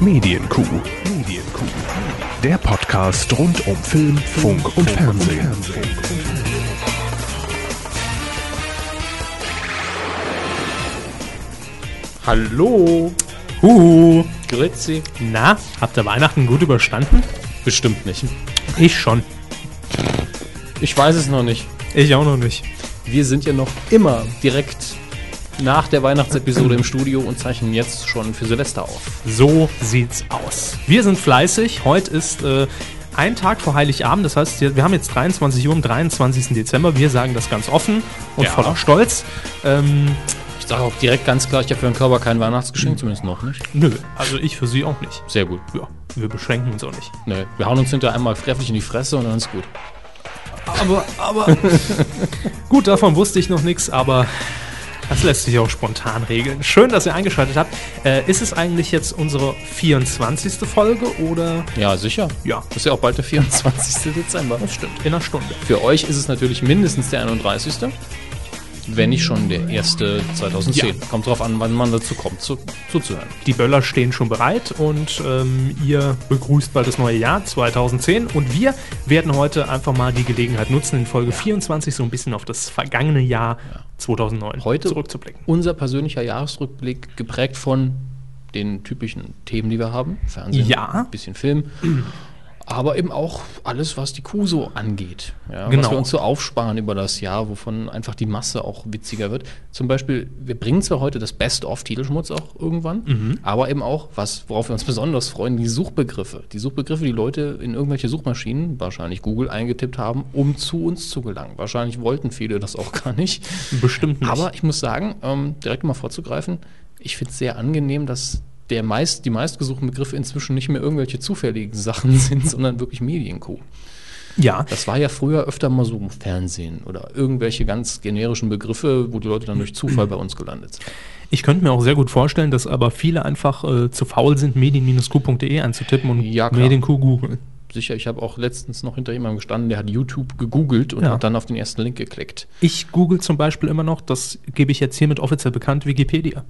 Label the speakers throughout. Speaker 1: Medienkuh. Medienkuh. Der Podcast rund um Film, Funk und Fernsehen.
Speaker 2: Hallo,
Speaker 3: Huhu.
Speaker 2: Grüezi.
Speaker 3: Uh, Na, habt ihr Weihnachten gut überstanden?
Speaker 2: Bestimmt nicht.
Speaker 3: Ich schon.
Speaker 2: Ich weiß es noch nicht.
Speaker 3: Ich auch noch nicht.
Speaker 2: Wir sind ja noch immer direkt nach der Weihnachtsepisode im Studio und zeichnen jetzt schon für Silvester auf.
Speaker 3: So sieht's aus. Wir sind fleißig. Heute ist äh, ein Tag vor Heiligabend. Das heißt, wir haben jetzt 23 Uhr am 23. Dezember. Wir sagen das ganz offen und
Speaker 2: Ja.
Speaker 3: voller Stolz. Ähm,
Speaker 2: Ich sage auch direkt ganz klar, ich habe für den Körper kein Weihnachtsgeschenk, zumindest noch nicht.
Speaker 3: nö, also ich für sie auch nicht.
Speaker 2: Sehr gut.
Speaker 3: Ja, wir beschränken uns auch nicht.
Speaker 2: Nö, wir hauen uns hinterher einmal kräftig in die Fresse und dann ist gut.
Speaker 3: Aber, aber. Gut, davon wusste ich noch nichts, aber das lässt sich auch spontan regeln. Schön, dass ihr eingeschaltet habt. Äh, ist es eigentlich jetzt unsere 24. Folge oder
Speaker 2: Ja, sicher.
Speaker 3: Ja.
Speaker 2: Das ist ja auch bald der 24. Dezember. Das stimmt.
Speaker 3: in einer Stunde?
Speaker 2: Für euch ist es natürlich mindestens der 31. Wenn nicht schon der erste 2010. Kommt drauf an, wann man dazu kommt, zu, zuzuhören.
Speaker 3: Die Böller stehen schon bereit und ähm, ihr begrüßt bald das neue Jahr 2010 und wir werden heute einfach mal die Gelegenheit nutzen, in Folge 24 so ein bisschen auf das vergangene Jahr 2009
Speaker 2: Heute-
Speaker 3: zurückzublicken.
Speaker 2: unser persönlicher Jahresrückblick geprägt von den typischen Themen, die wir haben. Fernsehen,
Speaker 3: Ja.
Speaker 2: ein bisschen Film. Aber eben auch alles, was die Kuh so angeht. Ja, Was
Speaker 3: Genau.
Speaker 2: wir uns so aufsparen über das Jahr, wovon einfach die Masse auch witziger wird. Zum Beispiel, wir bringen zwar heute das Best-of-Titelschmutz auch irgendwann,
Speaker 3: Mhm.
Speaker 2: aber eben auch, was, worauf wir uns besonders freuen, die Suchbegriffe. Die Suchbegriffe, die Leute in irgendwelche Suchmaschinen, wahrscheinlich Google, eingetippt haben, um zu uns zu gelangen. Wahrscheinlich wollten viele das auch gar nicht.
Speaker 3: Bestimmt nicht.
Speaker 2: Aber ich muss sagen, ähm, direkt mal vorzugreifen, ich finde es sehr angenehm, dass der meist, die meistgesuchten Begriffe inzwischen nicht mehr irgendwelche zufälligen Sachen sind, sondern wirklich Medienkuh.
Speaker 3: ja,
Speaker 2: Das war ja früher öfter mal so im Fernsehen oder irgendwelche ganz generischen Begriffe, wo die Leute dann durch Zufall bei uns gelandet sind.
Speaker 3: ich könnte mir auch sehr gut vorstellen, dass aber viele einfach äh, zu faul sind, medien-q.de einzutippen und
Speaker 2: Ja, klar.
Speaker 3: medien-q googeln.
Speaker 2: Sicher, ich habe auch letztens noch hinter jemandem gestanden, der hat YouTube gegoogelt und
Speaker 3: Ja.
Speaker 2: hat dann auf den ersten Link geklickt.
Speaker 3: Ich google zum Beispiel immer noch, das gebe ich jetzt hiermit offiziell bekannt, Wikipedia.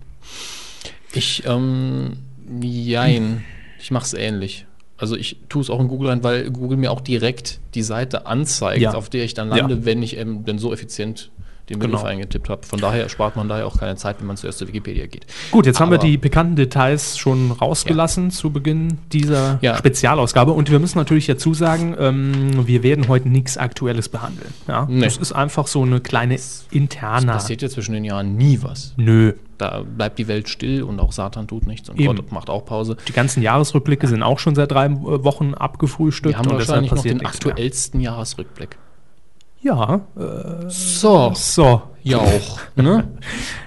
Speaker 2: Ich, ähm, jein. Ich mache es ähnlich. Also ich tue es auch in Google rein, weil Google mir auch direkt die Seite anzeigt,
Speaker 3: Ja.
Speaker 2: auf der ich dann lande,
Speaker 3: Ja.
Speaker 2: wenn ich ähm, denn so effizient den Begriff
Speaker 3: Genau.
Speaker 2: eingetippt habe. Von daher spart man daher auch keine Zeit, wenn man zuerst zu Wikipedia geht.
Speaker 3: Gut, jetzt haben wir
Speaker 2: Aber-
Speaker 3: die pikanten Details schon rausgelassen zu Beginn dieser
Speaker 2: Ja.
Speaker 3: Spezialausgabe. Und wir müssen natürlich dazu sagen, ähm, wir werden heute nichts Aktuelles behandeln. Ja?
Speaker 2: Nee.
Speaker 3: Das ist einfach so eine kleine interne.
Speaker 2: Passiert ja zwischen den Jahren nie was.
Speaker 3: Nö.
Speaker 2: Da bleibt die Welt still und auch Satan tut nichts und
Speaker 3: Eben.
Speaker 2: Gott macht auch Pause.
Speaker 3: Die ganzen Jahresrückblicke sind auch schon seit drei äh, Wochen abgefrühstückt.
Speaker 2: Wir haben
Speaker 3: und deshalb
Speaker 2: wahrscheinlich noch
Speaker 3: passiert
Speaker 2: den
Speaker 3: nichts mehr.
Speaker 2: aktuellsten Jahresrückblick.
Speaker 3: Ja, äh,
Speaker 2: So,
Speaker 3: so.
Speaker 2: ja auch. Ne?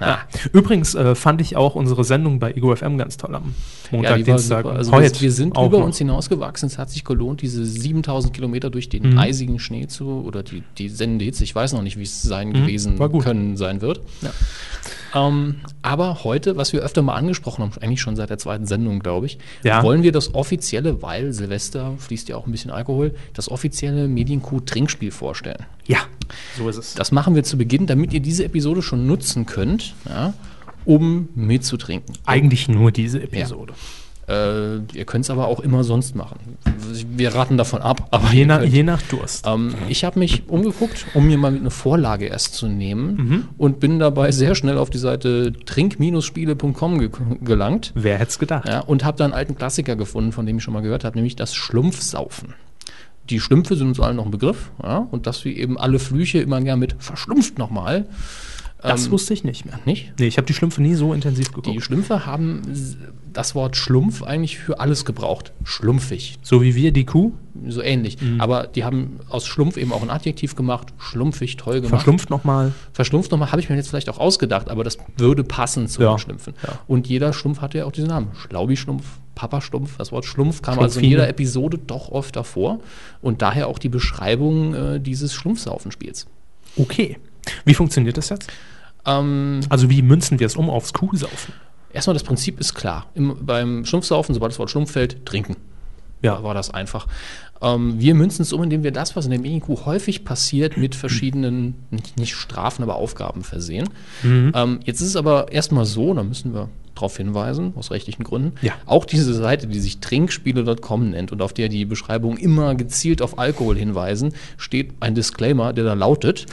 Speaker 3: Ja. Übrigens äh, fand ich auch unsere Sendung bei Ego FM ganz toll am Montag,
Speaker 2: Ja, die war
Speaker 3: Dienstag.
Speaker 2: super.
Speaker 3: und
Speaker 2: Also
Speaker 3: heute
Speaker 2: wir, wir sind
Speaker 3: auch
Speaker 2: über
Speaker 3: noch.
Speaker 2: uns hinausgewachsen. Es hat sich gelohnt, diese 7000 Kilometer durch den
Speaker 3: Mhm.
Speaker 2: eisigen Schnee zu, oder die, die Senditz, ich weiß noch nicht, wie es sein gewesen
Speaker 3: Mhm. war gut.
Speaker 2: können sein wird. Ähm, aber heute, was wir öfter mal angesprochen haben, eigentlich schon seit der zweiten Sendung, glaube ich,
Speaker 3: Ja.
Speaker 2: wollen wir das offizielle, weil Silvester fließt ja auch ein bisschen Alkohol, das offizielle Medienkuh-Trinkspiel vorstellen.
Speaker 3: Ja, so ist es.
Speaker 2: Das machen wir zu Beginn, damit ihr diese Episode schon nutzen könnt, ja, um mitzutrinken.
Speaker 3: Eigentlich nur diese Episode.
Speaker 2: Äh, ihr könnt es aber auch immer sonst machen. Wir raten davon ab, aber
Speaker 3: Je,
Speaker 2: ihr
Speaker 3: nach,
Speaker 2: könnt.
Speaker 3: je nach Durst.
Speaker 2: Ähm, ich habe mich umgeguckt, um mir mal eine Vorlage erst zu nehmen und bin dabei sehr schnell auf die Seite trink-spiele.com ge gelangt
Speaker 3: Wer hätte es gedacht?
Speaker 2: ja, und habe da einen alten Klassiker gefunden, von dem ich schon mal gehört habe, nämlich das Schlumpfsaufen. Die Schlümpfe sind uns allen noch ein Begriff ja, und dass wir eben alle Flüche immer gern mit verschlumpft nochmal.
Speaker 3: Das
Speaker 2: ähm,
Speaker 3: wusste ich nicht mehr.
Speaker 2: Nicht?
Speaker 3: Nee, ich habe die Schlümpfe nie so intensiv
Speaker 2: Die
Speaker 3: geguckt.
Speaker 2: Schlümpfe haben s- das Wort Schlumpf eigentlich für alles gebraucht. Schlumpfig,
Speaker 3: so wie wir die Kuh,
Speaker 2: so ähnlich.
Speaker 3: Mhm.
Speaker 2: Aber die haben aus Schlumpf eben auch ein Adjektiv gemacht, schlumpfig, toll gemacht.
Speaker 3: verschlumpft nochmal.
Speaker 2: Verschlumpft nochmal, habe ich mir jetzt vielleicht auch ausgedacht, aber das würde passen zu
Speaker 3: Ja.
Speaker 2: den Schlümpfen. Und jeder Schlumpf hatte ja auch diesen Namen. Schlaubi-Schlumpf, Papa-Schlumpf, das Wort Schlumpf kam also in
Speaker 3: Schlumpfine.
Speaker 2: jeder Episode doch oft davor. Und daher auch die Beschreibung äh, dieses Schlumpfsaufenspiels.
Speaker 3: Okay. Wie funktioniert das jetzt?
Speaker 2: Ähm,
Speaker 3: Also wie münzen wir es um aufs Kuhsaufen?
Speaker 2: erstmal, das Prinzip ist klar. Im, beim Schlumpfsaufen, sobald das Wort Schlumpf fällt, trinken. Da war das einfach. Ähm, wir münzen es um, indem wir das, was in der Medienkuh häufig passiert, mit verschiedenen, nicht, nicht Strafen, aber Aufgaben versehen. Ähm, jetzt ist es aber erstmal so, da müssen wir darauf hinweisen, aus rechtlichen Gründen.
Speaker 3: Ja.
Speaker 2: Auch diese Seite, die sich trinkspiele.com nennt und auf der die Beschreibungen immer gezielt auf Alkohol hinweisen, steht ein Disclaimer, der da lautet,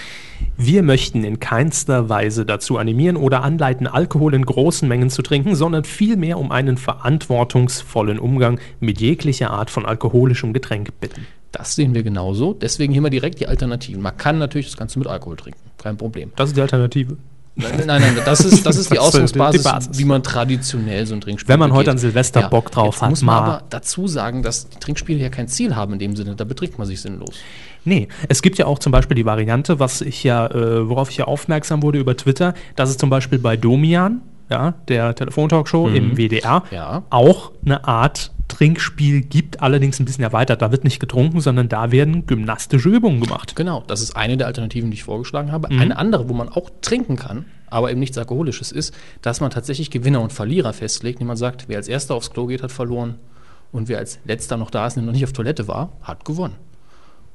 Speaker 3: Wir möchten in keinster Weise dazu animieren oder anleiten, Alkohol in großen Mengen zu trinken, sondern vielmehr um einen verantwortungsvollen Umgang mit jeglicher Art von alkoholischem Getränk bitten.
Speaker 2: das sehen wir genauso. Deswegen hier mal direkt die Alternativen. Man kann natürlich das Ganze mit Alkohol trinken, kein Problem.
Speaker 3: Das ist die Alternative.
Speaker 2: Nein, nein, nein das ist, das ist die
Speaker 3: Das ist die- die
Speaker 2: Ausgangsbasis,
Speaker 3: Basis.
Speaker 2: wie man traditionell so ein Trinkspiel
Speaker 3: Wenn man heute
Speaker 2: begeht.
Speaker 3: an Silvester Bock drauf
Speaker 2: jetzt
Speaker 3: hat,
Speaker 2: muss man
Speaker 3: mal.
Speaker 2: aber dazu sagen, dass die Trinkspiele ja kein Ziel haben in dem Sinne, da betrinkt man sich sinnlos.
Speaker 3: Nee, es gibt ja auch zum Beispiel die Variante, was ich ja, äh, worauf ich ja aufmerksam wurde über Twitter, dass es zum Beispiel bei Domian, ja, der Telefontalkshow im WDR,
Speaker 2: Ja.
Speaker 3: auch eine Art Trinkspiel gibt, allerdings ein bisschen erweitert. Da wird nicht getrunken, sondern da werden gymnastische Übungen gemacht. Mhm.
Speaker 2: Genau, das ist eine der Alternativen, die ich vorgeschlagen habe. Eine andere, wo man auch trinken kann, aber eben nichts Alkoholisches ist, dass man tatsächlich Gewinner und Verlierer festlegt, indem man sagt, wer als erster aufs Klo geht, hat verloren. Und wer als letzter noch da ist und noch nicht auf Toilette war, hat gewonnen.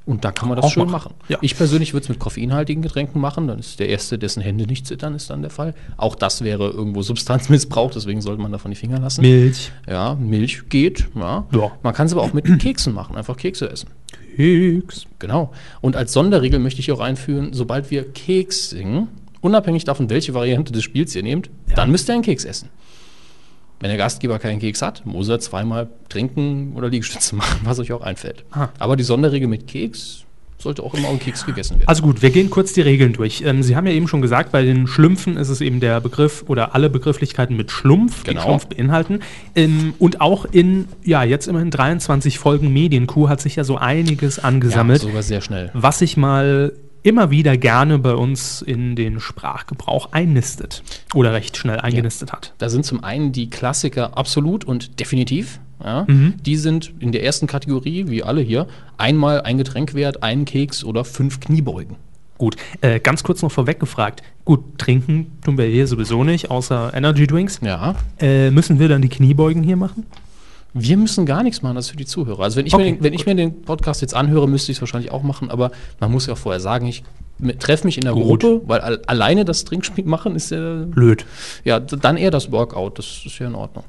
Speaker 2: Und da kann man das
Speaker 3: Auch
Speaker 2: schön
Speaker 3: machen.
Speaker 2: machen.
Speaker 3: Ja.
Speaker 2: Ich persönlich würde es mit koffeinhaltigen Getränken machen. Dann ist der Erste, dessen Hände nicht zittern, ist dann der Fall. Auch das wäre irgendwo Substanzmissbrauch, deswegen sollte man davon die Finger lassen.
Speaker 3: Milch.
Speaker 2: ja, Milch geht. Ja.
Speaker 3: Ja.
Speaker 2: Man kann es aber auch mit Keksen machen, einfach Kekse essen.
Speaker 3: Keks.
Speaker 2: Genau. Und als Sonderregel möchte ich auch einführen, sobald wir Keks singen, unabhängig davon, welche Variante des Spiels ihr nehmt, dann müsst ihr einen Keks essen. Wenn der Gastgeber keinen Keks hat, muss er zweimal trinken oder Liegestütze machen, was euch auch einfällt.
Speaker 3: Ah.
Speaker 2: Aber die Sonderregel mit Keks sollte auch immer ein Keks gegessen werden.
Speaker 3: Also gut, wir gehen kurz die Regeln durch. Ähm, Sie haben ja eben schon gesagt, bei den Schlümpfen ist es eben der Begriff oder alle Begrifflichkeiten mit Schlumpf, die
Speaker 2: Genau.
Speaker 3: Schlumpf beinhalten. Ähm, und auch in, ja, jetzt immerhin 23 Folgen Medienkuh hat sich ja so einiges angesammelt,
Speaker 2: Ja, sogar sehr schnell.
Speaker 3: was sich mal immer wieder gerne bei uns in den Sprachgebrauch einnistet oder recht schnell eingenistet hat.
Speaker 2: Da sind zum einen die Klassiker absolut und definitiv. Ja,
Speaker 3: Mhm.
Speaker 2: Die sind in der ersten Kategorie, wie alle hier, einmal ein Getränk wert, einen Keks oder fünf Kniebeugen.
Speaker 3: Gut, äh, ganz kurz noch vorweg gefragt. Gut, trinken tun wir hier sowieso nicht, außer Energy Drinks.
Speaker 2: Ja.
Speaker 3: Äh, müssen wir dann die Kniebeugen hier machen?
Speaker 2: Wir müssen gar nichts machen, das ist für die Zuhörer. Also wenn ich,
Speaker 3: Okay,
Speaker 2: mir, den, wenn
Speaker 3: gut.
Speaker 2: ich mir den Podcast jetzt anhöre, müsste ich es wahrscheinlich auch machen, aber man muss ja auch vorher sagen, ich treffe mich in der
Speaker 3: Gut.
Speaker 2: Gruppe, weil al alleine das Trinkspiel machen ist ja,
Speaker 3: Blöd.
Speaker 2: ja d- dann eher das Workout, das ist ja in Ordnung.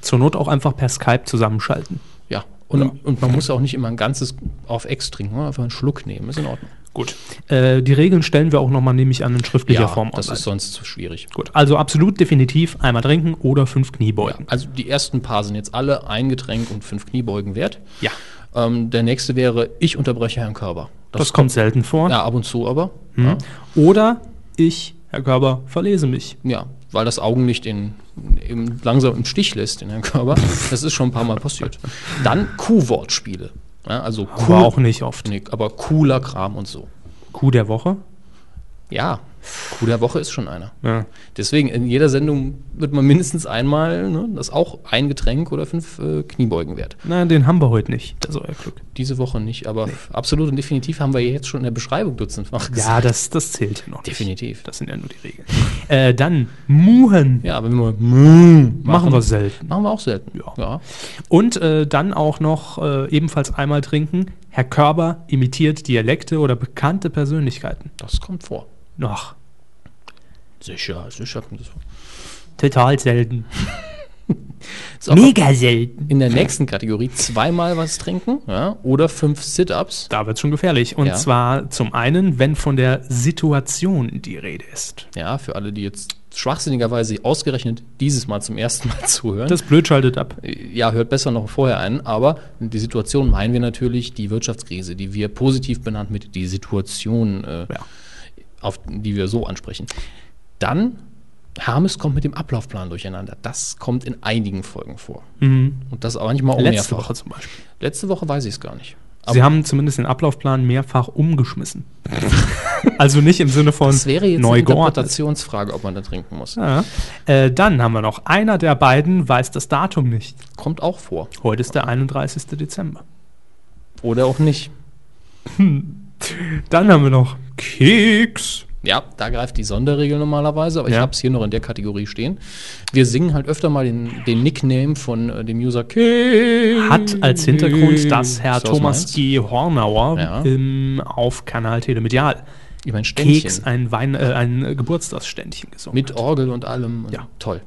Speaker 3: Zur Not auch einfach per Skype zusammenschalten.
Speaker 2: Ja. Und, und man muss auch nicht immer ein ganzes auf Ex trinken, ne? einfach einen Schluck nehmen, ist in Ordnung.
Speaker 3: Gut. Äh, die Regeln stellen wir auch nochmal, nehme ich an, in schriftlicher Form
Speaker 2: das
Speaker 3: online.
Speaker 2: ist sonst zu schwierig.
Speaker 3: Gut, also absolut definitiv einmal trinken oder fünf Kniebeugen.
Speaker 2: Also die ersten paar sind jetzt alle ein Getränk und fünf Kniebeugen wert.
Speaker 3: Ja,
Speaker 2: Ähm, der nächste wäre, ich unterbreche Herrn Körber.
Speaker 3: das, kommt selten vor.
Speaker 2: ja, ab und zu aber.
Speaker 3: Mhm. Oder ich, Herr Körber, verlese mich.
Speaker 2: Ja, weil das Augenlicht ihn eben langsam im Stich lässt in den Körper. Das ist schon ein paar Mal passiert. Dann Q-Wortspiele. Ja, also cool,
Speaker 3: Aber auch nicht oft.
Speaker 2: nee, aber cooler Kram und so.
Speaker 3: Kuh der Woche.
Speaker 2: Ja, Coup der Woche ist schon einer.
Speaker 3: Ja.
Speaker 2: Deswegen, in jeder Sendung wird man mindestens einmal, ne, das ist auch ein Getränk oder fünf äh, Kniebeugen wert.
Speaker 3: Nein, den haben wir heute nicht. Das ist euer Glück.
Speaker 2: Diese Woche nicht, aber absolut und definitiv haben wir jetzt schon in der Beschreibung dutzendfach gesagt.
Speaker 3: Ja, das, das zählt ja noch nicht.
Speaker 2: Definitiv.
Speaker 3: Das sind ja nur die Regeln. Äh, dann Muhen.
Speaker 2: Ja, aber wenn wir machen,
Speaker 3: Hm, Machen wir selten.
Speaker 2: Machen wir auch selten.
Speaker 3: Ja.
Speaker 2: ja.
Speaker 3: Und äh, dann auch noch äh, ebenfalls einmal trinken. Herr Körber imitiert Dialekte oder bekannte Persönlichkeiten.
Speaker 2: das kommt vor.
Speaker 3: Ach,
Speaker 2: Sicher, sicher kommt das vor.
Speaker 3: total selten.
Speaker 2: Ist auch
Speaker 3: selten.
Speaker 2: in der nächsten Kategorie zweimal was trinken ja, oder fünf Sit-Ups.
Speaker 3: Da wird's schon gefährlich. Und
Speaker 2: Ja.
Speaker 3: zwar zum einen, wenn von der Situation die Rede ist.
Speaker 2: Ja, für alle, die jetzt schwachsinnigerweise ausgerechnet dieses Mal zum ersten Mal zuhören.
Speaker 3: Das Blöd schaltet ab.
Speaker 2: ja, hört besser noch vorher ein, aber die Situation meinen wir natürlich die Wirtschaftskrise, die wir positiv benannt mit die Situation, äh,
Speaker 3: Ja.
Speaker 2: auf die wir so ansprechen. Dann, Hermes kommt mit dem Ablaufplan durcheinander. Das kommt in einigen Folgen vor.
Speaker 3: Mhm.
Speaker 2: Und das auch manchmal auch
Speaker 3: Letzte
Speaker 2: mehrfach.
Speaker 3: Woche zum Beispiel.
Speaker 2: Letzte Woche weiß ich es gar nicht.
Speaker 3: Sie haben zumindest den Ablaufplan mehrfach umgeschmissen. also nicht im Sinne von
Speaker 2: das wäre jetzt
Speaker 3: neu
Speaker 2: eine
Speaker 3: geordnet.
Speaker 2: Interpretationsfrage, ob man da trinken muss.
Speaker 3: Ja. Äh, dann haben wir noch, einer der beiden weiß das Datum nicht.
Speaker 2: Kommt auch vor.
Speaker 3: Heute ist der 31. Dezember.
Speaker 2: Oder auch nicht.
Speaker 3: Dann haben wir noch Keks.
Speaker 2: Ja, da greift die Sonderregel normalerweise, aber
Speaker 3: Ja.
Speaker 2: ich habe es hier noch in der Kategorie stehen. Wir singen halt öfter mal den, den Nickname von äh, dem User King.
Speaker 3: Hat als Hintergrund, dass Herr
Speaker 2: Ist das
Speaker 3: Thomas
Speaker 2: meins?
Speaker 3: G. Hornauer
Speaker 2: Ja.
Speaker 3: ähm, auf Kanal Telemedial
Speaker 2: über ein Ständchen
Speaker 3: Keks ein, Wein, äh, ein Geburtstagsständchen gesungen
Speaker 2: mit
Speaker 3: hat.
Speaker 2: Orgel und allem. Und
Speaker 3: Ja.
Speaker 2: Toll.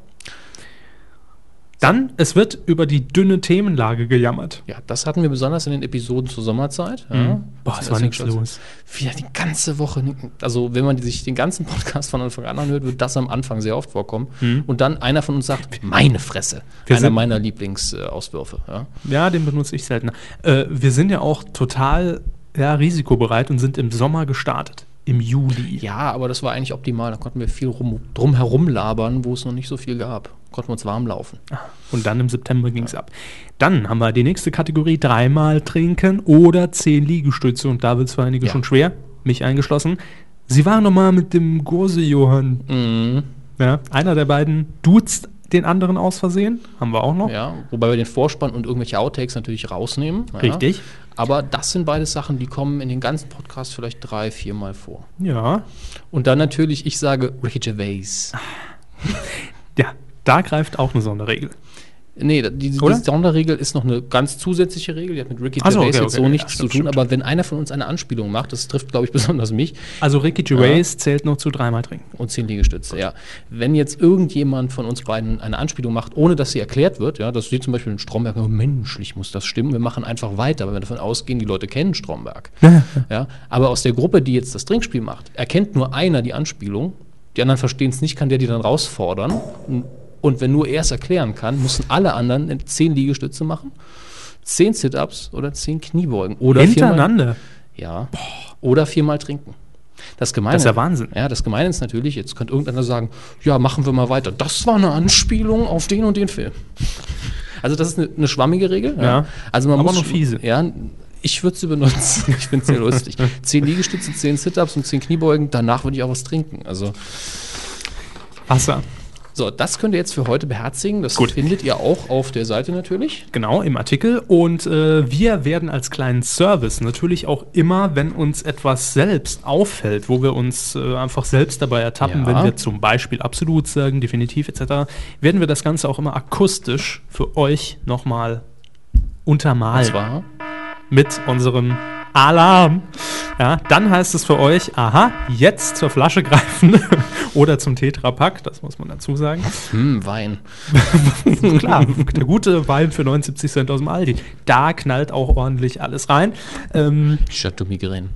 Speaker 3: Dann, es wird über die dünne Themenlage gejammert.
Speaker 2: Ja, das hatten wir besonders in den Episoden zur Sommerzeit. Ja.
Speaker 3: Mhm. Boah,
Speaker 2: Das
Speaker 3: es war
Speaker 2: Hm? ist
Speaker 3: nichts
Speaker 2: ja schon-
Speaker 3: los.
Speaker 2: Wieder die ganze Woche. Also, wenn man sich den ganzen Podcast von Anfang an anhört, wird das am Anfang sehr oft vorkommen. Und dann einer von uns sagt, meine Fresse.
Speaker 3: Mhm. Wir
Speaker 2: einer
Speaker 3: sind-
Speaker 2: meiner Lieblingsauswürfe. Ja.
Speaker 3: Ja, den benutze ich seltener. Äh, wir sind ja auch total ja, risikobereit und sind im Sommer gestartet. Im Juli.
Speaker 2: ja, aber das war eigentlich optimal. Da konnten wir viel rum, drum herum labern, wo es noch nicht so viel gab. Konnten wir uns warm laufen.
Speaker 3: Und dann im September ging es ab. Dann haben wir die nächste Kategorie: dreimal trinken oder zehn Liegestütze. Und da wird es für einige
Speaker 2: Ja.
Speaker 3: schon schwer, mich eingeschlossen. Sie waren nochmal mit dem Gurse Johann. Mhm. Ja, einer der beiden duzt den anderen aus Versehen. Haben wir auch noch.
Speaker 2: Ja, wobei wir den Vorspann und irgendwelche Outtakes natürlich rausnehmen. Ja.
Speaker 3: Richtig.
Speaker 2: Aber das sind beides Sachen, die kommen in den ganzen Podcast vielleicht drei, viermal vor.
Speaker 3: Ja.
Speaker 2: Und dann natürlich, ich sage Ricky Gervais.
Speaker 3: Ja, da greift auch eine Sonderregel.
Speaker 2: Nee, die, die,
Speaker 3: Oder?
Speaker 2: die Sonderregel ist noch eine ganz zusätzliche Regel, die hat mit Ricky
Speaker 3: Ach so,
Speaker 2: Gervais
Speaker 3: okay,
Speaker 2: jetzt
Speaker 3: okay,
Speaker 2: so
Speaker 3: ja,
Speaker 2: nichts
Speaker 3: stimmt,
Speaker 2: zu tun,
Speaker 3: stimmt.
Speaker 2: aber wenn einer von uns eine Anspielung macht, das trifft, glaube ich, besonders mich,
Speaker 3: Also Ricky Gervais zählt noch zu dreimal trinken.
Speaker 2: und 10 Liegestütze, ja. Wenn jetzt irgendjemand von uns beiden eine Anspielung macht, ohne dass sie erklärt wird, ja, dass sie zum Beispiel in Stromberg, oh, menschlich muss das stimmen, wir machen einfach weiter, weil wir davon ausgehen, die Leute kennen Stromberg. ja, aber aus der Gruppe, die jetzt das Trinkspiel macht, erkennt nur einer die Anspielung, die anderen verstehen es nicht, kann der die dann rausfordern. Und- Und wenn nur er es erklären kann, müssen alle anderen 10 Liegestütze machen, 10 Sit-Ups oder 10 Kniebeugen. Oder viermal-
Speaker 3: Hintereinander.
Speaker 2: ja. Oder viermal trinken. Das, Gemeine,
Speaker 3: Das ist ja Wahnsinn.
Speaker 2: Ja, das Gemeine ist natürlich, jetzt könnte irgendeiner sagen, ja, machen wir mal weiter. Das war eine Anspielung auf den und den Film. Also das ist eine, eine schwammige Regel.
Speaker 3: Ja.
Speaker 2: Also man
Speaker 3: Aber
Speaker 2: muss
Speaker 3: eine fiese.
Speaker 2: Ja, ich würde sie benutzen. Ich finde sehr lustig. Zehn Liegestütze, zehn Sit-Ups und zehn Kniebeugen. Danach würde ich auch was trinken. Also
Speaker 3: Wasser.
Speaker 2: so, das könnt ihr jetzt für heute beherzigen. Das
Speaker 3: Gut.
Speaker 2: findet ihr auch auf der Seite natürlich.
Speaker 3: Genau, im Artikel. Und äh, wir werden als kleinen Service natürlich auch immer, wenn uns etwas selbst auffällt, wo wir uns äh, einfach selbst dabei ertappen,
Speaker 2: Ja.
Speaker 3: wenn wir zum Beispiel absolut sagen, definitiv etc., werden wir das Ganze auch immer akustisch für euch nochmal
Speaker 2: Und
Speaker 3: untermalen
Speaker 2: zwar
Speaker 3: mit unserem Alarm. Ja, dann heißt es für euch, aha, jetzt zur Flasche greifen oder zum Tetrapack, das muss man dazu sagen.
Speaker 2: hm, Wein.
Speaker 3: Klar, der gute Wein für 79 Cent aus dem Aldi. Da knallt auch ordentlich alles rein. Ähm,
Speaker 2: Chateau Migraine.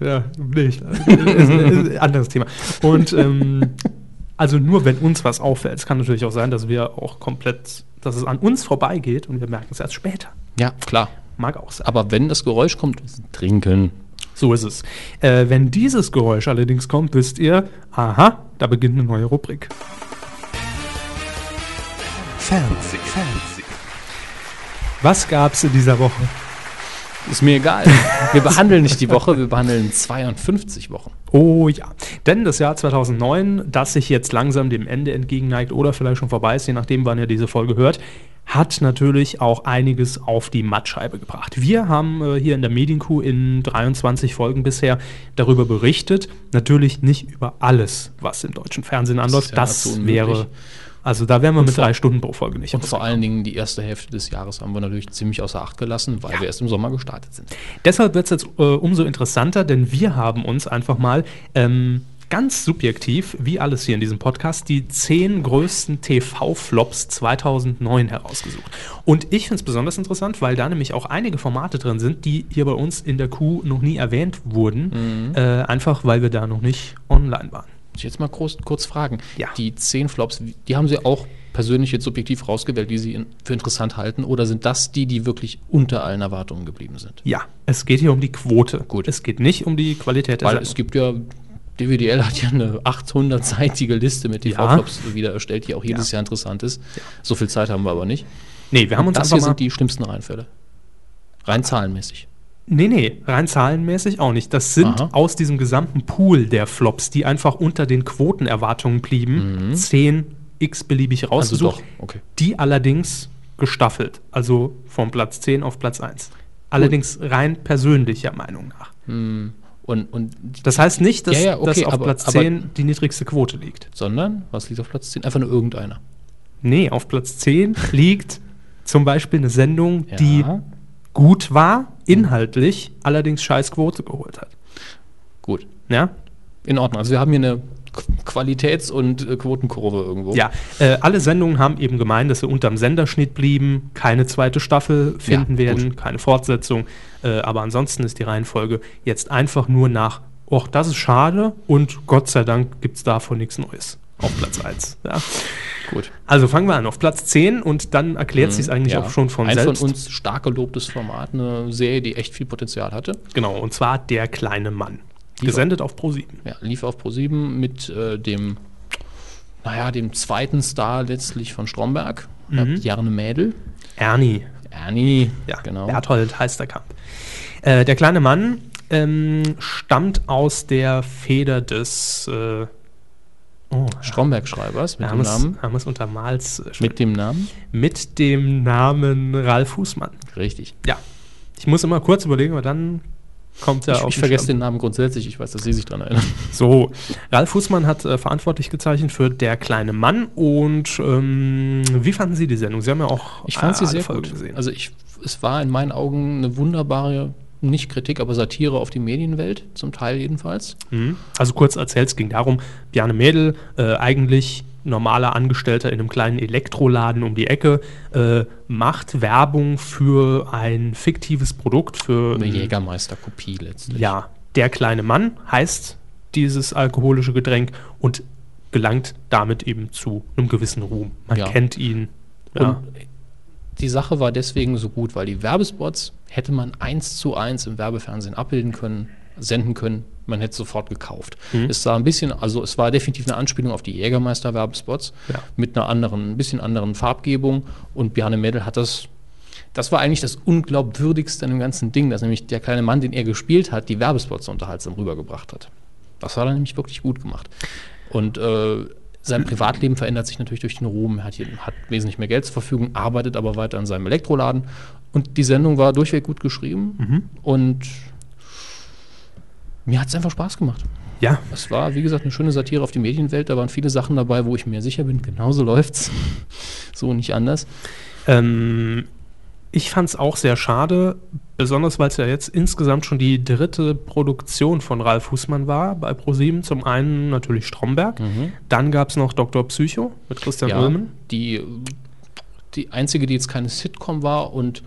Speaker 3: ja, nicht. Ist, ist, anderes Thema. Und ähm, also nur wenn uns was auffällt. Es kann natürlich auch sein, dass wir auch komplett, dass es an uns vorbeigeht und wir merken es erst später.
Speaker 2: Ja, klar.
Speaker 3: Mag auch sein.
Speaker 2: Aber wenn das Geräusch kommt, trinken.
Speaker 3: So ist es. Äh, wenn dieses Geräusch allerdings kommt, wisst ihr, aha, da beginnt eine neue Rubrik.
Speaker 1: Fernsehen. Fernsehen.
Speaker 3: Was gab's in dieser Woche?
Speaker 2: Ist mir egal. Wir behandeln nicht die Woche, wir behandeln 52 Wochen.
Speaker 3: Oh ja, denn das Jahr 2009, das sich jetzt langsam dem Ende entgegenneigt oder vielleicht schon vorbei ist, je nachdem, wann ihr diese Folge hört, hat natürlich auch einiges auf die Mattscheibe gebracht. Wir haben äh, hier in der Medienkuh in 23 Folgen bisher darüber berichtet. Natürlich nicht über alles, was im deutschen Fernsehen anläuft.
Speaker 2: ja
Speaker 3: Das,
Speaker 2: nahezu unmöglich.
Speaker 3: wäre, also da wären wir mit drei Stunden pro Folge nicht.
Speaker 2: Und vor allen Dingen die erste Hälfte des Jahres haben wir natürlich ziemlich außer Acht gelassen, weil wir erst im Sommer gestartet sind.
Speaker 3: Deshalb wird es jetzt äh, umso interessanter, denn wir haben uns einfach mal ähm, ganz subjektiv, wie alles hier in diesem Podcast, die zehn größten TV-Flops 2009 herausgesucht. Und ich finde es besonders interessant, weil da nämlich auch einige Formate drin sind, die hier bei uns in der Kuh noch nie erwähnt
Speaker 2: Mhm.
Speaker 3: wurden, äh, einfach weil wir da noch nicht online waren.
Speaker 2: Muss ich jetzt mal kurz, kurz fragen.
Speaker 3: Ja.
Speaker 2: Die 10 Flops, die haben Sie auch persönlich jetzt subjektiv rausgewählt, die Sie in, für interessant halten? Oder sind das die, die wirklich unter allen Erwartungen geblieben sind?
Speaker 3: Ja, es geht hier um die Quote.
Speaker 2: Gut.
Speaker 3: Es geht nicht um die Qualität
Speaker 2: Weil
Speaker 3: Sendung.
Speaker 2: es gibt ja, DWDL hat ja eine 800-seitige Liste mit TV-Flops wieder erstellt, die auch jedes Jahr interessant ist. So viel Zeit haben wir aber nicht.
Speaker 3: Nee, wir haben uns
Speaker 2: das
Speaker 3: einfach
Speaker 2: hier
Speaker 3: mal
Speaker 2: sind die schlimmsten Reinfälle. Rein zahlenmäßig.
Speaker 3: Nee, nee, rein zahlenmäßig auch nicht. Das sind
Speaker 2: Aha.
Speaker 3: aus diesem gesamten Pool der Flops, die einfach unter den Quotenerwartungen blieben, zehn 10 x-beliebig rausgesucht,
Speaker 2: Mhm. Also doch, okay.
Speaker 3: die allerdings gestaffelt, also von Platz 10 auf Platz 1. Allerdings rein persönlicher Meinung nach.
Speaker 2: Hm. Und, und
Speaker 3: Das heißt nicht, dass,
Speaker 2: Ja, ja,
Speaker 3: dass
Speaker 2: okay,
Speaker 3: auf
Speaker 2: aber-
Speaker 3: Platz
Speaker 2: aber-
Speaker 3: 10 die niedrigste Quote liegt.
Speaker 2: sondern, was liegt auf Platz 10? Einfach nur irgendeiner.
Speaker 3: Nee, auf Platz 10 liegt zum Beispiel eine Sendung, die
Speaker 2: Ja.
Speaker 3: gut war, inhaltlich, allerdings scheiß Quote geholt hat.
Speaker 2: Gut,
Speaker 3: Ja?
Speaker 2: in Ordnung. Also wir haben hier eine Qualitäts- und äh, Quotenkurve irgendwo.
Speaker 3: Ja, äh, alle Sendungen haben eben gemeint, dass sie unterm Senderschnitt blieben, keine zweite Staffel finden
Speaker 2: Ja, gut.
Speaker 3: werden, keine Fortsetzung. Äh, aber ansonsten ist die Reihenfolge jetzt einfach nur nach, och, das ist schade und Gott sei Dank gibt es davon nichts Neues. Auf Platz 1. Ja.
Speaker 2: gut. Hm,
Speaker 3: Also fangen wir an auf Platz 10 und dann erklärt sich eigentlich
Speaker 2: Mhm. ja.
Speaker 3: auch schon von
Speaker 2: Ein
Speaker 3: selbst.
Speaker 2: von uns stark gelobtes Format, eine Serie, die echt viel Potenzial hatte.
Speaker 3: Genau, und zwar der kleine Mann.
Speaker 2: Die-
Speaker 3: Gesendet auf Pro7.
Speaker 2: Ja, lief auf Pro7 mit äh, dem, naja, dem zweiten Star letztlich von Stromberg, mhm. Jarne Mädel.
Speaker 3: Ernie.
Speaker 2: Ernie,
Speaker 3: Ja,
Speaker 2: genau.
Speaker 3: Berthold Heisterkamp. Äh, der kleine Mann ähm, stammt aus der Feder des äh, oh,
Speaker 2: Stromberg-Schreibers mit dem
Speaker 3: Hermes,
Speaker 2: Namen.
Speaker 3: Hermes Untermals äh,
Speaker 2: Mit dem Namen?
Speaker 3: mit dem Namen Ralf Fußmann.
Speaker 2: Richtig.
Speaker 3: Ja. Ich muss immer kurz überlegen, aber dann kommt er
Speaker 2: ich
Speaker 3: auf
Speaker 2: ich
Speaker 3: den
Speaker 2: vergesse
Speaker 3: Stamm.
Speaker 2: den Namen grundsätzlich, ich weiß, dass Sie sich dran erinnern.
Speaker 3: So, Ralf Fußmann hat äh, verantwortlich gezeichnet für Der kleine Mann und ähm, wie fanden Sie die Sendung? Sie haben ja auch äh,
Speaker 2: Ich fand sie
Speaker 3: alle
Speaker 2: sehr
Speaker 3: Folgen
Speaker 2: gut.
Speaker 3: gesehen.
Speaker 2: Also ich, es war in meinen Augen eine wunderbare, nicht Kritik, aber Satire auf die Medienwelt, zum Teil jedenfalls.
Speaker 3: Mhm. Also kurz erzählt, es ging darum, Bjarne Mädel, äh, eigentlich normaler Angestellter in einem kleinen Elektroladen um die Ecke, äh, macht Werbung für ein fiktives Produkt, für
Speaker 2: Eine
Speaker 3: ein-
Speaker 2: Jägermeisterkopie letztlich.
Speaker 3: ja, der kleine Mann heißt dieses alkoholische Getränk und gelangt damit eben zu einem gewissen Ruhm. Man
Speaker 2: Ja.
Speaker 3: kennt ihn. Ja.
Speaker 2: Und die Sache war deswegen so gut, weil die Werbespots hätte man eins zu eins im Werbefernsehen abbilden können, senden können. Man hätte es sofort gekauft. Es sah ein bisschen, also es war definitiv eine Anspielung auf die Jägermeister-Werbespots
Speaker 3: Ja.
Speaker 2: mit einer anderen, ein bisschen anderen Farbgebung. Und Bjarne Mädel hat das, das war eigentlich das Unglaubwürdigste an dem ganzen Ding, dass nämlich der kleine Mann, den er gespielt hat, die Werbespots so unterhaltsam rübergebracht hat. Das hat er nämlich wirklich gut gemacht. Und äh, sein Privatleben verändert sich natürlich durch den Ruhm. Er hat, hier, hat wesentlich mehr Geld zur Verfügung, arbeitet aber weiter an seinem Elektroladen. Und die Sendung war durchweg gut geschrieben. Und mir hat es einfach Spaß gemacht.
Speaker 3: ja,
Speaker 2: Es war, wie gesagt, eine schöne Satire auf die Medienwelt. Da waren viele Sachen dabei, wo ich mir sicher bin, genauso läuft's. so nicht anders.
Speaker 3: Ähm, ich fand es auch sehr schade, besonders weil es ja jetzt insgesamt schon die dritte Produktion von Ralf Husmann war bei ProSieben. Zum einen natürlich Stromberg, dann gab es noch Dr. Psycho mit Christian Ulmen.
Speaker 2: die, die einzige, die jetzt keine Sitcom war und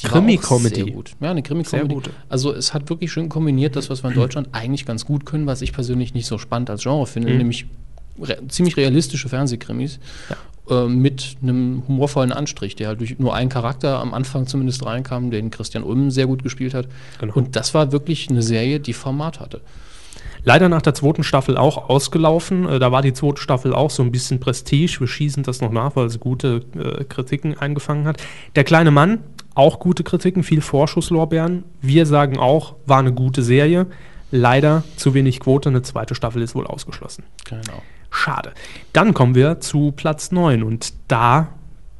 Speaker 2: die
Speaker 3: Krimi-Comedy.
Speaker 2: war auch sehr gut. Ja, eine
Speaker 3: Sehr
Speaker 2: Krimi-Comedy.
Speaker 3: gute.
Speaker 2: Also es hat wirklich schön kombiniert, das, was wir in Deutschland eigentlich ganz gut können, was ich persönlich nicht so spannend als Genre finde,
Speaker 3: Mhm.
Speaker 2: nämlich re ziemlich realistische Fernsehkrimis äh, mit einem humorvollen Anstrich, der halt durch nur einen Charakter am Anfang zumindest reinkam, den Christian Ulm sehr gut gespielt hat.
Speaker 3: Genau.
Speaker 2: Und das war wirklich eine Serie, die Format hatte.
Speaker 3: Leider nach der zweiten Staffel auch ausgelaufen. Äh, Da war die zweite Staffel auch so ein bisschen Prestige. Wir schießen das noch nach, weil sie gute äh, Kritiken eingefangen hat. Der kleine Mann, auch gute Kritiken, viel Vorschusslorbeeren. Wir sagen auch, war eine gute Serie. Leider zu wenig Quote. Eine zweite Staffel ist wohl ausgeschlossen.
Speaker 2: Genau.
Speaker 3: Schade. Dann kommen wir zu Platz 9 und da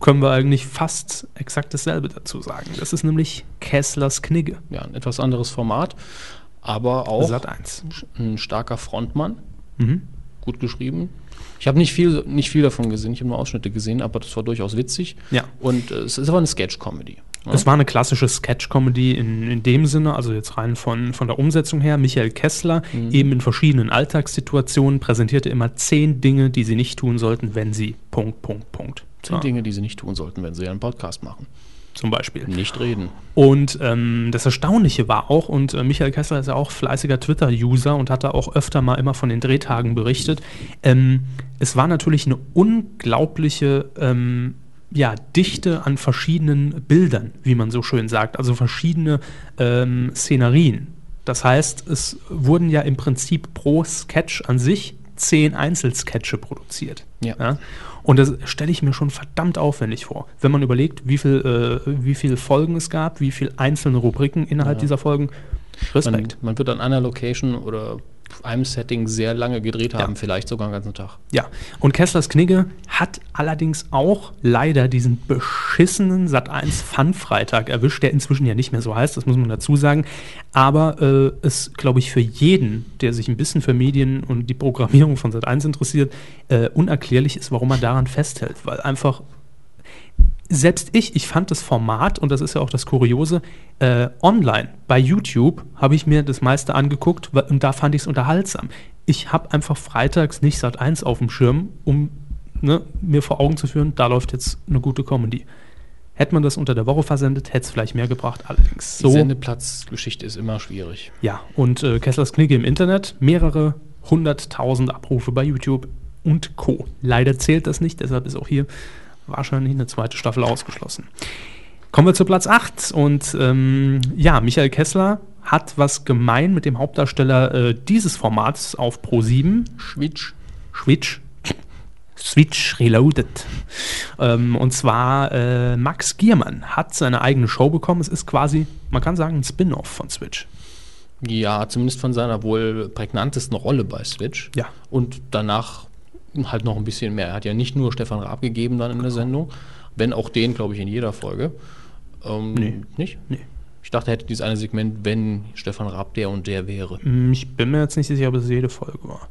Speaker 3: können wir eigentlich fast exakt dasselbe dazu sagen. Das ist nämlich Kesslers Knigge,
Speaker 2: Ja, ein etwas anderes Format, aber auch Mhm.
Speaker 3: Sat Mhm. 1.
Speaker 2: ein starker Frontmann. Gut geschrieben. Ich habe nicht viel, nicht viel davon gesehen, ich habe nur Ausschnitte gesehen, aber das war durchaus witzig.
Speaker 3: Ja.
Speaker 2: Und äh, es ist aber eine Sketch-Comedy. ne?
Speaker 3: Es war eine klassische Sketch-Comedy in, in dem Sinne, also jetzt rein von, von der Umsetzung her. Michael Kessler
Speaker 2: Mhm.
Speaker 3: eben in verschiedenen Alltagssituationen präsentierte immer zehn Dinge, die sie nicht tun sollten, wenn sie Punkt, Punkt, Punkt.
Speaker 2: Zehn
Speaker 3: Ja,
Speaker 2: Dinge, die sie nicht tun sollten, wenn sie einen Podcast machen.
Speaker 3: Zum Beispiel.
Speaker 2: Nicht reden.
Speaker 3: Und ähm, das Erstaunliche war auch, und äh, Michael Kessler ist ja auch fleißiger Twitter-User und hat da auch öfter mal immer von den Drehtagen berichtet, ähm, es war natürlich eine unglaubliche ähm, ja, Dichte an verschiedenen Bildern, wie man so schön sagt, also verschiedene ähm, Szenarien. Das heißt, es wurden ja im Prinzip pro Sketch an sich zehn Einzelsketche produziert.
Speaker 2: Ja.
Speaker 3: Und das stelle ich mir schon verdammt aufwendig vor, wenn man überlegt, wie viel, äh, wie viele Folgen es gab, wie viele einzelne Rubriken innerhalb dieser Folgen.
Speaker 2: Man,
Speaker 3: Respekt.
Speaker 2: man wird an einer Location oder einem Setting sehr lange gedreht haben,
Speaker 3: Ja.
Speaker 2: vielleicht sogar den ganzen Tag.
Speaker 3: Ja. Und Kesslers Knigge hat allerdings auch leider diesen beschissenen Sat1 Fun-Freitag erwischt, der inzwischen ja nicht mehr so heißt, das muss man dazu sagen. Aber äh, es, glaube ich, für jeden, der sich ein bisschen für Medien und die Programmierung von Sat1 interessiert, äh, unerklärlich ist, warum man daran festhält. Weil einfach selbst ich, ich fand das Format, und das ist ja auch das Kuriose, äh, online bei YouTube habe ich mir das meiste angeguckt wa- und da fand ich es unterhaltsam. ich habe einfach freitags nicht Sat 1 auf dem Schirm, um ne, mir vor Augen zu führen, da läuft jetzt eine gute Comedy. Hätte man das unter der Woche versendet, hätte es vielleicht mehr gebracht. Allerdings
Speaker 2: Die
Speaker 3: so.
Speaker 2: Sendeplatzgeschichte ist immer schwierig.
Speaker 3: Ja, und äh, Kesslers Knigge im Internet, mehrere hunderttausend Abrufe bei YouTube und Co. Leider zählt das nicht, deshalb ist auch hier wahrscheinlich eine zweite Staffel ausgeschlossen. Kommen wir zu Platz 8 und ähm, ja, Michael Kessler hat was gemein mit dem Hauptdarsteller äh, dieses Formats auf Pro 7,
Speaker 2: Schwitsch.
Speaker 3: Switch. Switch Reloaded. Ähm, und zwar äh, Max Giermann hat seine eigene Show bekommen. Es ist quasi, man kann sagen, ein Spin-off von Switch.
Speaker 2: Ja, zumindest von seiner wohl prägnantesten Rolle bei Switch.
Speaker 3: Ja.
Speaker 2: Und danach halt noch ein bisschen mehr. Er hat ja nicht nur Stefan Raab gegeben dann in
Speaker 3: Genau.
Speaker 2: der Sendung, wenn auch den, glaube ich, in jeder Folge. Ähm,
Speaker 3: Nee.
Speaker 2: Nicht?
Speaker 3: Nee.
Speaker 2: Ich dachte, er hätte dieses eine Segment, wenn Stefan Raab der und der wäre.
Speaker 3: Hm, Ich bin mir jetzt nicht sicher, ob es jede Folge war.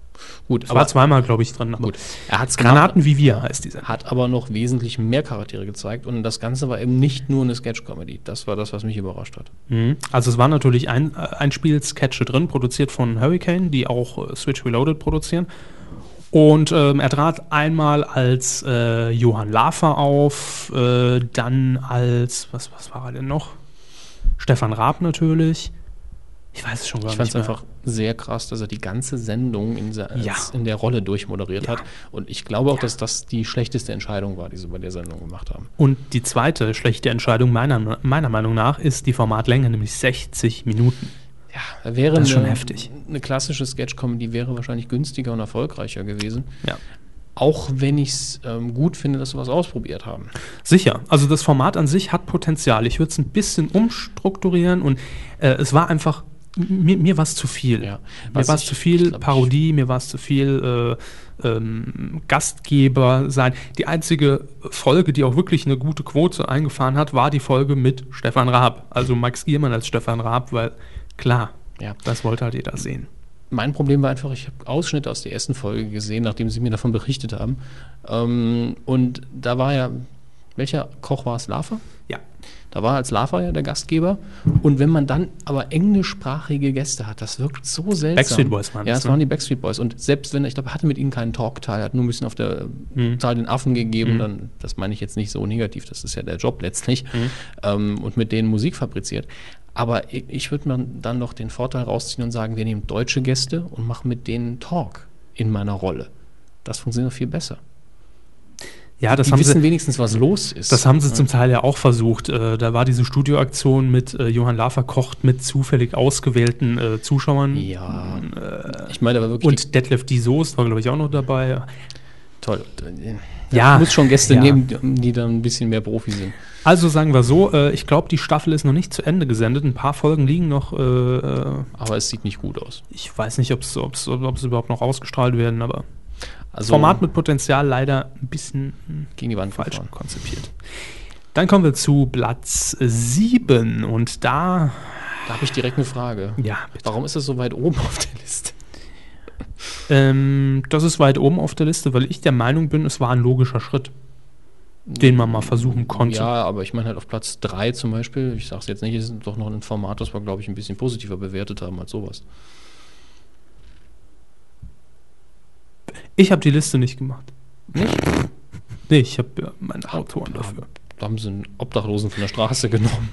Speaker 2: Gut,
Speaker 3: Aber zweimal, glaube ich, dran. Aber
Speaker 2: gut. Er hat's gemacht.
Speaker 3: Granaten wie wir heißt diese.
Speaker 2: hat aber noch wesentlich mehr Charaktere gezeigt und das Ganze war eben nicht nur eine Sketch-Comedy. Das war das, was mich überrascht hat.
Speaker 3: Mhm. Also es waren natürlich ein, äh, Einspielsketche drin, produziert von Hurricane, die auch äh, Switch Reloaded produzieren. Und ähm, er trat einmal als äh, Johann Lafer auf, äh, dann als, was, was war er denn noch? Stefan Raab natürlich. Ich weiß es schon gar
Speaker 2: Ich fand
Speaker 3: nicht
Speaker 2: es
Speaker 3: mehr.
Speaker 2: einfach sehr krass, dass er die ganze Sendung in, se-
Speaker 3: Ja.
Speaker 2: als- in der Rolle durchmoderiert
Speaker 3: Ja.
Speaker 2: hat. Und ich glaube auch,
Speaker 3: Ja.
Speaker 2: dass das die schlechteste Entscheidung war, die sie bei der Sendung gemacht haben.
Speaker 3: Und die zweite schlechte Entscheidung meiner, meiner Meinung nach ist die Formatlänge, nämlich 60 Minuten.
Speaker 2: Ja, da wäre
Speaker 3: Das ist schon
Speaker 2: eine,
Speaker 3: heftig.
Speaker 2: eine klassische Sketch-Comedy wäre wahrscheinlich günstiger und erfolgreicher gewesen.
Speaker 3: Ja.
Speaker 2: Auch wenn ich es ähm, gut finde, dass sie was ausprobiert haben.
Speaker 3: Sicher. Also das Format an sich hat Potenzial. Ich würde es ein bisschen umstrukturieren und äh, es war einfach, m- mir, mir war es zu viel.
Speaker 2: Ja.
Speaker 3: Mir
Speaker 2: Was
Speaker 3: war es
Speaker 2: ich-
Speaker 3: zu viel
Speaker 2: ich glaub, ich-
Speaker 3: Parodie, mir war es zu viel äh, ähm, Gastgeber sein. Die einzige Folge, die auch wirklich eine gute Quote eingefahren hat, war die Folge mit Stefan Raab. Also Max Giermann als Stefan Raab, weil klar,
Speaker 2: Ja.
Speaker 3: das wollte halt jeder sehen.
Speaker 2: Mein Problem war einfach, ich habe Ausschnitte aus der ersten Folge gesehen, nachdem sie mir davon berichtet haben. Ähm, und da war ja, welcher Koch war es? Lava?
Speaker 3: Ja.
Speaker 2: Da war als Lava ja der Gastgeber. Und wenn man dann aber englischsprachige Gäste hat, das wirkt so seltsam.
Speaker 3: Backstreet Boys waren
Speaker 2: waren Ja,
Speaker 3: das,
Speaker 2: es
Speaker 3: ne?
Speaker 2: waren die Backstreet Boys. Und selbst wenn, er- ich glaube, er hatte mit ihnen keinen Talkteil, er hat nur ein bisschen auf der
Speaker 3: Mhm.
Speaker 2: äh, Zahl den Affen gegeben. Dann, das meine ich jetzt nicht so negativ, das ist ja der Job letztlich.
Speaker 3: Mhm.
Speaker 2: Ähm, und mit denen Musik fabriziert. Aber ich, ich würde mir dann noch den Vorteil rausziehen und sagen, wir nehmen deutsche Gäste und machen mit denen Talk in meiner Rolle. Das funktioniert noch viel besser.
Speaker 3: Ja, das
Speaker 2: die
Speaker 3: haben sie
Speaker 2: wissen wenigstens, was los ist.
Speaker 3: Das haben sie zum Teil ja auch versucht. Äh, da war diese Studioaktion mit äh, Johann Lafer kocht mit zufällig ausgewählten äh, Zuschauern.
Speaker 2: ja, ich meine, da war wirklich
Speaker 3: äh, Und Detlef die Soest war, glaube ich, auch noch dabei.
Speaker 2: Toll.
Speaker 3: Ja,
Speaker 2: Ja. Muss schon Gäste
Speaker 3: ja.
Speaker 2: nehmen, die- die dann ein bisschen mehr Profi sind.
Speaker 3: Also sagen wir so, äh, ich glaube, die Staffel ist noch nicht zu Ende gesendet. Ein paar Folgen liegen noch. Äh, äh,
Speaker 2: Aber es sieht nicht gut aus.
Speaker 3: ich weiß nicht, ob es ob's, ob's überhaupt noch ausgestrahlt werden, aber das
Speaker 2: Also
Speaker 3: Format mit Potenzial leider ein bisschen hm,
Speaker 2: gegen die Wand
Speaker 3: falsch
Speaker 2: gefahren.
Speaker 3: konzipiert. Dann kommen wir zu Platz 7 und da,
Speaker 2: Da habe ich direkt eine Frage.
Speaker 3: ja, bitte.
Speaker 2: Warum ist das so weit oben auf der Liste?
Speaker 3: Ähm, das ist weit oben auf der Liste, weil ich der Meinung bin, es war ein logischer Schritt, den man mal versuchen konnte.
Speaker 2: Ja, aber ich meine halt auf Platz 3 zum Beispiel, ich sage es jetzt nicht, ist doch noch ein Format, das wir, glaube ich, ein bisschen positiver bewertet haben als sowas.
Speaker 3: Ich habe die Liste nicht gemacht.
Speaker 2: Nicht?
Speaker 3: Nee, ich habe ja meine Autoren dafür.
Speaker 2: Da haben sie einen Obdachlosen von der Straße genommen.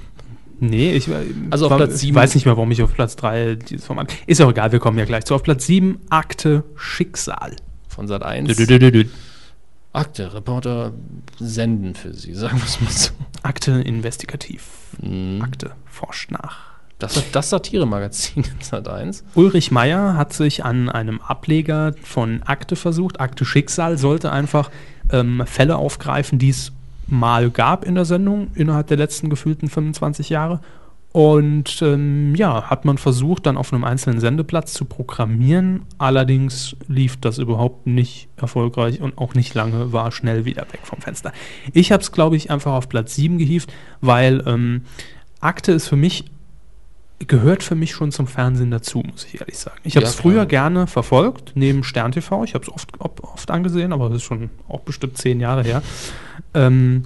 Speaker 3: Nee, ich, war-
Speaker 2: Also auf
Speaker 3: war,
Speaker 2: Platz
Speaker 3: ich
Speaker 2: sieben-
Speaker 3: weiß nicht mehr, warum ich auf Platz 3 dieses Format. Ist ja auch egal, wir kommen ja gleich zu. Auf Platz 7, Akte Schicksal.
Speaker 2: Von Sat 1.
Speaker 3: Dü-dü-dü-dü-dü.
Speaker 2: Akte, Reporter senden für sie, sagen wir es mal so.
Speaker 3: Akte investigativ.
Speaker 2: Mhm.
Speaker 3: Akte forscht nach.
Speaker 2: Das, das Satire-Magazin in Sat 1.
Speaker 3: Ulrich Meyer hat sich an einem Ableger von Akte versucht. Akte Schicksal sollte einfach ähm, Fälle aufgreifen, die es mal gab in der Sendung, innerhalb der letzten gefühlten 25 Jahre. Und ähm, ja, hat man versucht, dann auf einem einzelnen Sendeplatz zu programmieren. Allerdings lief das überhaupt nicht erfolgreich und auch nicht lange, war schnell wieder weg vom Fenster. Ich habe es, glaube ich, einfach auf Platz 7 gehievt, weil ähm, Akte ist für mich gehört für mich schon zum Fernsehen dazu, muss ich ehrlich sagen. Ich habe es
Speaker 2: Ja, klar.
Speaker 3: früher gerne verfolgt, neben Stern TV. Ich habe es oft, ob- oft angesehen, aber das ist schon auch bestimmt zehn Jahre her. Ähm,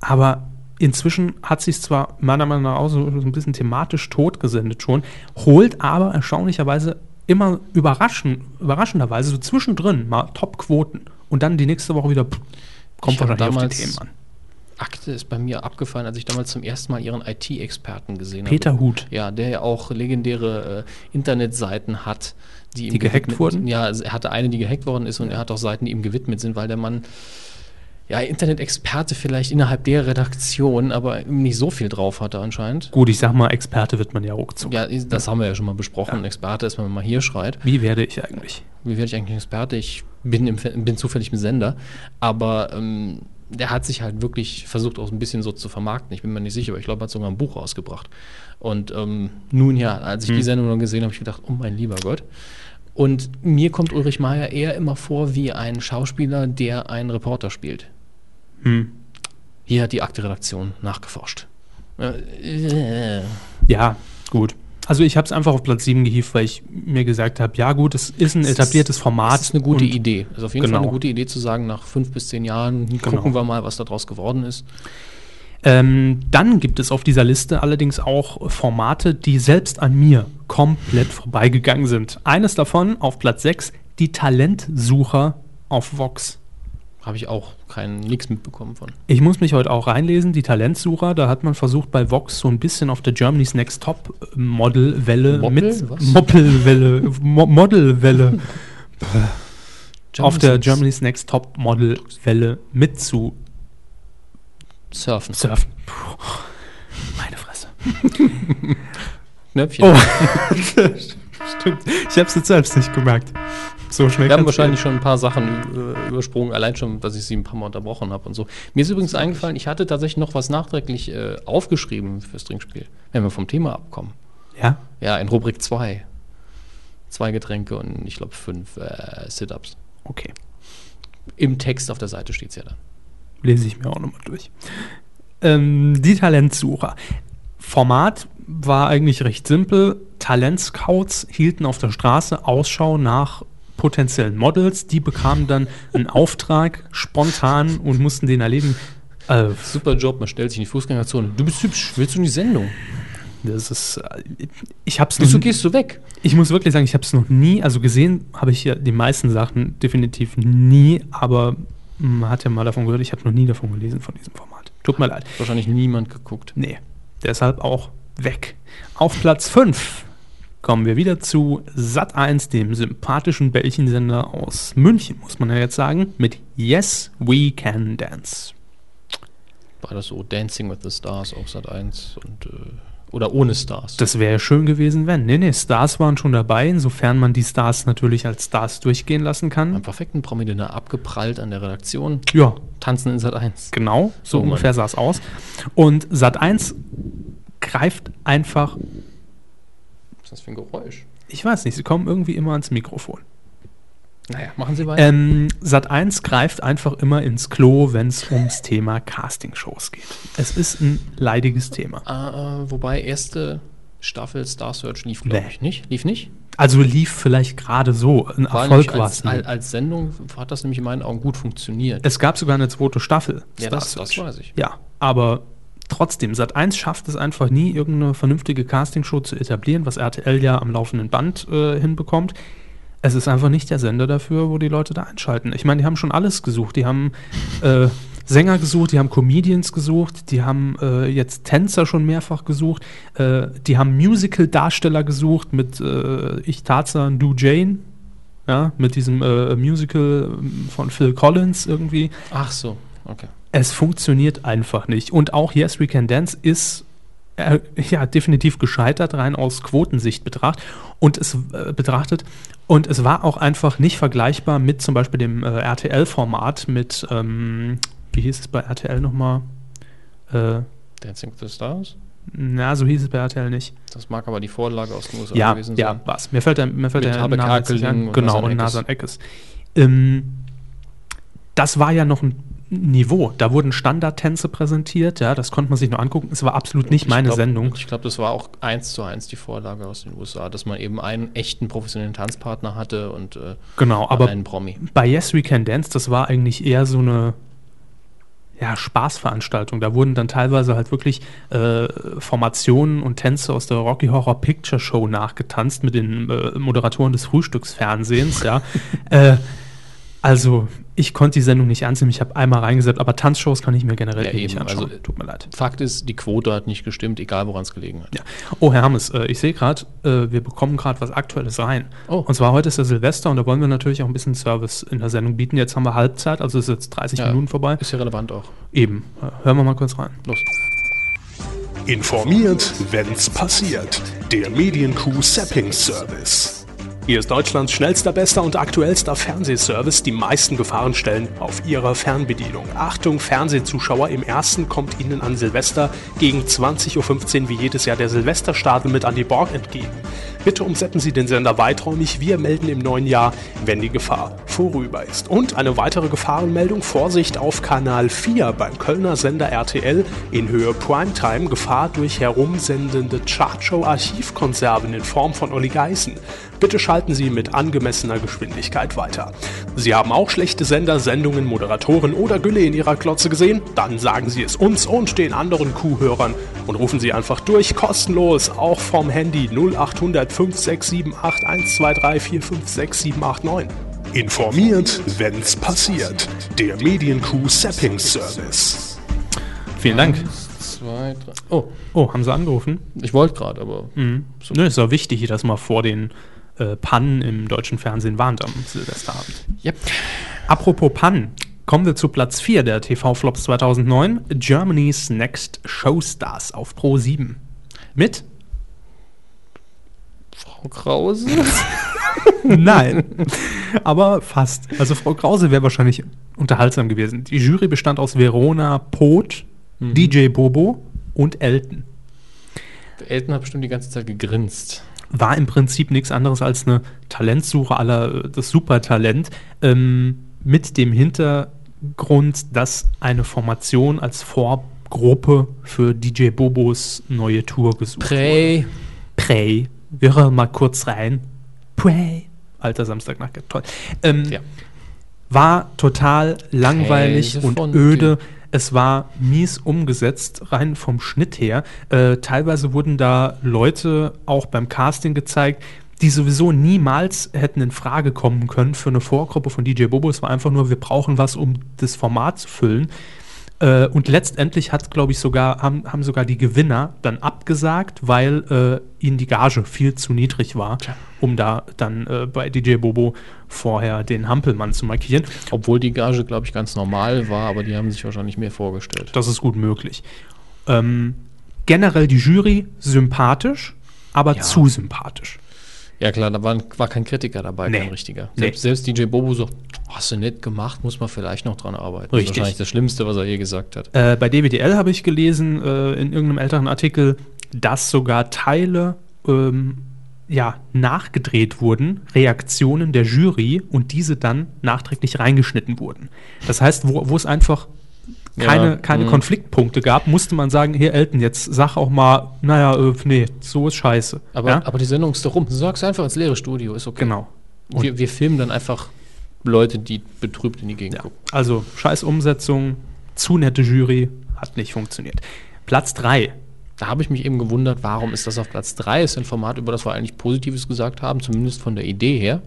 Speaker 3: aber inzwischen hat sich zwar meiner Meinung nach auch so, so ein bisschen thematisch totgesendet schon, holt aber erstaunlicherweise immer überraschen, überraschenderweise so zwischendrin mal Top-Quoten und dann die nächste Woche wieder pff, kommt
Speaker 2: Ich hab
Speaker 3: wahrscheinlich auf die
Speaker 2: damals-
Speaker 3: Themen an.
Speaker 2: Akte ist bei mir abgefallen, als ich damals zum ersten Mal ihren IT-Experten gesehen
Speaker 3: Peter
Speaker 2: habe.
Speaker 3: Huth.
Speaker 2: Ja, der ja auch legendäre äh, Internetseiten hat, die,
Speaker 3: Die gehackt
Speaker 2: gewidmet-
Speaker 3: wurden?
Speaker 2: Ja, es- er hatte eine, die gehackt worden ist und er hat auch Seiten, die ihm gewidmet sind, weil der Mann ja Internet-Experte vielleicht innerhalb der Redaktion, aber nicht so viel drauf hatte anscheinend.
Speaker 3: Gut, ich sag mal, Experte wird man ja ruckzuck.
Speaker 2: Ja, ist- das haben wir ja schon mal besprochen. Ein Experte ist, wenn man mal hier schreit.
Speaker 3: Wie werde ich eigentlich?
Speaker 2: Wie werde ich eigentlich Experte? Ich bin, im, Fe- bin zufällig im Sender. Aber ähm, der hat sich halt wirklich versucht, auch ein bisschen so zu vermarkten. Ich bin mir nicht sicher, aber ich glaube, er hat sogar ein Buch rausgebracht. Und ähm, nun ja, als ich die Sendung dann gesehen habe, habe ich gedacht, oh mein lieber Gott. Und mir kommt Ulrich Mayer eher immer vor wie ein Schauspieler, der einen Reporter spielt.
Speaker 3: Hm.
Speaker 2: Hier hat die Akte-Redaktion nachgeforscht. Äh, äh,
Speaker 3: Ja, gut. Also ich habe es einfach auf Platz 7 gehievt, weil ich mir gesagt habe, ja gut, es ist ein
Speaker 2: ist-
Speaker 3: etabliertes Format.
Speaker 2: Das ist eine gute
Speaker 3: und
Speaker 2: Idee. Also auf jeden Fall
Speaker 3: Genau.
Speaker 2: eine gute Idee zu sagen, nach fünf bis zehn Jahren gucken wir mal, was daraus geworden ist.
Speaker 3: Ähm, dann gibt es auf dieser Liste allerdings auch Formate, die selbst an mir komplett vorbeigegangen sind. Eines davon auf Platz 6, die Talentsucher auf Vox.
Speaker 2: Habe ich auch keinen nichts mitbekommen von.
Speaker 3: Ich muss mich heute auch reinlesen, die Talentsucher, da hat man versucht bei Vox so ein bisschen auf der Germany's Next Top Model Welle
Speaker 2: Moppel?
Speaker 3: mit
Speaker 2: Was?
Speaker 3: Moppelwelle, Mo Model Welle auf der
Speaker 2: Germany
Speaker 3: Germany's Next Top Model Welle mitzu
Speaker 2: Surfen.
Speaker 3: surfen. Puh, meine Fresse.
Speaker 2: Knöpfchen.
Speaker 3: Oh. Stimmt. Ich hab's jetzt selbst nicht gemerkt. So schnell
Speaker 2: Wir haben
Speaker 3: kann's
Speaker 2: wahrscheinlich schon ein paar Sachen äh, übersprungen, allein schon, dass ich sie ein paar Mal unterbrochen habe und so. Mir ist übrigens eingefallen, ich hatte tatsächlich noch was nachträglich äh, aufgeschrieben fürs Trinkspiel, wenn wir vom Thema abkommen.
Speaker 3: gehen. Ja.
Speaker 2: Ja, in Rubrik 2. Zwei Getränke und ich glaube fünf äh, Sit-Ups.
Speaker 3: Okay.
Speaker 2: Im Text auf der Seite steht es ja dann.
Speaker 3: Lese ich mir auch nochmal durch. Ähm, die Talentsucher. Format war eigentlich recht simpel. Talentscouts hielten auf der Straße Ausschau nach potenziellen Models. Die bekamen dann einen Auftrag spontan und mussten den erledigen. Äh,
Speaker 2: Super Job, man stellt sich in die Fußgängerzone. Du bist hübsch, willst du in die Sendung?
Speaker 3: das ist. äh, Ich hab's
Speaker 2: Wieso
Speaker 3: noch-
Speaker 2: gehst du weg?
Speaker 3: Ich muss wirklich sagen, ich habe es noch nie, also gesehen habe ich ja die meisten Sachen definitiv nie, aber man hat ja mal davon gehört, ich habe noch nie davon gelesen von diesem Format. Tut mir leid.
Speaker 2: Wahrscheinlich niemand geguckt.
Speaker 3: Nee, deshalb auch weg. Auf Platz 5 kommen wir wieder zu Sat1, dem sympathischen Bällchensender aus München, muss man ja jetzt sagen, mit Yes, We Can Dance.
Speaker 2: War das so Dancing with the Stars auf Sat 1 und äh, oder ohne Stars?
Speaker 3: Das wäre schön gewesen, wenn. Nee, nee, Stars waren schon dabei, insofern man die Stars natürlich als Stars durchgehen lassen
Speaker 2: Am
Speaker 3: kann.
Speaker 2: perfekten Promi-Dinner abgeprallt an der Redaktion.
Speaker 3: Ja,
Speaker 2: Tanzen in Sat 1.
Speaker 3: Genau, so
Speaker 2: Oh Mann.
Speaker 3: ungefähr sah es aus. Und Sat1 greift einfach,
Speaker 2: Was ist das für ein Geräusch?
Speaker 3: ich weiß nicht, sie kommen irgendwie immer ans Mikrofon.
Speaker 2: Naja, machen Sie weiter.
Speaker 3: Ähm, Sat1 greift einfach immer ins Klo, wenn es ums Thema Castingshows geht. Es ist ein leidiges Thema.
Speaker 2: Äh, äh, wobei erste Staffel Star Search lief, glaube
Speaker 3: Nee.
Speaker 2: ich, nicht. Lief nicht.
Speaker 3: Also lief vielleicht gerade so, ein
Speaker 2: War
Speaker 3: Erfolg
Speaker 2: nämlich
Speaker 3: war
Speaker 2: als,
Speaker 3: es.
Speaker 2: als,
Speaker 3: nicht.
Speaker 2: als Sendung hat das nämlich in meinen Augen gut funktioniert.
Speaker 3: Es gab sogar eine zweite Staffel.
Speaker 2: Ja,
Speaker 3: Star
Speaker 2: das- das
Speaker 3: Search.
Speaker 2: weiß ich.
Speaker 3: Ja, aber trotzdem, Sat1 schafft es einfach nie, irgendeine vernünftige Castingshow zu etablieren, was RTL ja am laufenden Band äh, hinbekommt. Es ist einfach nicht der Sender dafür, wo die Leute da einschalten. Ich meine, die haben schon alles gesucht. Die haben äh, Sänger gesucht, die haben Comedians gesucht, die haben äh, jetzt Tänzer schon mehrfach gesucht, äh, die haben Musical-Darsteller gesucht mit äh, Ich Tarzan, Du Jane, ja, mit diesem äh, Musical ähm, von Phil Collins irgendwie.
Speaker 2: Ach so, okay.
Speaker 3: Es funktioniert einfach nicht. Und auch Yes We Can Dance ist äh, ja definitiv gescheitert, rein aus Quotensicht betrachtet. Und es äh, betrachtet. Und es war auch einfach nicht vergleichbar mit zum Beispiel dem äh, RTL-Format, mit, ähm, wie hieß es bei RTL nochmal? Äh,
Speaker 2: Dancing with the Stars.
Speaker 3: na, so hieß es bei RTL nicht.
Speaker 2: Das mag aber die Vorlage aus den USA
Speaker 3: Ja,
Speaker 2: gewesen
Speaker 3: ja,
Speaker 2: sein.
Speaker 3: was? Mir fällt der, mir fällt
Speaker 2: Mit
Speaker 3: der
Speaker 2: Habeck,
Speaker 3: Name jetzt nicht
Speaker 2: Hakeling
Speaker 3: ein.
Speaker 2: und
Speaker 3: Genau,
Speaker 2: Nasan
Speaker 3: und
Speaker 2: Eckes.
Speaker 3: Nasan Eckes. Ähm, das war ja noch ein Niveau. Da wurden Standardtänze präsentiert, ja, das konnte man sich nur angucken. Es war absolut nicht
Speaker 2: Ich
Speaker 3: meine
Speaker 2: glaub-
Speaker 3: Sendung.
Speaker 2: Ich glaube, das war auch eins zu eins die Vorlage aus den USA, dass man eben einen echten professionellen Tanzpartner hatte und äh,
Speaker 3: Genau, aber
Speaker 2: einen Promi.
Speaker 3: bei Yes We Can Dance, das war eigentlich eher so eine, ja, Spaßveranstaltung. Da wurden dann teilweise halt wirklich äh, Formationen und Tänze aus der Rocky Horror Picture Show nachgetanzt mit den äh, Moderatoren des Frühstücksfernsehens, ja. äh, also, ich konnte die Sendung nicht anziehen. Ich habe einmal reingesetzt, aber Tanzshows kann ich mir generell eh
Speaker 2: Ja,
Speaker 3: nicht
Speaker 2: eben.
Speaker 3: anschauen.
Speaker 2: Also,
Speaker 3: tut mir leid.
Speaker 2: Fakt ist, die Quote hat nicht gestimmt, egal woran es gelegen hat.
Speaker 3: Ja. Oh, Herr Hammes, äh, ich sehe gerade, äh, wir bekommen gerade was Aktuelles rein.
Speaker 2: Oh.
Speaker 3: Und zwar heute ist ja Silvester und da wollen wir natürlich auch ein bisschen Service in der Sendung bieten. Jetzt haben wir Halbzeit, also ist jetzt 30
Speaker 2: Ja.
Speaker 3: Minuten vorbei.
Speaker 2: Ist ja relevant auch.
Speaker 3: Eben. Äh, Hören wir mal kurz rein.
Speaker 2: Los.
Speaker 1: Informiert, wenn's passiert. Der Medienkuh Sapping Service.
Speaker 4: Hier ist Deutschlands schnellster, bester und aktuellster Fernsehservice. Die meisten Gefahrenstellen auf Ihrer Fernbedienung. Achtung, Fernsehzuschauer, im ersten kommt Ihnen an Silvester gegen 20.15 Uhr wie jedes Jahr der Silvesterstadel mit Andy Borg entgegen. Bitte umsetzen Sie den Sender weiträumig. Wir melden im neuen Jahr, wenn die Gefahr vorüber ist. Und eine weitere Gefahrenmeldung. Vorsicht auf Kanal 4 beim Kölner Sender RTL in Höhe Primetime. Gefahr durch herumsendende Chartshow-Archivkonserven in Form von Olli Geißen. Bitte schalten Sie mit angemessener Geschwindigkeit weiter. Sie haben auch schlechte Sender, Sendungen, Moderatoren oder Gülle in Ihrer Klotze gesehen? Dann sagen Sie es uns und den anderen Kuhhörern und rufen Sie einfach durch, kostenlos, auch vom Handy 0800 5678 123 456 789.
Speaker 1: Informiert, wenn's passiert. Der Medienkuh Sapping Service.
Speaker 3: Vielen Dank.
Speaker 2: Zwei, drei. Oh,
Speaker 3: Oh, haben sie angerufen?
Speaker 2: ich wollte gerade, aber
Speaker 3: So. Nö, ist ja wichtig, dass man vor den äh, Pannen im deutschen Fernsehen warnt am Silvesterabend.
Speaker 2: Yep.
Speaker 3: Apropos Pannen, kommen wir zu Platz 4 der TV-Flops 2009, Germany's Next Showstars auf Pro 7. Mit?
Speaker 2: Frau Krause.
Speaker 3: Nein. Aber fast. Also Frau Krause wäre wahrscheinlich unterhaltsam gewesen. Die Jury bestand aus Verona Poth, DJ Bobo und Elton.
Speaker 2: Elton hat bestimmt die ganze Zeit gegrinst.
Speaker 3: war im Prinzip nichts anderes als eine Talentsuche aller äh, das Supertalent ähm, mit dem Hintergrund, dass eine Formation als Vorgruppe für DJ Bobos neue Tour gesucht wurde.
Speaker 2: Prey.
Speaker 3: Prey. Wir hören mal kurz rein. Prey. Alter Samstagnacht, toll. Ähm,
Speaker 2: Ja.
Speaker 3: war total langweilig
Speaker 2: Käse
Speaker 3: und
Speaker 2: von
Speaker 3: öde. Es war mies umgesetzt, rein vom Schnitt her. Äh, teilweise wurden da Leute auch beim Casting gezeigt, die sowieso niemals hätten in Frage kommen können für eine Vorgruppe von DJ Bobo. Es war einfach nur, wir brauchen was, um das Format zu füllen. Äh, und letztendlich hat, glaube ich, sogar, haben, haben sogar die Gewinner dann abgesagt, weil äh, ihnen die Gage viel zu niedrig war, um da dann äh, bei DJ Bobo vorher den Hampelmann zu markieren.
Speaker 2: Obwohl die Gage, glaube ich, ganz normal war, aber die haben sich wahrscheinlich mehr vorgestellt.
Speaker 3: Das ist gut möglich. Ähm, generell die Jury sympathisch, aber zu sympathisch.
Speaker 2: Ja klar, da war, war kein Kritiker dabei,
Speaker 3: Nee.
Speaker 2: kein richtiger.
Speaker 3: Nee.
Speaker 2: Selbst, selbst DJ Bobo sagt, hast du nett gemacht, muss man vielleicht noch dran arbeiten.
Speaker 3: Richtig.
Speaker 2: Das ist wahrscheinlich das Schlimmste, was er je gesagt hat.
Speaker 3: Äh, bei DWDL habe ich gelesen, äh, in irgendeinem älteren Artikel, dass sogar Teile ähm, ja, nachgedreht wurden, Reaktionen der Jury und diese dann nachträglich reingeschnitten wurden. Das heißt, wo, wo es einfach keine,
Speaker 2: Ja,
Speaker 3: keine
Speaker 2: mhm.
Speaker 3: Konfliktpunkte gab, musste man sagen, hier Elton, jetzt sag auch mal, naja, äh, nee, so ist scheiße.
Speaker 2: Aber,
Speaker 3: ja?
Speaker 2: aber die Sendung ist doch rum. Sag's einfach ins leere Studio, ist okay.
Speaker 3: genau.
Speaker 2: Wir, wir filmen dann einfach Leute, die betrübt in die Gegend
Speaker 3: Ja.
Speaker 2: gucken.
Speaker 3: Also, scheiß Umsetzung, zu nette Jury, hat nicht funktioniert. Platz 3.
Speaker 2: Da habe ich mich eben gewundert, warum ist das auf Platz 3? Ist ein Format, über das wir eigentlich Positives gesagt haben, zumindest von der Idee her.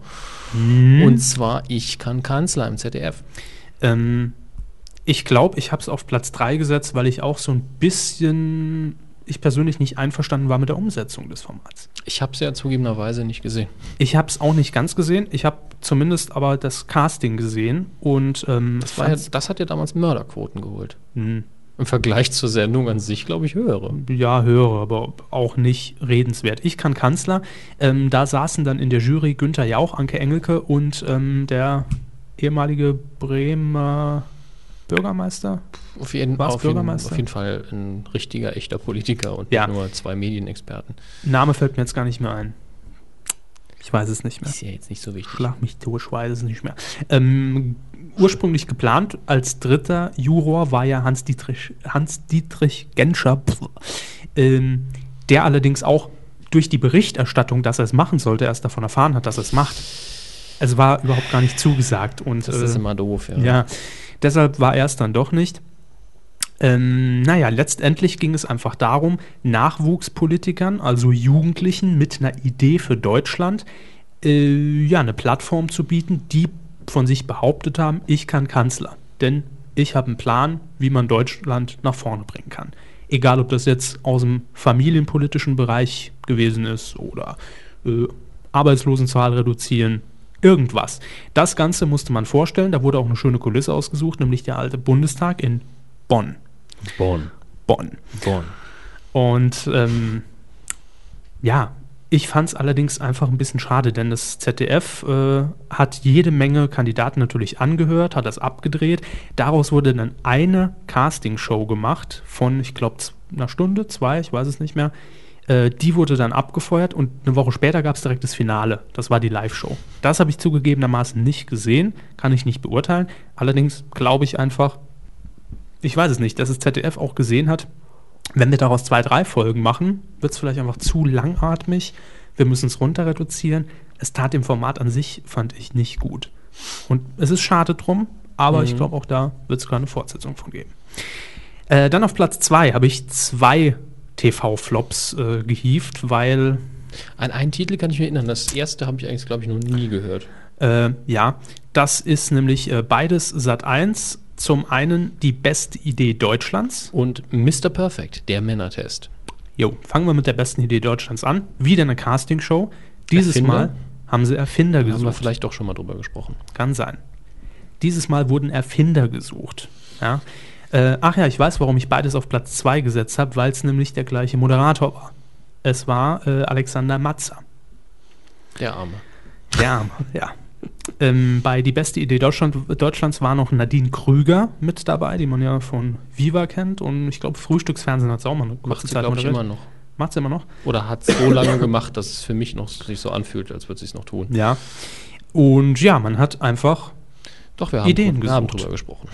Speaker 3: Mhm.
Speaker 2: Und zwar Ich kann Kanzler im ZDF.
Speaker 3: Ähm, ich glaube, ich habe es auf Platz 3 gesetzt, weil ich auch so ein bisschen, ich persönlich nicht einverstanden war mit der Umsetzung des Formats.
Speaker 2: Ich habe es ja zugegebenerweise nicht gesehen.
Speaker 3: Ich habe es auch nicht ganz gesehen, ich habe zumindest aber das Casting gesehen und ähm,
Speaker 2: Das, war ja, das hat ja damals Mörderquoten geholt.
Speaker 3: Hm,
Speaker 2: Im Vergleich zur Sendung an sich, glaube ich, höhere.
Speaker 3: ja, höre, aber auch nicht redenswert. Ich kann Kanzler. Ähm, da saßen dann in der Jury Günther Jauch, Anke Engelke und ähm, der ehemalige Bremer Bürgermeister.
Speaker 2: Auf jeden,
Speaker 3: War's
Speaker 2: auf, jeden,
Speaker 3: Bürgermeister?
Speaker 2: auf jeden Fall ein richtiger, echter Politiker und
Speaker 3: Ja.
Speaker 2: nicht nur zwei Medienexperten.
Speaker 3: Name fällt mir jetzt gar nicht mehr ein. Ich weiß es nicht mehr.
Speaker 2: Ist ja jetzt nicht so wichtig.
Speaker 3: Schlag mich durch, ich weiß es nicht mehr. Ähm, ursprünglich geplant als dritter Juror war ja Hans-Dietrich Hans -Dietrich Genscher, pf, ähm, der allerdings auch durch die Berichterstattung, dass er es machen sollte, erst davon erfahren hat, dass er es macht. Es war überhaupt gar nicht zugesagt. Und, äh,
Speaker 2: Das ist immer doof, Äh, ja.
Speaker 3: ja. Deshalb war er es dann doch nicht. Ähm, naja, letztendlich ging es einfach darum, Nachwuchspolitikern, also Jugendlichen mit einer Idee für Deutschland, äh, ja, eine Plattform zu bieten, die von sich behauptet haben, ich kann Kanzler. Denn ich habe einen Plan, wie man Deutschland nach vorne bringen kann. Egal, ob das jetzt aus dem familienpolitischen Bereich gewesen ist oder äh, Arbeitslosenzahl reduzieren, irgendwas. Das Ganze musste man vorstellen. Da wurde auch eine schöne Kulisse ausgesucht, nämlich der alte Bundestag in Bonn.
Speaker 2: Bonn.
Speaker 3: Bonn.
Speaker 2: Bonn.
Speaker 3: Und ähm, ja, ich fand es allerdings einfach ein bisschen schade, denn das ZDF äh, hat jede Menge Kandidaten natürlich angehört, hat das abgedreht. Daraus wurde dann eine Castingshow gemacht von, ich glaube, einer Stunde, zwei, ich weiß es nicht mehr. Äh, die wurde dann abgefeuert und eine Woche später gab es direkt das Finale. Das war die Live-Show. Das habe ich zugegebenermaßen nicht gesehen, kann ich nicht beurteilen. Allerdings glaube ich einfach, ich weiß es nicht, dass das ZDF auch gesehen hat, wenn wir daraus zwei, drei Folgen machen, wird es vielleicht einfach zu langatmig. Wir müssen es runter reduzieren. Es tat dem Format an sich, fand ich, nicht gut. Und es ist schade drum, aber ich glaube, auch da wird es keine Fortsetzung von geben. Äh, dann auf Platz zwei habe ich zwei TV-Flops äh, gehievt, weil
Speaker 2: An einen Titel kann ich mich erinnern. Das erste habe ich eigentlich, glaube ich, noch nie gehört.
Speaker 3: Äh, ja, das ist nämlich äh, beides Sat 1. Zum einen die beste Idee Deutschlands.
Speaker 2: Und Mr. Perfect, der Männertest.
Speaker 3: Jo, fangen wir mit der besten Idee Deutschlands an. Wieder eine Castingshow. Dieses
Speaker 2: Erfinder?
Speaker 3: Mal haben sie Erfinder
Speaker 2: Da haben wir
Speaker 3: gesucht.
Speaker 2: vielleicht doch schon mal drüber gesprochen.
Speaker 3: Kann sein. Dieses Mal wurden Erfinder gesucht. Ja. Äh, ach ja, ich weiß, warum ich beides auf Platz 2 gesetzt habe, weil es nämlich der gleiche Moderator war. Es war äh, Alexander Matzer.
Speaker 2: Der Arme.
Speaker 3: Ja, ja. Ähm, bei Die beste Idee Deutschland, Deutschlands war noch Nadine Krüger mit dabei, die man ja von Viva kennt. Und ich glaube, Frühstücksfernsehen hat es auch mal eine
Speaker 2: Macht
Speaker 3: kurze
Speaker 2: sie,
Speaker 3: Zeit
Speaker 2: glaube ich,
Speaker 3: moderiert.
Speaker 2: immer noch.
Speaker 3: Macht's immer noch?
Speaker 2: Oder hat so lange gemacht, dass es für mich noch sich so anfühlt, als würde es sich noch tun.
Speaker 3: Ja. Und ja, man hat einfach
Speaker 2: Doch, wir haben,
Speaker 3: Ideen
Speaker 2: drü- wir haben
Speaker 3: gesucht.
Speaker 2: drüber gesprochen.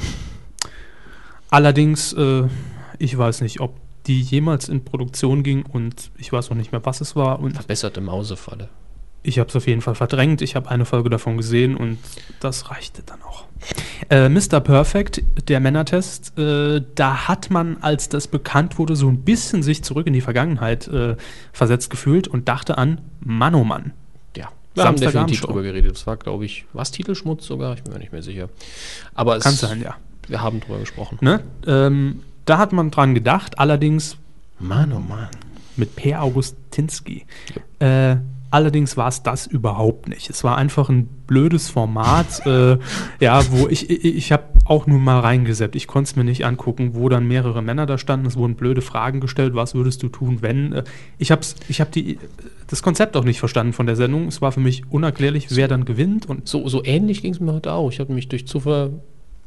Speaker 3: Allerdings, äh, ich weiß nicht, ob die jemals in Produktion ging und ich weiß noch nicht mehr, was es war. Und
Speaker 2: Verbesserte Mausefalle.
Speaker 3: ich habe es auf jeden Fall verdrängt. Ich habe eine Folge davon gesehen und das reichte dann auch. Äh, Mr. Perfect, der Männertest, äh, da hat man, als das bekannt wurde, so ein bisschen sich zurück in die Vergangenheit äh, versetzt gefühlt und dachte an Mann, oh Mann.
Speaker 2: Ja, wir haben
Speaker 3: Samstagabend
Speaker 2: definitiv
Speaker 3: schon.
Speaker 2: drüber geredet. Das war, glaube ich, was Titelschmutz sogar? Ich bin mir nicht mehr sicher. Aber es,
Speaker 3: Kann sein, ja.
Speaker 2: wir haben drüber gesprochen.
Speaker 3: Ne? Ähm, da hat man dran gedacht, allerdings
Speaker 2: Mann, oh Mann.
Speaker 3: mit Per Augustinski. Äh, allerdings war es das überhaupt nicht. Es war einfach ein blödes Format, äh, ja, wo ich, ich, ich habe auch nur mal reingeseppt. Ich konnte es mir nicht angucken, wo dann mehrere Männer da standen. Es wurden blöde Fragen gestellt. Was würdest du tun, wenn? Äh, Ich habe ich hab die, äh, das Konzept auch nicht verstanden von der Sendung. Es war für mich unerklärlich, wer dann gewinnt und
Speaker 2: So, so ähnlich ging es mir heute auch. Ich habe mich durch Zufall,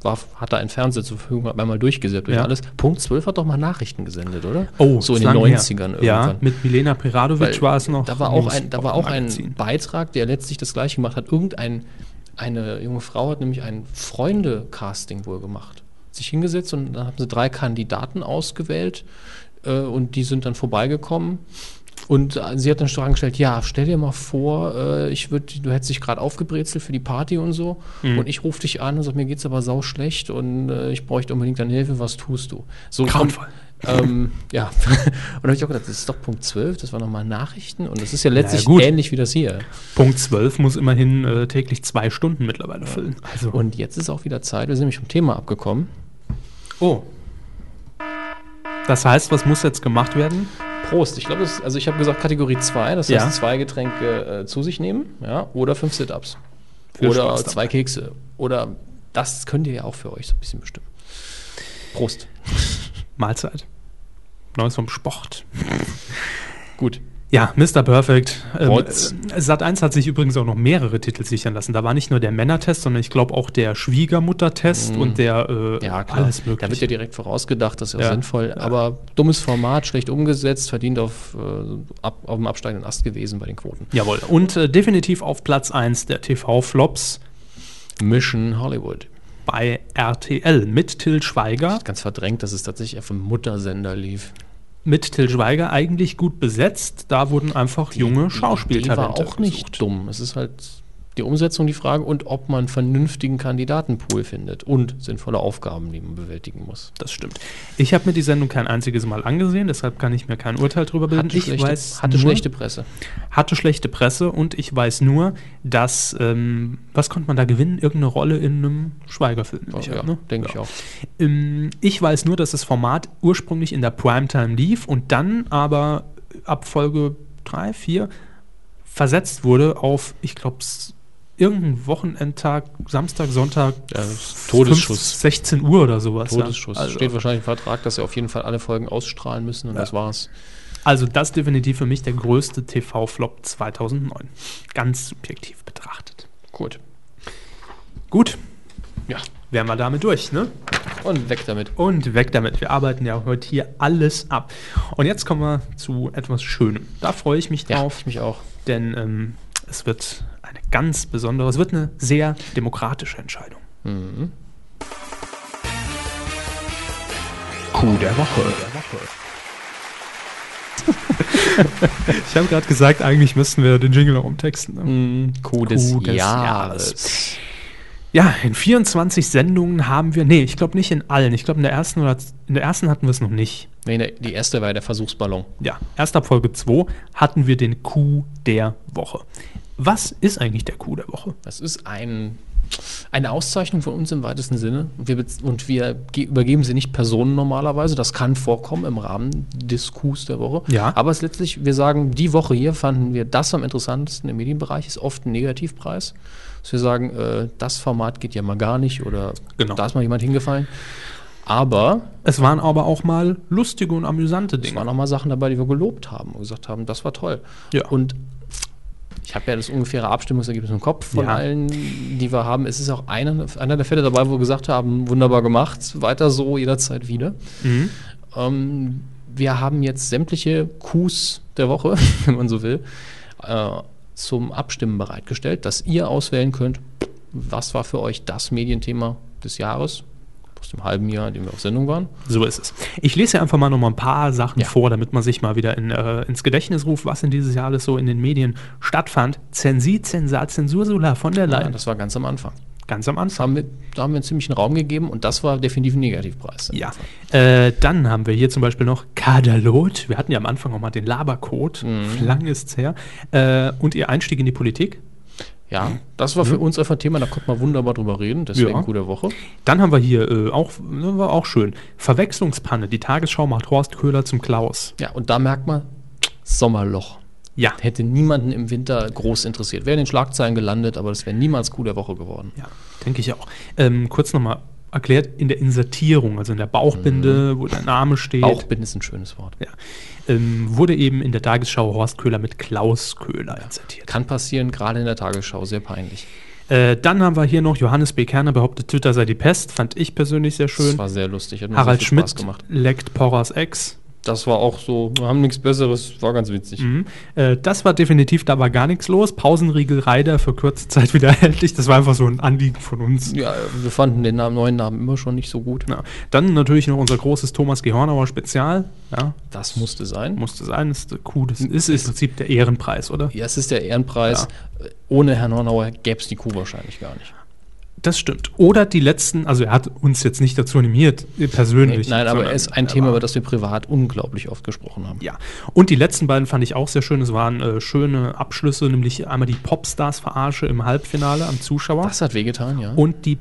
Speaker 2: war, hatte einen Fernseher zur Verfügung, habe einmal durchgesäppt durch
Speaker 3: Ja.
Speaker 2: alles. Punkt 12 hat doch mal Nachrichten gesendet, oder?
Speaker 3: Oh,
Speaker 2: so
Speaker 3: ist
Speaker 2: in den
Speaker 3: lange her.
Speaker 2: 90ern
Speaker 3: Ja, mit Milena
Speaker 2: Weil
Speaker 3: Peradovic war es noch.
Speaker 2: Da war auch
Speaker 3: News-
Speaker 2: ein, da war auch ein
Speaker 3: Magazin.
Speaker 2: Beitrag, der letztlich das gleiche gemacht hat. Irgendein eine junge Frau hat nämlich ein Freunde-Casting wohl gemacht. Hat Sich hingesetzt und dann haben sie drei Kandidaten ausgewählt äh, und die sind dann vorbeigekommen. Und äh, sie hat dann Fragen gestellt, ja, stell dir mal vor, äh, ich würd, du hättest dich gerade aufgebrezelt für die Party und so.
Speaker 3: Mhm.
Speaker 2: Und ich rufe dich an und sag, mir geht's aber sau schlecht und äh, ich bräuchte unbedingt deine Hilfe, was tust du? So
Speaker 3: Grauenvoll.
Speaker 2: ähm, ja, und da habe ich auch gedacht, das ist doch Punkt 12, das waren nochmal Nachrichten und das ist ja letztlich
Speaker 3: gut.
Speaker 2: ähnlich wie das hier.
Speaker 3: Punkt 12 muss immerhin äh, täglich zwei Stunden mittlerweile füllen. Also,
Speaker 2: Und jetzt ist auch wieder Zeit, wir sind nämlich vom Thema abgekommen.
Speaker 3: oh. Das heißt, was muss jetzt gemacht werden?
Speaker 2: Prost, ich glaube, das- also ich habe gesagt Kategorie 2, das
Speaker 3: Ja.
Speaker 2: heißt zwei Getränke äh, zu sich nehmen ja, oder fünf Sit-Ups
Speaker 3: Viel
Speaker 2: oder
Speaker 3: Spaß dabei.
Speaker 2: zwei Kekse oder das könnt ihr ja auch für euch so ein bisschen bestimmen. Prost.
Speaker 3: Mahlzeit. Neues vom Sport.
Speaker 2: Gut.
Speaker 3: Ja, Mr. Perfect. ähm, äh,
Speaker 2: Rotz.
Speaker 3: Sat 1 hat sich übrigens auch noch mehrere Titel sichern lassen. Da war nicht nur der Männertest, sondern ich glaube auch der Schwiegermuttertest und der äh,
Speaker 2: Mhm. Ja, klar.
Speaker 3: alles
Speaker 2: Da wird
Speaker 3: mögliche.
Speaker 2: ja direkt vorausgedacht, das ist ja,
Speaker 3: Ja.
Speaker 2: sinnvoll. Aber dummes Format, schlecht umgesetzt, verdient auf, äh, ab, auf dem absteigenden Ast gewesen bei den Quoten.
Speaker 3: Jawohl. Und äh, definitiv auf Platz 1 der TV-Flops
Speaker 2: Mission Hollywood.
Speaker 3: bei RTL mit Till Schweiger.
Speaker 2: Ganz verdrängt, dass es tatsächlich auf dem Muttersender lief.
Speaker 3: mit Till Schweiger eigentlich gut besetzt. Da wurden einfach junge
Speaker 2: Die Idee war
Speaker 3: Schauspieltalente
Speaker 2: auch nicht
Speaker 3: gesucht.
Speaker 2: dumm. Es ist halt die Umsetzung die Frage und ob man einen vernünftigen Kandidatenpool findet und sinnvolle Aufgaben, die man bewältigen muss.
Speaker 3: Das stimmt. Ich habe mir die Sendung kein einziges Mal angesehen, deshalb kann ich mir kein Urteil darüber bilden.
Speaker 2: Hatte,
Speaker 3: ich
Speaker 2: schlechte, hatte
Speaker 3: nur-
Speaker 2: schlechte Presse.
Speaker 3: hatte schlechte Presse und ich weiß nur, dass, ähm, was konnte man da gewinnen? Irgendeine Rolle in einem Schweigerfilm. nehme ich
Speaker 2: Oh Ja,
Speaker 3: an, ne?
Speaker 2: denke ich auch.
Speaker 3: Ähm, ich weiß nur, dass das Format ursprünglich in der Primetime lief und dann aber ab Folge 3, 4 versetzt wurde auf, ich glaube, irgendeinen Wochenendtag, Samstag, Sonntag,
Speaker 2: Ja, das ist Todesschuss.
Speaker 3: 5, 16 Uhr oder sowas.
Speaker 2: Todesschuss.
Speaker 3: Ja. Also,
Speaker 2: Steht wahrscheinlich im Vertrag, dass sie auf jeden Fall alle Folgen ausstrahlen müssen und das war's.
Speaker 3: also das definitiv für mich der größte TV-Flop 2009. Ganz subjektiv betrachtet.
Speaker 2: Gut.
Speaker 3: Gut,
Speaker 2: Ja.
Speaker 3: wären wir damit durch, ne?
Speaker 2: Und weg damit.
Speaker 3: Und weg damit. Wir arbeiten ja heute hier alles ab. Und jetzt kommen wir zu etwas Schönem. Da freue ich mich
Speaker 2: Ja,
Speaker 3: drauf,
Speaker 2: ich mich auch.
Speaker 3: denn ähm, es wird eine ganz besondere, es wird eine sehr demokratische Entscheidung.
Speaker 1: Kuh der Woche.
Speaker 3: Ich habe gerade gesagt, eigentlich müssten wir den Jingle noch umtexten. ne?
Speaker 2: Kuh
Speaker 3: des Jahres. Ja, in 24 Sendungen haben wir, nee, ich glaube nicht in allen. Ich glaube in der ersten oder in der ersten hatten wir es noch nicht.
Speaker 2: Nee, ne, die erste war ja der Versuchsballon.
Speaker 3: Ja, erst ab Folge 2 hatten wir den Coup der Woche. Was ist eigentlich der Coup der Woche?
Speaker 2: Das ist ein, eine Auszeichnung von uns im weitesten Sinne. Und wir, bez- und wir ge- übergeben sie nicht Personen normalerweise. Das kann vorkommen im Rahmen des Coups der Woche.
Speaker 3: Ja.
Speaker 2: Aber es ist letztlich, wir sagen, die Woche hier fanden wir das am interessantesten im Medienbereich, ist oft ein Negativpreis. Dass wir sagen, äh, das Format geht ja mal gar nicht oder
Speaker 3: Genau.
Speaker 2: da ist mal jemand hingefallen. Aber
Speaker 3: Es waren aber auch mal lustige und amüsante
Speaker 2: Es
Speaker 3: Dinge.
Speaker 2: waren auch mal Sachen dabei, die wir gelobt haben und gesagt haben, das war toll.
Speaker 3: Ja.
Speaker 2: Und ich habe ja das ungefähre Abstimmungsergebnis im Kopf von
Speaker 3: Ja.
Speaker 2: allen, die wir haben. Es ist auch einer, einer der Fälle dabei, wo wir gesagt haben, wunderbar gemacht, weiter so, jederzeit wieder.
Speaker 3: Mhm.
Speaker 2: Ähm, wir haben jetzt sämtliche Coups der Woche, wenn man so will, äh, zum Abstimmen bereitgestellt, dass ihr auswählen könnt, was war für euch das Medienthema des Jahres, aus dem halben Jahr, in dem wir auf Sendung waren.
Speaker 3: So ist es. Ich lese ja einfach mal noch mal ein paar Sachen
Speaker 2: Ja.
Speaker 3: vor, damit man sich mal wieder in, äh, ins Gedächtnis ruft, was in dieses Jahr alles so in den Medien stattfand. Zensi, Zensar, Zensursula von der
Speaker 2: Ja,
Speaker 3: Leyen.
Speaker 2: das war ganz am Anfang.
Speaker 3: Ganz am Anfang.
Speaker 2: haben wir, da haben wir einen ziemlichen Raum gegeben und das war definitiv ein Negativpreis.
Speaker 3: Ja. Äh, dann haben wir hier zum Beispiel noch Kaderlot. Wir hatten ja am Anfang auch mal den Labercode.
Speaker 2: Mhm.
Speaker 3: Lang ist's her. Äh, und ihr Einstieg in die Politik.
Speaker 2: Ja, das war für uns einfach ein Thema, da konnte man wunderbar drüber reden, deswegen
Speaker 3: Mhm. Ja.
Speaker 2: ja. gute Woche.
Speaker 3: Dann haben wir hier äh, auch, ne, war auch schön. Verwechslungspanne. Die Tagesschau macht Horst Köhler zum Klaus.
Speaker 2: Ja, und da merkt man, Sommerloch.
Speaker 3: Ja.
Speaker 2: Hätte niemanden im Winter groß interessiert. Wäre in den Schlagzeilen gelandet, aber das wäre niemals Coup der Woche geworden.
Speaker 3: Ja, denke ich auch. Ähm, kurz nochmal erklärt, in der Insertierung, also in der Bauchbinde,
Speaker 2: Mhm.
Speaker 3: wo der Name steht,
Speaker 2: Bauchbinden ist ein schönes Wort.
Speaker 3: ja, ähm, wurde eben in der Tagesschau Horst Köhler mit Klaus Köhler insertiert.
Speaker 2: Kann passieren, gerade in der Tagesschau, sehr peinlich.
Speaker 3: Äh, dann haben wir hier noch Johannes B. Kerner behauptet, Twitter sei die Pest, fand ich persönlich sehr
Speaker 2: Das
Speaker 3: schön.
Speaker 2: war sehr lustig, hat mir
Speaker 3: Harald
Speaker 2: sehr viel Spaß
Speaker 3: Schmidt leckt Porras Ex.
Speaker 2: Das war auch so, wir haben nichts Besseres, war ganz witzig.
Speaker 3: Mhm. Äh, das war definitiv, da war gar nichts los. Pausenriegel Reider für kurze Zeit wieder erhältlich. Das war einfach so ein Anliegen von uns.
Speaker 2: Ja, wir fanden den Namen, neuen Namen immer schon nicht so gut.
Speaker 3: Ja. Dann natürlich noch unser großes Thomas Gehornauer Spezial. Ja,
Speaker 2: Das musste sein.
Speaker 3: Musste sein, ist äh, cool. Das ist im Prinzip der Ehrenpreis, oder?
Speaker 2: Ja, es ist der Ehrenpreis. Ohne Herrn Hornauer gäbe es die Kuh wahrscheinlich gar nicht.
Speaker 3: Das stimmt. Oder die letzten, also er hat uns jetzt nicht dazu animiert, äh, persönlich.
Speaker 2: Nein, aber
Speaker 3: sondern-
Speaker 2: es ist ein Thema, über das wir privat unglaublich oft gesprochen haben.
Speaker 3: Ja. Und die letzten beiden fand ich auch sehr schön. Es waren äh, schöne Abschlüsse, nämlich einmal die Popstars-Verarsche im Halbfinale am Zuschauer.
Speaker 2: Das hat wehgetan, ja.
Speaker 3: und die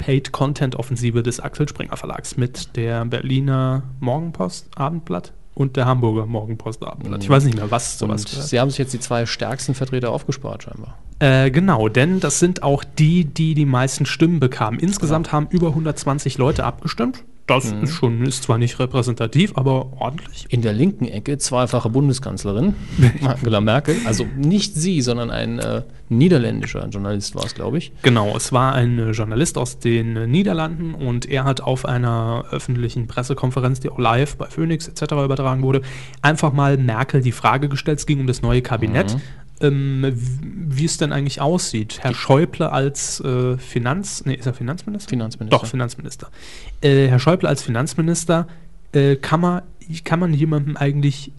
Speaker 3: Paid-Content-Offensive des Axel Springer Verlags mit der Berliner Morgenpost Abendblatt und der Hamburger Morgenpost Abendblatt. Ich weiß nicht mehr, was
Speaker 2: Und
Speaker 3: sowas gehört.
Speaker 2: sie haben sich jetzt die zwei stärksten Vertreter aufgespart, scheinbar.
Speaker 3: Äh, genau, denn das sind auch die, die die meisten Stimmen bekamen. Insgesamt haben über 120 Leute abgestimmt. Das ist schon, ist zwar nicht repräsentativ, aber ordentlich.
Speaker 2: In der linken Ecke zweifache Bundeskanzlerin Angela Merkel. Also nicht sie, sondern ein äh, niederländischer Journalist war es, glaube ich.
Speaker 3: Genau, es war ein äh, Journalist aus den äh, Niederlanden und er hat auf einer öffentlichen Pressekonferenz, die auch live bei Phoenix etc. übertragen wurde, einfach mal Merkel die Frage gestellt, es ging um das neue Kabinett,
Speaker 2: Mhm.
Speaker 3: ähm, w- wie es denn eigentlich aussieht. Herr Schäuble als äh, Finanz, nee, ist er Finanzminister?
Speaker 2: Finanzminister.
Speaker 3: Doch, Finanzminister. Äh, Herr Schäuble als Finanzminister, äh, kann, man, kann man jemandem eigentlich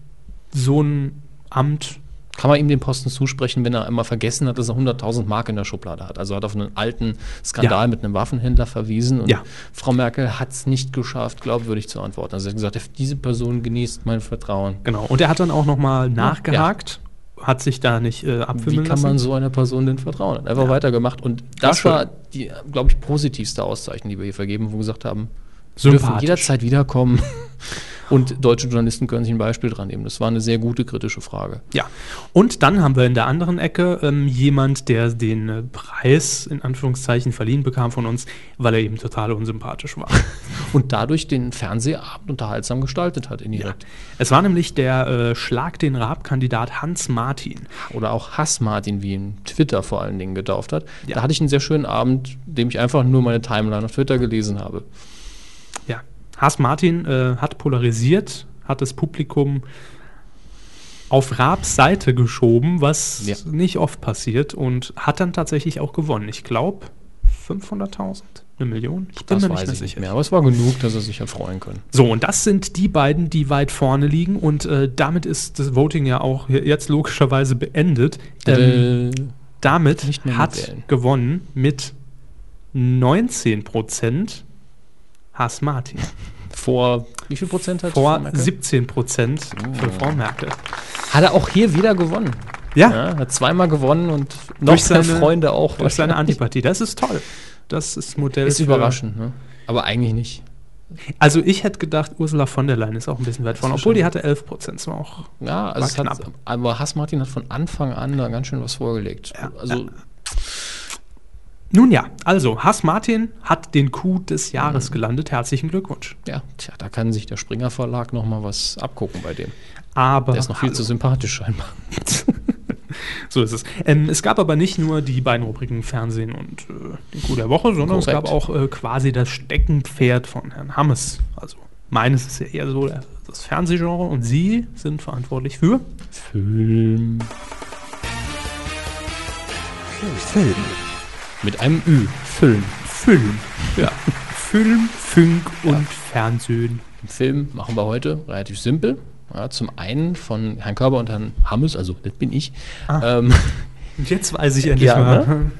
Speaker 3: so ein Amt
Speaker 2: kann man ihm den Posten zusprechen, wenn er einmal vergessen hat, dass er 100.000 Mark in der Schublade hat. Also er hat auf einen alten Skandal
Speaker 3: Ja.
Speaker 2: mit einem Waffenhändler verwiesen und
Speaker 3: Ja.
Speaker 2: Frau Merkel hat es nicht geschafft, glaubwürdig zu antworten. Also sie hat gesagt, diese Person genießt mein Vertrauen.
Speaker 3: Genau. Und er hat dann auch nochmal nachgehakt, hat sich da nicht äh,
Speaker 2: Wie
Speaker 3: abwimmeln
Speaker 2: kann
Speaker 3: lassen.
Speaker 2: man so einer Person denn vertrauen? Einfach weitergemacht. Und
Speaker 3: Ach,
Speaker 2: das
Speaker 3: schön.
Speaker 2: war die, glaube ich, positivste Auszeichnung, die wir hier vergeben, wo wir gesagt haben, wir dürfen
Speaker 3: Sympathisch.
Speaker 2: jederzeit wiederkommen. Und deutsche Journalisten können sich ein Beispiel dran nehmen. Das war eine sehr gute kritische Frage.
Speaker 3: Ja. Und dann haben wir in der anderen Ecke ähm, jemand, der den äh, Preis in Anführungszeichen verliehen bekam von uns, weil er eben total unsympathisch war.
Speaker 2: Und dadurch den Fernsehabend unterhaltsam gestaltet hat, indirekt.
Speaker 3: es war nämlich der äh, Schlag den Raab-Kandidat Hans Martin.
Speaker 2: Oder auch Hass-Martin, wie ihn Twitter vor allen Dingen getauft hat.
Speaker 3: Ja.
Speaker 2: Da hatte ich einen sehr schönen Abend, dem ich einfach nur meine Timeline auf Twitter gelesen habe.
Speaker 3: Ja. Hans Martin äh, hat polarisiert, hat das Publikum auf Raabs Seite geschoben, was
Speaker 2: Ja.
Speaker 3: nicht oft passiert und hat dann tatsächlich auch gewonnen. Ich glaube 500.000, eine Million. Ich
Speaker 2: Das weiß ich nicht mehr. Aber es war genug, dass er sich hat freuen können.
Speaker 3: So, und das sind die beiden, die weit vorne liegen. Und äh, damit ist das Voting ja auch jetzt logischerweise beendet. Ähm,
Speaker 2: Äh,
Speaker 3: damit
Speaker 2: nicht mehr
Speaker 3: hat
Speaker 2: mitwählen.
Speaker 3: gewonnen mit 19 Prozent Haas Martin.
Speaker 2: vor wie viel Prozent hat
Speaker 3: Vor
Speaker 2: Merkel? Oh.
Speaker 3: 17 Prozent für Frau Merkel.
Speaker 2: Hat er auch hier wieder gewonnen.
Speaker 3: Ja,
Speaker 2: Ja, hat zweimal gewonnen und noch
Speaker 3: Durch
Speaker 2: seine
Speaker 3: seine-
Speaker 2: Freunde auch.
Speaker 3: durch seine
Speaker 2: wahrscheinlich.
Speaker 3: Antipathie. Das ist toll. Das ist Modell.
Speaker 2: Ist
Speaker 3: für-
Speaker 2: überraschend, ne? Aber eigentlich nicht.
Speaker 3: Also ich hätte gedacht, Ursula von der Leyen ist auch ein bisschen weit vorne,
Speaker 2: ist
Speaker 3: obwohl die hatte 11 Prozent. Das war auch
Speaker 2: Ja, also
Speaker 3: War
Speaker 2: es hat,
Speaker 3: knapp.
Speaker 2: aber Hass Martin hat von Anfang an da ganz schön was vorgelegt.
Speaker 3: Ja,
Speaker 2: also
Speaker 3: Nun ja, also Hass Martin hat den Coup des
Speaker 2: Mhm.
Speaker 3: Jahres gelandet. Herzlichen Glückwunsch.
Speaker 2: ja, tja, da kann sich der Springer Verlag noch mal was abgucken bei dem.
Speaker 3: Aber
Speaker 2: Der ist noch viel zu sympathisch scheinbar.
Speaker 3: so ist es. Ähm, es gab aber nicht nur die beiden Rubriken Fernsehen und äh, den Coup der Woche, sondern es
Speaker 2: Korrekt.
Speaker 3: gab auch äh, quasi das Steckenpferd von Herrn Hammes. Also meines ist ja eher so der- das Fernsehgenre und Sie sind verantwortlich für.
Speaker 2: Film
Speaker 1: Film.
Speaker 2: mit einem Ü. Film.
Speaker 3: Film. Ja. Film, Funk und Fernsehen.
Speaker 2: Den Film machen wir heute relativ simpel. Ja, zum einen von Herrn Körber und Herrn Hammes, also das bin ich.
Speaker 3: Ah.
Speaker 2: Ähm,
Speaker 3: Und jetzt weiß ich endlich
Speaker 2: Ja, ne?
Speaker 3: mal. ne?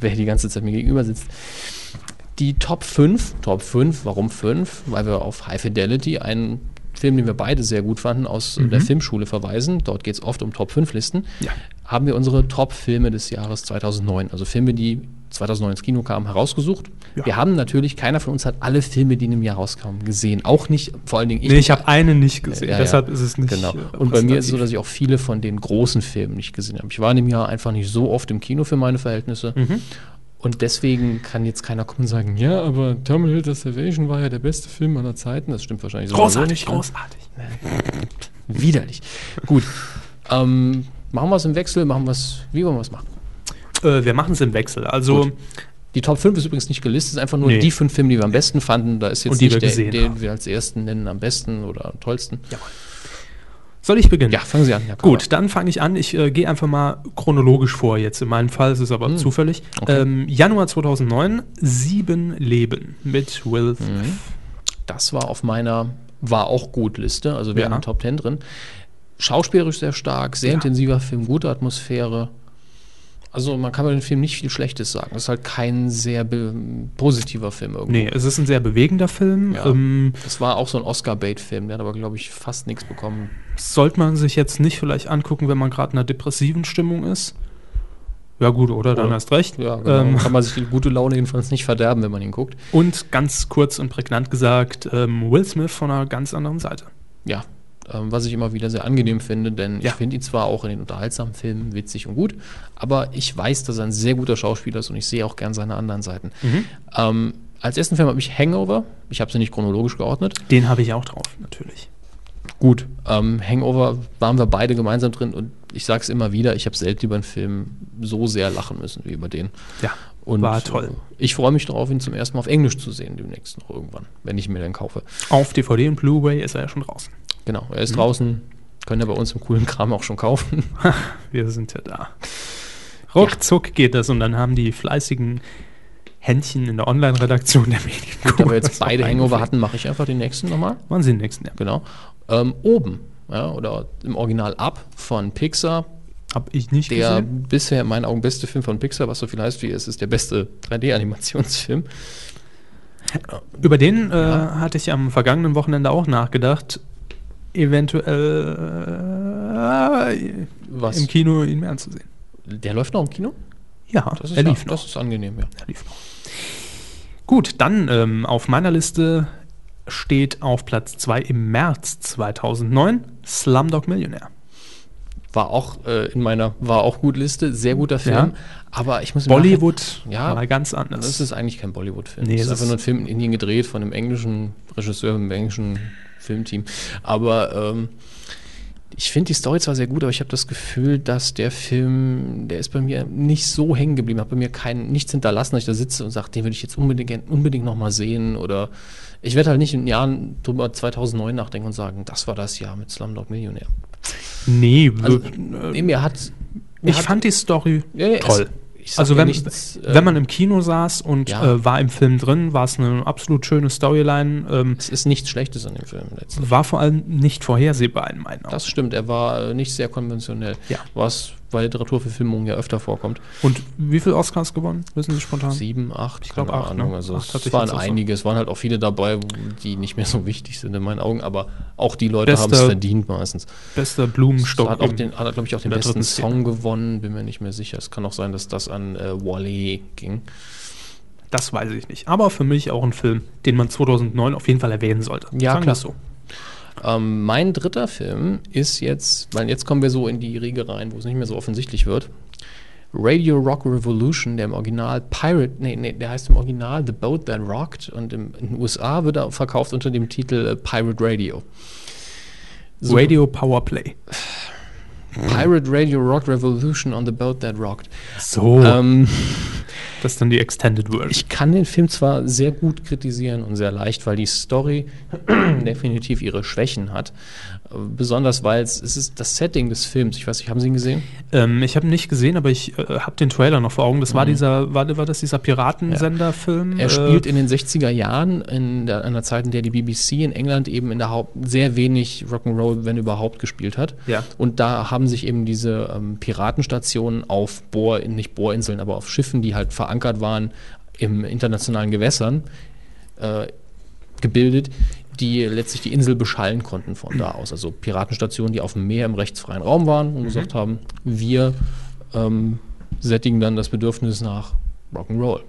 Speaker 2: wer die ganze Zeit mir gegenüber sitzt. Die Top 5, Top 5, warum 5? Weil wir auf High Fidelity, einen Film, den wir beide sehr gut fanden, aus äh, der Filmschule verweisen, dort geht es oft um Top 5 Listen,
Speaker 3: Mhm. Ja.
Speaker 2: haben wir unsere Top-Filme des Jahres 2009, also Filme, die 2009 ins Kino kamen, herausgesucht.
Speaker 3: Ja.
Speaker 2: Wir haben natürlich, keiner von uns hat alle Filme, die in dem Jahr rauskamen, gesehen. Auch nicht, vor allen Dingen ich.
Speaker 3: Nee, ich habe eine nicht gesehen,
Speaker 2: Ja, ja.
Speaker 3: deshalb ist es nicht.
Speaker 2: Genau.
Speaker 3: äh,
Speaker 2: Und bei mir ist es so,
Speaker 3: repräsentativ.
Speaker 2: dass ich auch viele von den großen Filmen nicht gesehen habe. Ich war in dem Jahr einfach nicht so oft im Kino für meine Verhältnisse.
Speaker 3: Mhm.
Speaker 2: Und deswegen kann jetzt keiner kommen und sagen, ja, aber Terminal Reservation war ja der beste Film aller Zeiten. Das stimmt wahrscheinlich so. oder so
Speaker 3: großartig,
Speaker 2: nicht, ne?
Speaker 3: großartig.
Speaker 2: Widerlich. Gut. Ähm, machen wir es im Wechsel, machen wir es, wie wollen wir es machen?
Speaker 3: Äh, wir machen es im Wechsel. Also
Speaker 2: Gut. Die Top 5 ist übrigens nicht gelistet, ist einfach nur
Speaker 3: Nee.
Speaker 2: die fünf Filme, die wir am besten fanden. Da ist jetzt
Speaker 3: Und die
Speaker 2: nicht
Speaker 3: wir
Speaker 2: der,
Speaker 3: gesehen
Speaker 2: den
Speaker 3: haben.
Speaker 2: wir als ersten nennen, am besten oder am tollsten.
Speaker 3: soll ich beginnen?
Speaker 2: Ja, fangen Sie an. Herr Kauer.
Speaker 3: Gut, dann fange ich an. Ich äh, gehe einfach mal chronologisch vor jetzt. In meinem Fall ist es aber zufällig.
Speaker 2: Hm. Okay.
Speaker 3: Ähm, Januar 2009, Sieben Leben mit
Speaker 2: Hm.
Speaker 3: Will Smith.
Speaker 2: Das war auf meiner war auch gut Liste, also wir
Speaker 3: Ja.
Speaker 2: haben in den Top Ten drin. Schauspielerisch sehr stark, sehr
Speaker 3: Ja.
Speaker 2: intensiver Film, gute Atmosphäre. Also man kann bei dem Film nicht viel Schlechtes sagen. Das ist halt kein sehr be- positiver Film irgendwie.
Speaker 3: Nee, es ist ein sehr bewegender Film.
Speaker 2: Ja.
Speaker 3: Ähm,
Speaker 2: Das war auch so ein Oscar-Bait-Film, der hat aber, glaube ich, fast nichts bekommen.
Speaker 3: sollte man sich jetzt nicht vielleicht angucken, wenn man gerade in einer depressiven Stimmung ist? Ja gut, oder? Dann
Speaker 2: Oder-
Speaker 3: hast recht.
Speaker 2: Ja, genau.
Speaker 3: Ähm,
Speaker 2: Kann man sich die gute Laune jedenfalls nicht verderben, wenn man ihn guckt.
Speaker 3: und ganz kurz und prägnant gesagt, ähm, Will Smith von einer ganz anderen Seite.
Speaker 2: Ja, ähm, was ich immer wieder sehr angenehm finde, denn
Speaker 3: Ja.
Speaker 2: ich finde ihn zwar auch in den unterhaltsamen Filmen witzig und gut, aber ich weiß, dass er ein sehr guter Schauspieler ist und ich sehe auch gern seine anderen Seiten. Ähm, als ersten Film habe ich Hangover. Ich habe sie nicht chronologisch geordnet.
Speaker 3: Den habe ich auch drauf, natürlich.
Speaker 2: Gut. Ähm, Hangover waren wir beide gemeinsam drin und ich sage es immer wieder, ich habe selten über einen Film so sehr lachen müssen wie über den.
Speaker 3: Ja,
Speaker 2: Und
Speaker 3: war toll.
Speaker 2: äh, Ich freue mich darauf, ihn zum ersten Mal auf Englisch zu sehen, demnächst noch irgendwann, wenn ich mir den kaufe.
Speaker 3: Auf DVD und Blu-ray ist er ja schon draußen.
Speaker 2: Genau, er
Speaker 3: Mhm.
Speaker 2: ist draußen, könnt ihr bei uns im coolen Kram auch schon kaufen.
Speaker 3: Wir sind ja da. Ruckzuck geht das und dann haben die fleißigen Händchen in der Online-Redaktion der Medien.
Speaker 2: Da wir jetzt beide Hangover hatten, mache ich einfach den nächsten nochmal.
Speaker 3: Wann sind die nächsten? Ja.
Speaker 2: Genau. Ähm, oben, ja, oder im Original Up von Pixar.
Speaker 3: Hab ich nicht
Speaker 2: Der
Speaker 3: gesehen.
Speaker 2: bisher in meinen Augen beste Film von Pixar, was so viel heißt wie es ist der beste 3D-Animationsfilm.
Speaker 3: Über den äh, hatte ich am vergangenen Wochenende auch nachgedacht. Eventuell äh,
Speaker 2: Was?
Speaker 3: im Kino ihn mehr anzusehen.
Speaker 2: Der läuft noch im Kino?
Speaker 3: Ja,
Speaker 2: ja-
Speaker 3: er lief noch.
Speaker 2: Das ist angenehm, ja.
Speaker 3: Er lief noch. Gut, dann ähm, auf meiner Liste steht auf Platz 2 im März 2009 Slumdog Millionär.
Speaker 2: War auch äh, in meiner war auch gut Liste, sehr guter Film.
Speaker 3: Ja.
Speaker 2: Aber ich muss im
Speaker 3: Bollywood
Speaker 2: Ja.
Speaker 3: mal ganz anders.
Speaker 2: Nachhinein- Das ist eigentlich kein Bollywood-Film.
Speaker 3: Nee,
Speaker 2: das
Speaker 3: es
Speaker 2: ist einfach
Speaker 3: ist-
Speaker 2: nur ein Film in Indien gedreht von einem englischen Regisseur, einem englischen Filmteam. Aber ähm, ich finde die Story zwar sehr gut, aber ich habe das Gefühl, dass der Film, der ist bei mir nicht so hängen geblieben, hat bei mir kein, nichts hinterlassen, dass ich da sitze und sage, den würde ich jetzt unbedingt, gern- unbedingt nochmal sehen. Oder ich werde halt nicht in Jahren drüber 2009 nachdenken und sagen, das war das Jahr mit Slumdog Millionär.
Speaker 3: nee,
Speaker 2: Also,
Speaker 3: wir-
Speaker 2: nee, mir hat. mir
Speaker 3: ich
Speaker 2: hat-
Speaker 3: fand die Story
Speaker 2: Ja, ja, es-
Speaker 3: toll.
Speaker 2: ich sag
Speaker 3: Also
Speaker 2: ja
Speaker 3: wenn,
Speaker 2: nichts, äh,
Speaker 3: wenn man im Kino saß und
Speaker 2: Ja.
Speaker 3: äh, war im Film drin, war es eine absolut schöne Storyline. Ähm,
Speaker 2: Es ist nichts Schlechtes an dem Film letztendlich.
Speaker 3: war vor allem nicht vorhersehbar in meinen Augen.
Speaker 2: Das stimmt, er war äh, nicht sehr konventionell,
Speaker 3: Ja.
Speaker 2: was bei Literaturverfilmungen ja öfter vorkommt.
Speaker 3: Und wie viele Oscars gewonnen? Wissen Sie spontan?
Speaker 2: Sieben, acht, ich
Speaker 3: glaub, acht, ne?
Speaker 2: Also
Speaker 3: Acht hatte
Speaker 2: es
Speaker 3: ich
Speaker 2: waren
Speaker 3: jetzt auch so.
Speaker 2: einige, es waren halt auch viele dabei, die nicht mehr so wichtig sind in meinen Augen, aber auch die Leute
Speaker 3: Bester
Speaker 2: haben es verdient meistens.
Speaker 3: Bester Blumenstock.
Speaker 2: hat auch
Speaker 3: im-
Speaker 2: den, hat glaube ich auch den
Speaker 3: in der dritten
Speaker 2: besten Song gewonnen, bin mir nicht mehr sicher. Es kann auch sein, dass das an äh, Wally ging.
Speaker 3: das weiß ich nicht. Aber für mich auch ein Film, den man 2009 auf jeden Fall erwähnen sollte.
Speaker 2: Ja,
Speaker 3: Sagen
Speaker 2: klar.
Speaker 3: wir's so.
Speaker 2: Ähm, mein dritter Film ist jetzt, weil jetzt kommen wir so in die Riege rein, wo es nicht mehr so offensichtlich wird. Radio Rock Revolution, der im Original Pirate, nee, nee, der heißt im Original The Boat That Rocked und im, in den USA wird er verkauft unter dem Titel äh, Pirate Radio. So-
Speaker 3: Radio Powerplay.
Speaker 2: Pirate Radio Rock Revolution on the Boat That Rocked.
Speaker 3: So.
Speaker 2: Ähm,
Speaker 3: das ist dann die Extended Version.
Speaker 2: Ich kann den Film zwar sehr gut kritisieren und sehr leicht, weil die Story definitiv ihre Schwächen hat. Äh, Besonders weil es, es ist das Setting des Films. Ich weiß nicht, haben Sie ihn gesehen?
Speaker 3: Ähm, ich habe ihn nicht gesehen, aber ich äh, habe den Trailer noch vor Augen. Das war dieser, war, war das dieser Piratensenderfilm?
Speaker 2: Mhm. Er spielt in den 60er Jahren, in der, einer Zeit, in der die BBC in England eben in der Haupt sehr wenig Rock'n'Roll, wenn überhaupt, gespielt hat.
Speaker 3: Ja.
Speaker 2: Und da haben sich eben diese ähm, Piratenstationen auf Bohr, nicht Bohrinseln, aber auf Schiffen, die halt verankert waren im internationalen Gewässern, äh, gebildet, die letztlich die Insel beschallen konnten von da aus. Also Piratenstationen, die auf dem Meer im rechtsfreien Raum waren und gesagt haben, wir ähm, sättigen dann das Bedürfnis nach Rock'n'Roll.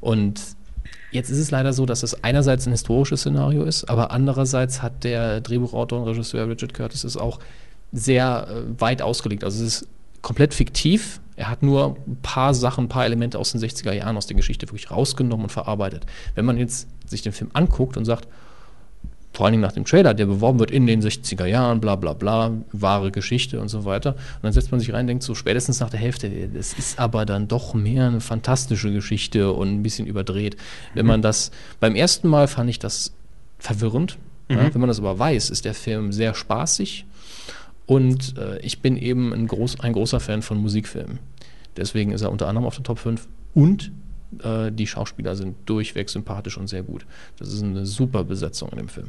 Speaker 2: Und jetzt ist es leider so, dass es einerseits ein historisches Szenario ist, aber andererseits hat der Drehbuchautor und Regisseur Richard Curtis es auch sehr äh, weit ausgelegt. Also es ist komplett fiktiv. Er hat nur ein paar Sachen, ein paar Elemente aus den 60er Jahren aus der Geschichte wirklich rausgenommen und verarbeitet. Wenn man jetzt sich den Film anguckt und sagt, vor allen Dingen nach dem Trailer, der beworben wird in den 60er Jahren, bla bla bla, wahre Geschichte und so weiter. Und dann setzt man sich rein und denkt so spätestens nach der Hälfte, das ist aber dann doch mehr eine fantastische Geschichte und ein bisschen überdreht. Wenn man das, beim ersten Mal fand ich das verwirrend. Ja, wenn man das aber weiß, ist der Film sehr spaßig und äh, ich bin eben ein, groß, ein großer Fan von Musikfilmen. Deswegen ist er unter anderem auf der Top 5 und äh, die Schauspieler sind durchweg sympathisch und sehr gut. Das ist eine super Besetzung in dem Film.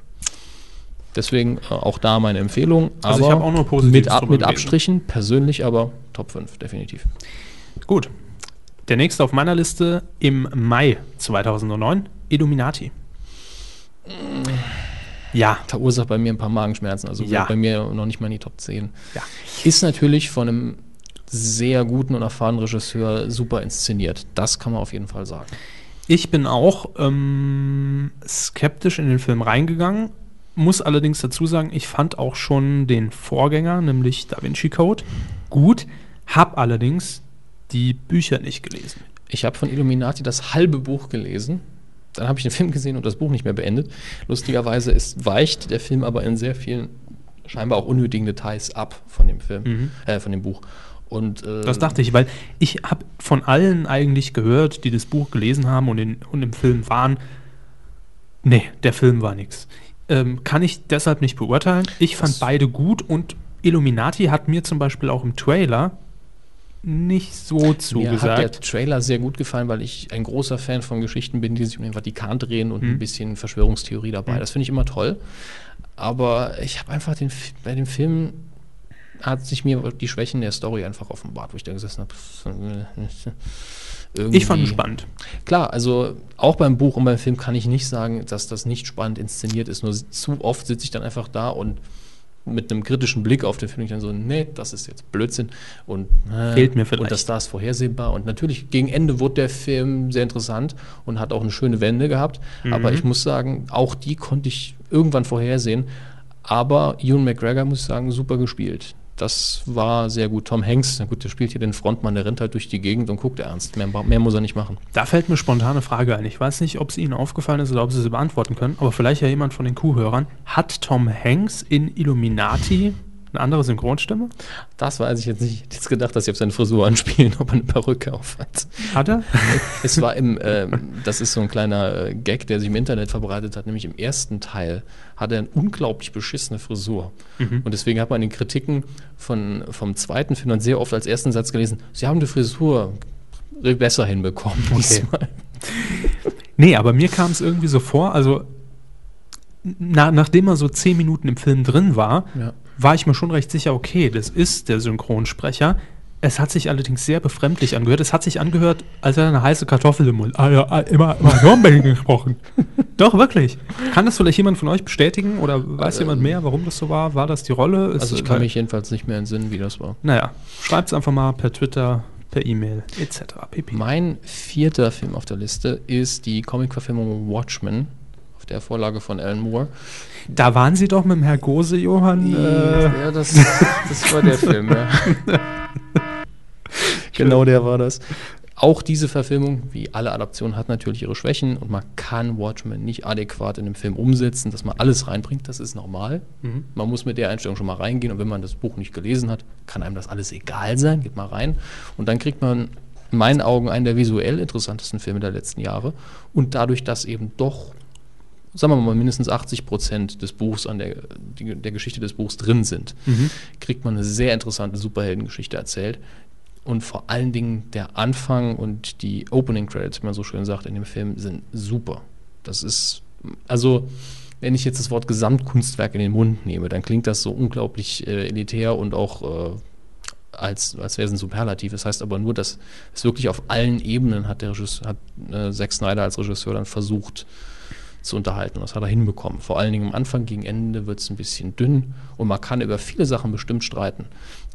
Speaker 2: Deswegen äh, auch da meine Empfehlung. Aber
Speaker 3: Also ich hab auch nur Positives
Speaker 2: mit, Ab-
Speaker 3: drüber
Speaker 2: mit
Speaker 3: gelesen.
Speaker 2: Abstrichen, persönlich aber Top 5, definitiv.
Speaker 3: Äh, Gut. Der nächste auf meiner Liste im Mai 2009, Illuminati.
Speaker 2: Mhm.
Speaker 3: Ja,
Speaker 2: Verursacht bei mir ein paar Magenschmerzen, also
Speaker 3: Ja.
Speaker 2: bei mir noch nicht mal in die Top 10.
Speaker 3: ja.
Speaker 2: Ist natürlich von einem sehr guten und erfahrenen Regisseur super inszeniert. Das kann man auf jeden Fall sagen.
Speaker 3: Ich bin auch ähm, skeptisch in den Film reingegangen, muss allerdings dazu sagen, ich fand auch schon den Vorgänger, nämlich Da Vinci Code, gut, hab allerdings die Bücher nicht gelesen.
Speaker 2: Ich habe von Illuminati das halbe Buch gelesen. Dann habe ich den Film gesehen und das Buch nicht mehr beendet. Lustigerweise ist, weicht der Film aber in sehr vielen scheinbar auch unnötigen Details ab von dem Film, äh, von dem Buch. Und äh,
Speaker 3: Das dachte ich, weil ich habe von allen eigentlich gehört, die das Buch gelesen haben und, in, und im Film waren, nee, der Film war nix. Ähm, kann ich deshalb nicht beurteilen. Ich fand
Speaker 2: Das-
Speaker 3: beide gut und Illuminati hat mir zum Beispiel auch im Trailer nicht so
Speaker 2: mir hat der
Speaker 3: zugesagt.
Speaker 2: Trailer sehr gut gefallen, weil ich ein großer Fan von Geschichten bin, die sich um den Vatikan drehen und ein bisschen Verschwörungstheorie dabei. Das finde ich immer toll. Aber ich habe einfach den, Fi- bei dem Film hat sich mir die Schwächen der Story einfach offenbart, wo ich da gesessen äh, habe.
Speaker 3: Ich fand ihn spannend.
Speaker 2: Klar, also auch beim Buch und beim Film kann ich nicht sagen, dass das nicht spannend inszeniert ist. Nur zu oft sitze ich dann einfach da und mit einem kritischen Blick auf den Film ich dann so, nee, das ist jetzt Blödsinn und äh,
Speaker 3: Fehlt mir vielleicht.
Speaker 2: und das da ist vorhersehbar und natürlich gegen Ende wurde der Film sehr interessant und hat auch eine schöne Wende gehabt,
Speaker 3: Mhm.
Speaker 2: aber ich muss sagen, auch die konnte ich irgendwann vorhersehen, aber Ewan McGregor muss ich sagen, super gespielt. Das war sehr gut. Tom Hanks, na gut, der spielt hier den Frontmann, der rennt halt durch die Gegend und guckt ernst. Mehr, mehr muss er nicht machen.
Speaker 3: Da fällt mir spontane Frage ein. Ich weiß nicht, ob es Ihnen aufgefallen ist oder ob Sie sie beantworten können, aber vielleicht ja jemand von den Kuhhörern. Hat Tom Hanks in Illuminati eine andere Synchronstimme?
Speaker 2: Das weiß ich jetzt nicht. Ich hätte jetzt gedacht, dass sie auf seine Frisur anspielen, ob er eine Perücke aufhat.
Speaker 3: Hat er?
Speaker 2: Es war im, ähm, das ist so ein kleiner äh, Gag, der sich im Internet verbreitet hat, nämlich im ersten Teil hat er eine unglaublich beschissene Frisur.
Speaker 3: Mhm.
Speaker 2: Und deswegen hat man in den Kritiken von, vom zweiten Film dann sehr oft als ersten Satz gelesen, sie haben die Frisur besser hinbekommen. diesmal."
Speaker 3: Nee, aber mir kam es irgendwie so vor, also na, nachdem er so zehn Minuten im Film drin war,
Speaker 2: Ja.
Speaker 3: war ich mir schon recht sicher, okay, das ist der Synchronsprecher. Es hat sich allerdings sehr befremdlich angehört. Es hat sich angehört, als hätte er eine heiße Kartoffel im Mund. Ah, ja, ah, immer, immer Nürnberg gesprochen. Doch, wirklich. Kann das vielleicht jemand von euch bestätigen oder weiß jemand mehr, warum das so war? War das die Rolle? Ist-
Speaker 2: Ähm.
Speaker 3: halt
Speaker 2: Also ich kann mich jedenfalls nicht mehr entsinnen, wie das war.
Speaker 3: Naja, schreibt's einfach mal per Twitter, per E-Mail, etc. pp.
Speaker 2: Mein vierter Film auf der Liste ist die Comic-Verfilmung Watchmen auf der Vorlage von Alan Moore.
Speaker 3: Da waren Sie doch mit dem Herr Gose, Johann. Äh,
Speaker 2: Ja, das, das war der Film, ja. genau der war das. Auch diese Verfilmung, wie alle Adaptionen, hat natürlich ihre Schwächen und man kann Watchmen nicht adäquat in einem Film umsetzen, dass man alles reinbringt, das ist normal. Man muss mit der Einstellung schon mal reingehen und wenn man das Buch nicht gelesen hat, kann einem das alles egal sein, geht mal rein und dann kriegt man in meinen Augen einen der visuell interessantesten Filme der letzten Jahre und dadurch, dass eben doch sagen wir mal, mindestens 80 Prozent des Buchs an der, die, der Geschichte des Buchs drin sind, kriegt man eine sehr interessante Superheldengeschichte erzählt. Und vor allen Dingen der Anfang und die Opening Credits, wie man so schön sagt, in dem Film sind super. Das ist, also, wenn ich jetzt das Wort Gesamtkunstwerk in den Mund nehme, dann klingt das so unglaublich äh, elitär und auch äh, als, als wäre es ein Superlativ. Das heißt aber nur, dass es wirklich auf allen Ebenen hat der Regisseur, hat äh, Zack Snyder als Regisseur dann versucht, zu unterhalten. Das hat er hinbekommen. Vor allen Dingen am Anfang, gegen Ende wird es ein bisschen dünn und man kann über viele Sachen bestimmt streiten.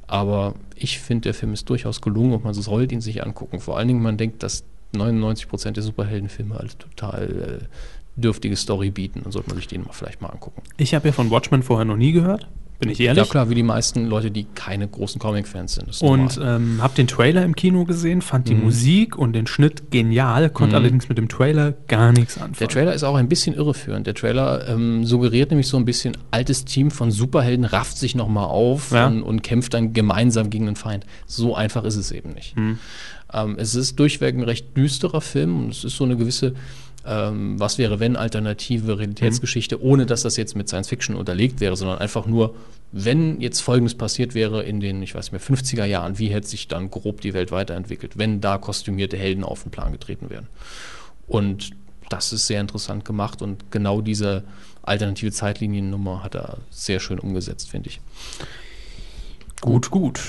Speaker 2: Aber ich finde, der Film ist durchaus gelungen und man sollte ihn sich angucken. Vor allen Dingen, man denkt, dass 99% der Superheldenfilme als total äh, dürftige Story bieten. Dann sollte man sich den mal vielleicht mal angucken.
Speaker 3: ich habe ja von Watchmen vorher noch nie gehört. Bin ich ehrlich?
Speaker 2: Ja klar, wie die meisten Leute, die keine großen Comic-Fans sind. Das ist
Speaker 3: Und
Speaker 2: normal.
Speaker 3: ähm, habe den Trailer im Kino gesehen, fand
Speaker 2: Mhm.
Speaker 3: die Musik und den Schnitt genial, konnte allerdings mit dem Trailer gar nichts anfangen.
Speaker 2: der Trailer ist auch ein bisschen irreführend. Der Trailer ähm, suggeriert nämlich so ein bisschen, altes Team von Superhelden rafft sich nochmal auf
Speaker 3: Ja.
Speaker 2: und, und kämpft dann gemeinsam gegen den Feind. So einfach ist es eben nicht. Ähm, es ist durchweg ein recht düsterer Film und es ist so eine gewisse ähm, Was wäre wenn alternative Realitätsgeschichte, ohne dass das jetzt mit Science Fiction unterlegt wäre, sondern einfach nur, wenn jetzt Folgendes passiert wäre in den, ich weiß nicht mehr, 50er Jahren, wie hätte sich dann grob die Welt weiterentwickelt, wenn da kostümierte Helden auf den Plan getreten wären. Und das ist sehr interessant gemacht und genau diese alternative Zeitliniennummer hat er sehr schön umgesetzt, finde ich.
Speaker 3: gut, gut.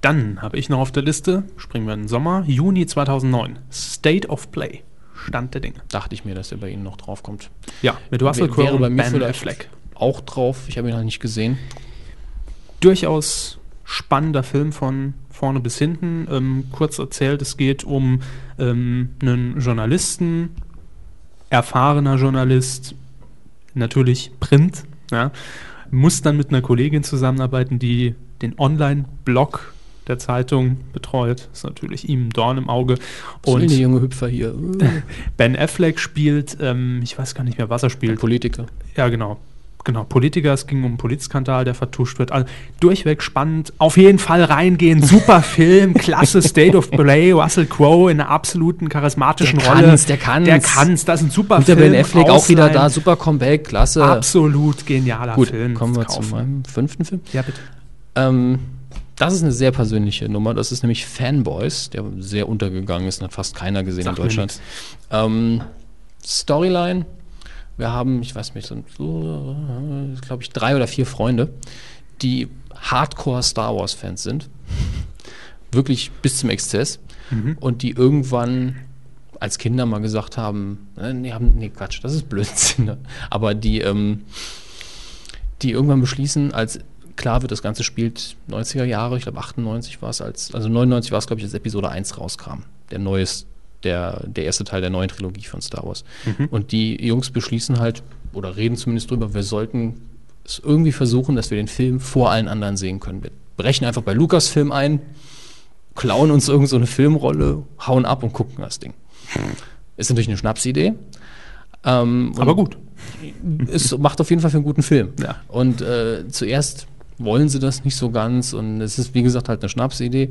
Speaker 3: Dann habe ich noch auf der Liste, springen wir in den Sommer, Juni 2009, State of Play, Stand der Dinge.
Speaker 2: Dachte ich mir, dass er bei Ihnen noch draufkommt.
Speaker 3: Ja, mit Russell
Speaker 2: Wär-
Speaker 3: Crowe
Speaker 2: wäre bei
Speaker 3: und
Speaker 2: mir
Speaker 3: Ben
Speaker 2: vielleicht
Speaker 3: Affleck.
Speaker 2: auch drauf. Ich habe ihn noch nicht gesehen.
Speaker 3: durchaus spannender Film von vorne bis hinten. Ähm, kurz erzählt, es geht um ähm, einen Journalisten, erfahrener Journalist, natürlich Print, ja, muss dann mit einer Kollegin zusammenarbeiten, die den Online-Blog der Zeitung betreut. Ist natürlich ihm ein Dorn im Auge.
Speaker 2: Und der
Speaker 3: Und
Speaker 2: junge Hüpfer hier.
Speaker 3: Ben Affleck spielt, ähm, ich weiß gar nicht mehr, was er
Speaker 2: Ein
Speaker 3: spielt.
Speaker 2: Politiker.
Speaker 3: Ja, genau. Genau, Politiker, es ging um einen Polizskandal, der vertuscht wird. Also, durchweg spannend, auf jeden Fall reingehen, super Film, klasse State of Play, Russell Crowe in einer absoluten charismatischen
Speaker 2: Der
Speaker 3: Rolle.
Speaker 2: kann's, der kann's.
Speaker 3: Der kann's, das ist ein super
Speaker 2: Guter Ben
Speaker 3: Film,
Speaker 2: Affleck auch wieder da.
Speaker 3: ausleihen.
Speaker 2: Super Comeback, klasse.
Speaker 3: Absolut genialer
Speaker 2: Gut,
Speaker 3: Film.
Speaker 2: kommen wir
Speaker 3: kaufen.
Speaker 2: zu meinem fünften Film.
Speaker 3: Ja, bitte.
Speaker 2: Ähm, das ist eine sehr persönliche Nummer. Das ist nämlich Fanboys, der sehr untergegangen ist und hat fast keiner gesehen
Speaker 3: Sagt
Speaker 2: in
Speaker 3: mir
Speaker 2: Deutschland.
Speaker 3: nix.
Speaker 2: Ähm, Storyline. Wir haben, ich weiß nicht, so, glaube ich, drei oder vier Freunde, die Hardcore Star Wars Fans sind, wirklich bis zum Exzess, und die irgendwann als Kinder mal gesagt haben, äh, nee, haben, nee Quatsch, das ist Blödsinn, ne? aber die, ähm, die irgendwann beschließen, als klar wird, das Ganze spielt 90er Jahre, ich glaube 98 war es als, also 99 war es, glaube ich, als Episode 1 rauskam, der neues, der, der erste Teil der neuen Trilogie von Star Wars. Und die Jungs beschließen halt, oder reden zumindest drüber, wir sollten es irgendwie versuchen, dass wir den Film vor allen anderen sehen können. Wir brechen einfach bei Lucasfilm ein, klauen uns irgend so eine Filmrolle, hauen ab und gucken das Ding. Ist natürlich eine Schnapsidee. Ähm, und
Speaker 3: Aber gut.
Speaker 2: es macht auf jeden Fall für einen guten Film.
Speaker 3: Ja.
Speaker 2: Und äh, zuerst wollen sie das nicht so ganz und es ist, wie gesagt, halt eine Schnapsidee.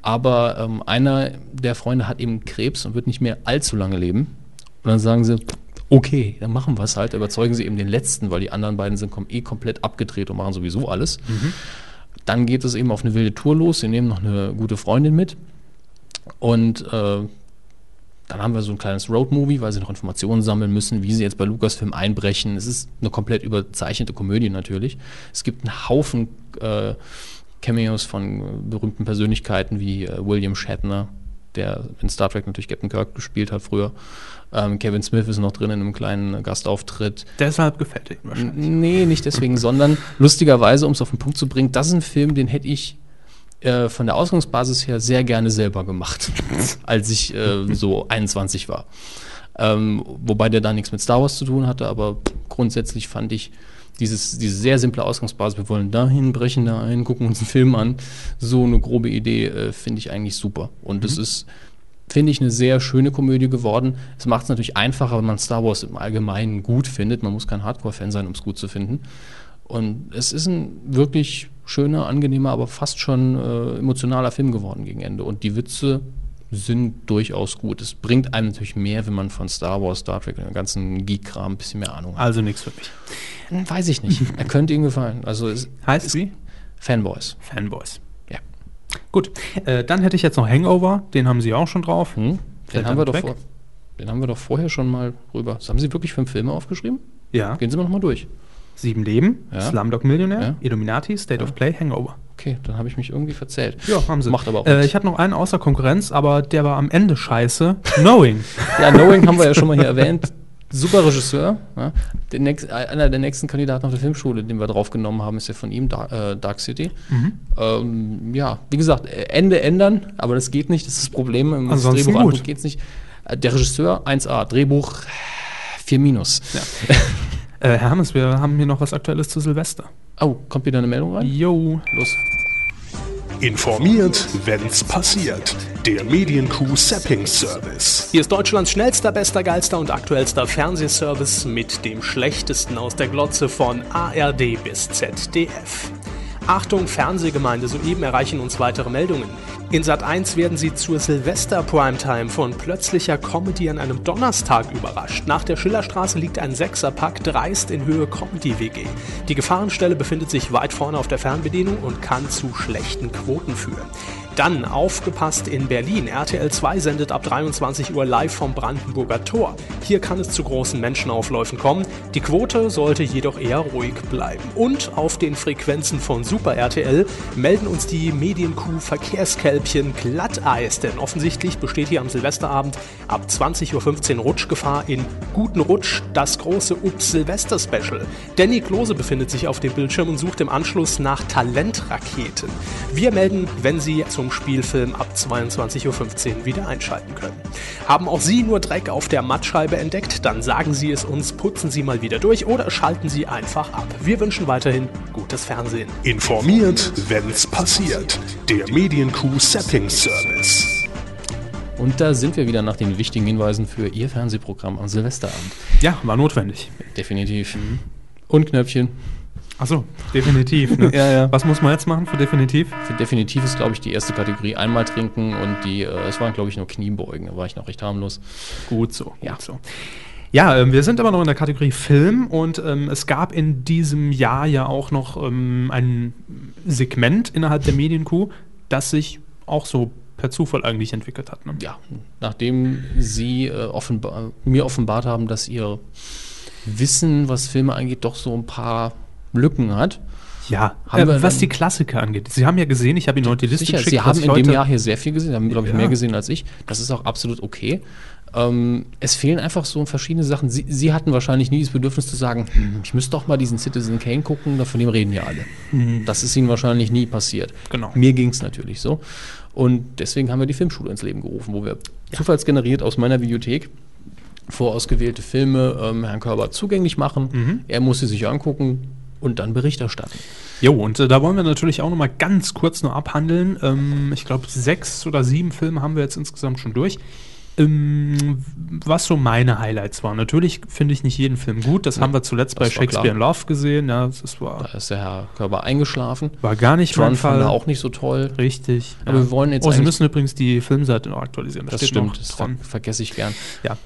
Speaker 2: Aber ähm, einer der Freunde hat eben Krebs und wird nicht mehr allzu lange leben. Und dann sagen sie, okay, dann machen wir es halt, überzeugen sie eben den letzten, weil die anderen beiden sind kom eh komplett abgedreht und machen sowieso alles. Dann geht es eben auf eine wilde Tour los. Sie nehmen noch eine gute Freundin mit. Und äh, dann haben wir so ein kleines Roadmovie, weil sie noch Informationen sammeln müssen, wie sie jetzt bei Lucasfilm einbrechen. Es ist eine komplett überzeichnete Komödie natürlich. Es gibt einen Haufen äh, Cameos von äh, berühmten Persönlichkeiten wie äh, William Shatner, der in Star Trek natürlich Captain Kirk gespielt hat früher. Ähm, Kevin Smith ist noch drin in einem kleinen äh, Gastauftritt.
Speaker 3: Deshalb gefällt er ihm wahrscheinlich.
Speaker 2: Nee, nicht deswegen, sondern lustigerweise, um es auf den Punkt zu bringen, das ist ein Film, den hätte ich äh, von der Ausgangsbasis her sehr gerne selber gemacht, als ich äh, so 21 war. Ähm, wobei der da nichts mit Star Wars zu tun hatte, aber grundsätzlich fand ich dieses, diese sehr simple Ausgangsbasis, wir wollen dahin brechen, da ein, gucken uns einen Film an, so eine grobe Idee äh, finde ich eigentlich super. Und es ist finde ich, eine sehr schöne Komödie geworden. Es macht es natürlich einfacher, wenn man Star Wars im Allgemeinen gut findet. Man muss kein Hardcore-Fan sein, um es gut zu finden. Und es ist ein wirklich schöner, angenehmer, aber fast schon äh, emotionaler Film geworden gegen Ende. Und die Witze sind durchaus gut. Es bringt einem natürlich mehr, wenn man von Star Wars, Star Trek und dem ganzen Geek-Kram ein bisschen mehr Ahnung hat.
Speaker 3: Also nichts für mich.
Speaker 2: Hm, Weiß ich nicht. er könnte ihm gefallen. Also es,
Speaker 3: Heißt wie?
Speaker 2: Fanboys.
Speaker 3: Fanboys.
Speaker 2: Ja.
Speaker 3: Gut, äh, dann hätte ich jetzt noch Hangover. Den haben sie auch schon drauf.
Speaker 2: Hm?
Speaker 3: Fällt
Speaker 2: Den, haben wir
Speaker 3: damit
Speaker 2: doch
Speaker 3: weg?
Speaker 2: vor, den haben wir doch vorher schon mal rüber. Das haben Sie wirklich fünf Filme aufgeschrieben?
Speaker 3: Ja.
Speaker 2: Gehen Sie mal nochmal durch.
Speaker 3: Sieben Leben,
Speaker 2: Ja.
Speaker 3: Slumdog Millionär,
Speaker 2: Ja.
Speaker 3: Illuminati, State of Play, Hangover.
Speaker 2: Okay, dann habe ich mich irgendwie verzählt.
Speaker 3: Ja, haben sie.
Speaker 2: Macht aber auch
Speaker 3: äh,
Speaker 2: nichts.
Speaker 3: Ich hatte noch einen außer Konkurrenz, aber der war am Ende scheiße. Knowing.
Speaker 2: Ja, Knowing haben wir ja schon mal hier erwähnt. Super Regisseur. Ja. Der nächst, äh, einer der nächsten Kandidaten auf der Filmschule, den wir draufgenommen haben, ist ja von ihm, da, äh, Dark City.
Speaker 3: Mhm.
Speaker 2: Ähm, ja, wie gesagt, äh, Ende ändern, aber das geht nicht, das ist das Problem. Im
Speaker 3: Ansonsten
Speaker 2: Drehbuch
Speaker 3: gut.
Speaker 2: angucken geht's nicht. Äh, Der Regisseur 1A, Drehbuch 4 minus.
Speaker 3: äh, Hermes, wir haben hier noch was Aktuelles zu Silvester.
Speaker 2: Oh, kommt wieder eine Meldung rein?
Speaker 3: Yo.
Speaker 2: Los.
Speaker 4: Informiert, wenn's passiert. Der Mediencrew Sapping Service. Hier ist Deutschlands schnellster, bester, geilster und aktuellster Fernsehservice mit dem schlechtesten aus der Glotze von ARD bis ZDF. Achtung, Fernsehgemeinde, soeben erreichen uns weitere Meldungen. In Sat 1 werden Sie zur Silvester Primetime von plötzlicher Comedy an einem Donnerstag überrascht. Nach der Schillerstraße liegt ein Sechserpack dreist in Höhe Comedy WG. Die Gefahrenstelle befindet sich weit vorne auf der Fernbedienung und kann zu schlechten Quoten führen. Dann aufgepasst in Berlin. RTL 2 sendet ab 23 Uhr live vom Brandenburger Tor. Hier kann es zu großen Menschenaufläufen kommen. Die Quote sollte jedoch eher ruhig bleiben. Und auf den Frequenzen von Super RTL melden uns die Medienkuh Verkehrskälbchen Glatteis, denn offensichtlich besteht hier am Silvesterabend ab 20.15 Uhr Rutschgefahr in Guten Rutsch, das große Ups Silvester Special. Danny Klose befindet sich auf dem Bildschirm und sucht im Anschluss nach Talentraketen. Wir melden, wenn Sie zum Spielfilm ab 22.15 Uhr wieder einschalten können. Haben auch Sie nur Dreck auf der Mattscheibe entdeckt? Dann sagen Sie es uns, putzen Sie mal wieder durch oder schalten Sie einfach ab. Wir wünschen weiterhin gutes Fernsehen. Informiert, wenn's passiert. Der Medienkuh Setting Service.
Speaker 2: Und da sind wir wieder nach den wichtigen Hinweisen für Ihr Fernsehprogramm am Silvesterabend.
Speaker 3: Ja, war notwendig.
Speaker 2: Definitiv.
Speaker 3: Mhm.
Speaker 2: Und Knöpfchen.
Speaker 3: Achso, definitiv. Ne?
Speaker 2: Ja, ja.
Speaker 3: Was muss man jetzt machen für definitiv?
Speaker 2: Für definitiv ist, glaube ich, die erste Kategorie einmal trinken und die, äh, es waren, glaube ich, nur Kniebeugen, da war ich noch recht harmlos.
Speaker 3: Gut so. Gut
Speaker 2: Ja.
Speaker 3: so. Ja, ähm, wir sind immer noch in der Kategorie Film und ähm, es gab in diesem Jahr ja auch noch ähm, ein Segment innerhalb der Medienkuh, das sich auch so per Zufall eigentlich entwickelt hat. Ne?
Speaker 2: Ja, nachdem sie äh, offenbar, mir offenbart haben, dass ihr Wissen, was Filme angeht, doch so ein paar Lücken hat,
Speaker 3: Ja,
Speaker 2: Haben wir
Speaker 3: was
Speaker 2: dann-
Speaker 3: die Klassiker angeht. Sie haben ja gesehen, ich habe Ihnen heute die Liste
Speaker 2: Sicher,
Speaker 3: geschickt.
Speaker 2: Sie
Speaker 3: was
Speaker 2: haben
Speaker 3: ich
Speaker 2: in dem
Speaker 3: heute-
Speaker 2: Jahr hier sehr viel gesehen, haben, glaube ich,
Speaker 3: Ja.
Speaker 2: mehr gesehen als ich. Das ist auch absolut okay. Ähm, es fehlen einfach so verschiedene Sachen. Sie, Sie hatten wahrscheinlich nie das Bedürfnis zu sagen, hm, ich müsste doch mal diesen Citizen Kane gucken, da- von dem reden ja alle. Das ist Ihnen wahrscheinlich nie passiert.
Speaker 3: Mhm. Genau.
Speaker 2: Mir ging es natürlich so. Und deswegen haben wir die Filmschule ins Leben gerufen, wo wir zufallsgeneriert aus meiner Bibliothek vorausgewählte Filme ähm, Herrn Körber zugänglich machen.
Speaker 3: Mhm.
Speaker 2: Er muss sie sich angucken und dann Bericht erstatten.
Speaker 3: Jo, und äh, da wollen wir natürlich auch nochmal ganz kurz nur abhandeln. Ähm, ich glaube, sechs oder sieben Filme haben wir jetzt insgesamt schon durch. Ähm, was so meine Highlights waren. Natürlich finde ich nicht jeden Film gut. Das haben wir zuletzt bei
Speaker 2: das war
Speaker 3: Shakespeare in Love gesehen. Ja, das war,
Speaker 2: Da ist der Herr Körber eingeschlafen.
Speaker 3: war gar nicht
Speaker 2: Tron fand er auch nicht so toll.
Speaker 3: Richtig.
Speaker 2: Aber wir wollen jetzt
Speaker 3: Oh, Sie
Speaker 2: eigentlich-
Speaker 3: müssen übrigens die Filmseite noch aktualisieren. Da
Speaker 2: Das
Speaker 3: steht noch
Speaker 2: stimmt, das
Speaker 3: Tron.
Speaker 2: ver- vergesse ich gern.
Speaker 3: Ja.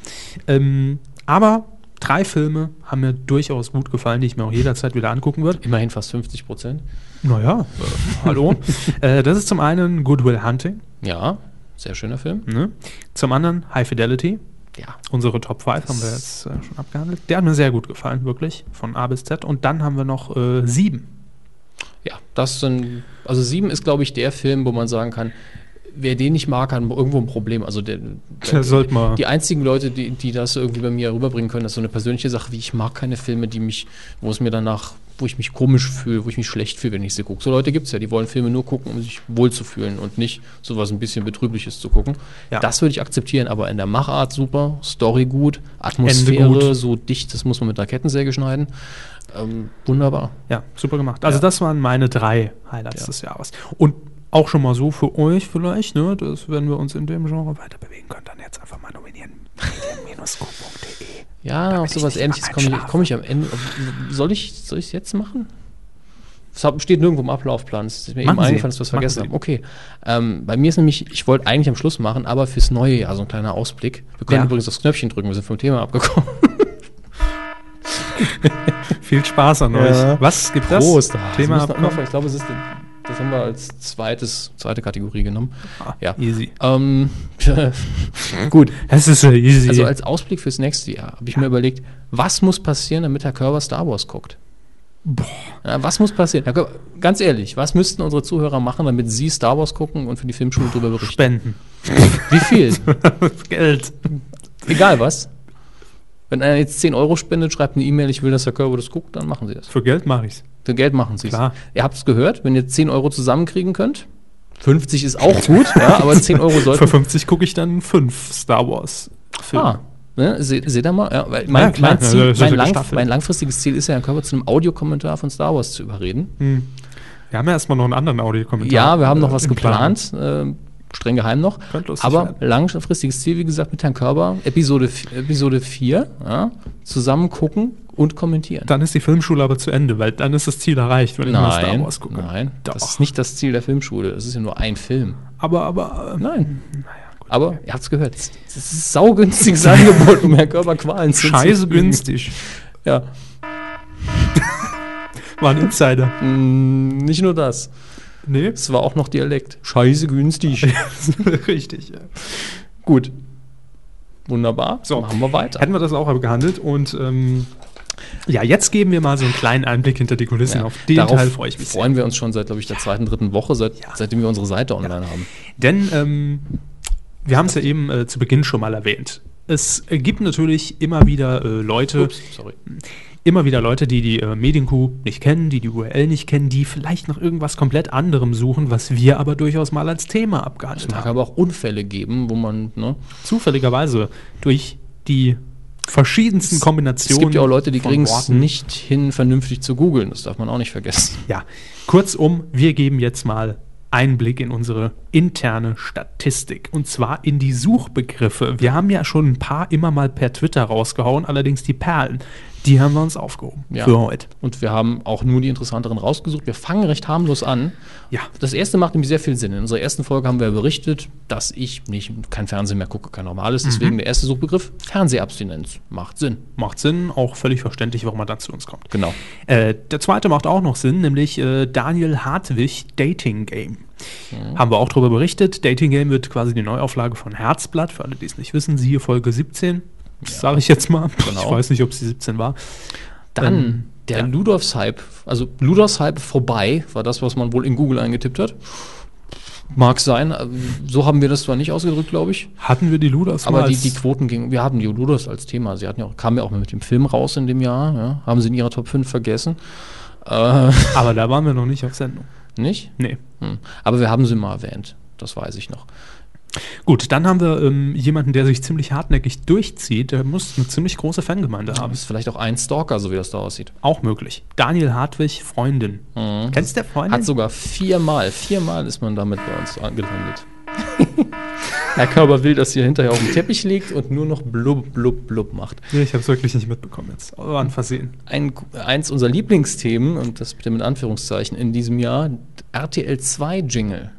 Speaker 3: Ähm, aber drei Filme haben mir durchaus gut gefallen, die ich mir auch jederzeit wieder angucken würde.
Speaker 2: Immerhin fast 50 Prozent.
Speaker 3: Naja, äh, hallo. äh, das ist zum einen Good Will Hunting,
Speaker 2: Ja, sehr schöner Film.
Speaker 3: ne? zum anderen High Fidelity.
Speaker 2: Ja.
Speaker 3: Unsere Top 5 haben wir jetzt äh, schon abgehandelt. Der hat mir sehr gut gefallen, wirklich, von A bis Z. Und dann haben wir noch äh, sieben.
Speaker 2: Ja, das sind, also sieben ist, glaube ich, der Film, wo man sagen kann, wer den nicht mag, hat irgendwo ein Problem. Also der,
Speaker 3: Da sollte man.
Speaker 2: die einzigen Leute, die, die das irgendwie bei mir rüberbringen können, das ist so eine persönliche Sache, wie ich mag keine Filme, die mich, wo es mir danach, wo ich mich komisch fühle, wo ich mich schlecht fühle, wenn ich sie gucke. So Leute gibt es ja, die wollen Filme nur gucken, um sich wohlzufühlen und nicht sowas ein bisschen Betrübliches zu gucken.
Speaker 3: Ja.
Speaker 2: Das würde ich akzeptieren, aber in der Machart super, Story gut, Atmosphäre
Speaker 3: Ende gut.
Speaker 2: so dicht, das muss man mit einer Kettensäge schneiden. Ähm, wunderbar.
Speaker 3: Ja, super gemacht. Also
Speaker 2: Ja.
Speaker 3: das waren meine drei Highlights
Speaker 2: Ja.
Speaker 3: des Jahres. Und auch schon mal so für euch vielleicht, ne? Das, wenn wir uns in dem Genre weiter bewegen können, dann jetzt einfach mal nominieren. medien-q.de.
Speaker 2: Ja, auf
Speaker 3: ich
Speaker 2: sowas
Speaker 3: nicht
Speaker 2: ähnliches
Speaker 3: mal
Speaker 2: komme ich,
Speaker 3: einschlafe.
Speaker 2: komm ich am Ende. Soll ich es jetzt machen? Es hab- steht nirgendwo im Ablaufplan. Es ist mir
Speaker 3: Machen
Speaker 2: eben
Speaker 3: Sie.
Speaker 2: eingefallen, dass wir es
Speaker 3: Machen
Speaker 2: vergessen
Speaker 3: Sie.
Speaker 2: haben. Okay. Ähm, bei mir ist nämlich, ich wollte eigentlich am Schluss machen, aber fürs neue Jahr so ein kleiner Ausblick. Wir können
Speaker 3: Ja.
Speaker 2: übrigens das Knöpfchen drücken, wir sind vom Thema abgekommen.
Speaker 3: Viel Spaß an
Speaker 2: Ja.
Speaker 3: euch. Was gibt
Speaker 2: Prost.
Speaker 3: das?
Speaker 2: Thema
Speaker 3: Thema
Speaker 2: noch,
Speaker 3: abkommen?
Speaker 2: ich glaube, es ist, das haben wir als zweites, zweite Kategorie genommen.
Speaker 3: Ah,
Speaker 2: Ja.
Speaker 3: Easy.
Speaker 2: Ähm, gut,
Speaker 3: Es ist ja easy.
Speaker 2: also als Ausblick fürs nächste Jahr habe ich mir überlegt, was muss passieren, damit Herr Körber Star Wars guckt? Ja, was muss passieren? Herr Körber, ganz ehrlich, was müssten unsere Zuhörer machen, damit sie Star Wars gucken und für die Filmschule darüber berichten?
Speaker 3: Spenden.
Speaker 2: Wie viel?
Speaker 3: Geld.
Speaker 2: Egal was. Wenn einer jetzt 10 Euro spendet, schreibt eine E-Mail, ich will, dass Herr Körber das guckt, dann machen sie das.
Speaker 3: Für Geld mache ich's.
Speaker 2: Für Geld machen sie es.
Speaker 3: Klar.
Speaker 2: Ihr habt es gehört, wenn ihr 10 Euro zusammenkriegen könnt, 50 ist auch gut, ja, aber 10 Euro sollten
Speaker 3: Für 50 gucke ich dann fünf Star Wars Filme.
Speaker 2: Ah, ne, se- seht ihr mal? Ja, weil
Speaker 3: Ja,
Speaker 2: mein,
Speaker 3: klar,
Speaker 2: mein,
Speaker 3: also
Speaker 2: Ziel,
Speaker 3: das ist
Speaker 2: mein,
Speaker 3: ja
Speaker 2: lang,
Speaker 3: gestaffelt.
Speaker 2: mein langfristiges Ziel ist ja, Herrn Körper zu einem Audiokommentar von Star Wars zu überreden.
Speaker 3: Hm. Wir haben ja erstmal noch einen anderen Audiokommentar.
Speaker 2: Ja, wir haben noch
Speaker 3: äh,
Speaker 2: was
Speaker 3: in Planung.
Speaker 2: geplant. Äh, streng geheim noch.
Speaker 3: Könnte lustig
Speaker 2: Aber
Speaker 3: werden.
Speaker 2: langfristiges Ziel, wie gesagt, mit Herrn Körber, Episode, f- Episode 4, ja, zusammen gucken und kommentieren.
Speaker 3: Dann ist die Filmschule aber zu Ende, weil dann ist das Ziel erreicht, wenn ich mal Star Wars gucke.
Speaker 2: nein,
Speaker 3: Doch.
Speaker 2: das ist nicht das Ziel der Filmschule. Das ist ja nur ein Film.
Speaker 3: Aber, aber, äh,
Speaker 2: Nein. Aber ihr habt's gehört. Es ist ein saugünstiges Angebot, um Herrn Körber Qualen zu
Speaker 3: scheiße
Speaker 2: hinzufügen.
Speaker 3: günstig.
Speaker 2: Ja.
Speaker 3: War ein Insider.
Speaker 2: Mm, nicht nur das.
Speaker 3: Nee.
Speaker 2: Es war auch noch Dialekt. Scheiße günstig.
Speaker 3: Richtig, ja.
Speaker 2: Gut. Wunderbar.
Speaker 3: So.
Speaker 2: machen wir weiter.
Speaker 3: Hätten wir das auch abgehandelt und ähm, ja, jetzt geben wir mal so einen kleinen Einblick hinter die Kulissen.
Speaker 2: Ja,
Speaker 3: Auf den
Speaker 2: Darauf
Speaker 3: Teil freue ich mich sehr.
Speaker 2: freuen wir uns schon seit, glaube ich, der zweiten, dritten Woche, seit,
Speaker 3: Ja.
Speaker 2: seitdem wir unsere Seite online haben.
Speaker 3: Denn ähm, wir haben es ja eben äh, zu Beginn schon mal erwähnt. Es gibt natürlich immer wieder äh, Leute,
Speaker 2: sorry.
Speaker 3: immer wieder Leute, die die äh, Medienkuh nicht kennen, die die URL nicht kennen, die vielleicht nach irgendwas komplett anderem suchen, was wir aber durchaus mal als Thema
Speaker 2: Es
Speaker 3: abgehandelt
Speaker 2: mag
Speaker 3: haben.
Speaker 2: aber auch Unfälle geben, wo man, ne?
Speaker 3: Zufälligerweise durch die verschiedensten
Speaker 2: Es
Speaker 3: Kombinationen.
Speaker 2: gibt ja auch Leute, die
Speaker 3: von
Speaker 2: kriegen es
Speaker 3: Worten.
Speaker 2: nicht hin, vernünftig zu googeln. Das darf man auch nicht vergessen.
Speaker 3: Ja, kurzum, wir geben jetzt mal Einblick in unsere interne Statistik und zwar in die Suchbegriffe. Wir haben ja schon ein paar immer mal per Twitter rausgehauen, allerdings die Perlen, die haben wir uns aufgehoben
Speaker 2: Ja.
Speaker 3: für heute.
Speaker 2: Und wir haben auch nur die interessanteren rausgesucht. Wir fangen recht harmlos an.
Speaker 3: Ja.
Speaker 2: Das erste macht nämlich sehr viel Sinn. In unserer ersten Folge haben wir berichtet, dass ich nicht, kein Fernsehen mehr gucke, kein normales. Deswegen der erste Suchbegriff, Fernsehabstinenz. Macht Sinn.
Speaker 3: Macht Sinn, auch völlig verständlich, warum man dann zu uns kommt.
Speaker 2: Genau.
Speaker 3: Äh, der zweite macht auch noch Sinn, nämlich äh, Daniel Hartwig Dating Game.
Speaker 2: Mhm.
Speaker 3: Haben wir auch darüber berichtet. Dating Game wird quasi die Neuauflage von Herzblatt, für alle, die es nicht wissen, siehe Folge 17. Das sage ich jetzt mal.
Speaker 2: Genau.
Speaker 3: Ich weiß nicht, ob sie 17 war.
Speaker 2: Dann
Speaker 3: Ähm,
Speaker 2: Der Ludolfs-Hype, also Ludolfs-Hype vorbei, war das, was man wohl in Google eingetippt hat. Mag sein. äh, So haben wir das zwar nicht ausgedrückt, glaube ich.
Speaker 3: Hatten wir die Ludas
Speaker 2: Aber
Speaker 3: mal
Speaker 2: die,
Speaker 3: als-
Speaker 2: die Quoten gingen, wir hatten die Ludolfs als Thema. Sie hatten ja auch, kamen ja auch mal mit dem Film raus in dem Jahr. Ja. Haben sie in ihrer Top 5 vergessen. Äh,
Speaker 3: aber da waren wir noch nicht auf Sendung.
Speaker 2: nicht?
Speaker 3: Nee.
Speaker 2: Hm. Aber wir haben sie mal erwähnt. Das weiß ich noch.
Speaker 3: Gut, dann haben wir ähm, jemanden, der sich ziemlich hartnäckig durchzieht. Der muss eine ziemlich große Fangemeinde haben.
Speaker 2: Ist vielleicht auch ein Stalker, so wie das da aussieht.
Speaker 3: Auch möglich. Daniel Hartwig, Freundin. Kennst du der Freundin?
Speaker 2: Mhm. Hat sogar viermal, viermal ist man damit bei uns angelandet. Herr Körber will, dass ihr hinterher auf dem Teppich liegt und nur noch blub, blub, blub macht.
Speaker 3: nee, ich habe es wirklich nicht mitbekommen jetzt. Aber an Versehen.
Speaker 2: Ein, eins unserer Lieblingsthemen, und das bitte mit Anführungszeichen, in diesem Jahr, RTL 2 Jingle.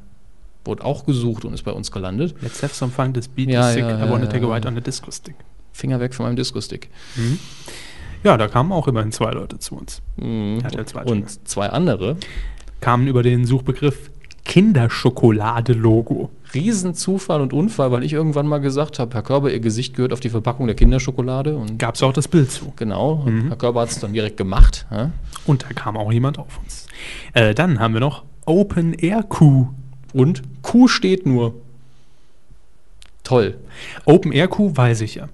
Speaker 2: Wurde auch gesucht und ist bei uns gelandet.
Speaker 3: Let's have some fun, this beat
Speaker 2: Ja,
Speaker 3: is sick.
Speaker 2: ja,
Speaker 3: I
Speaker 2: ja,
Speaker 3: wanna
Speaker 2: ja,
Speaker 3: take a
Speaker 2: ja.
Speaker 3: ride on the disco stick.
Speaker 2: Finger weg von meinem Disco-Stick.
Speaker 3: Ja, da kamen auch immerhin zwei Leute zu uns.
Speaker 2: Mhm.
Speaker 3: RTL 2 Jingle.
Speaker 2: Und zwei andere.
Speaker 3: Kamen über den Suchbegriff Kinderschokolade-Logo.
Speaker 2: Riesenzufall und Unfall, weil ich irgendwann mal gesagt habe, Herr Körber, Ihr Gesicht gehört auf die Verpackung der Kinderschokolade. Und
Speaker 3: Gab es auch das Bild zu.
Speaker 2: genau,
Speaker 3: Mhm.
Speaker 2: Herr Körber hat es dann direkt gemacht. Ja?
Speaker 3: Und da kam auch jemand auf uns. Äh, dann haben wir noch Open Air Q.
Speaker 2: Und Q steht nur. Toll.
Speaker 3: Open Air Q weiß ich ja.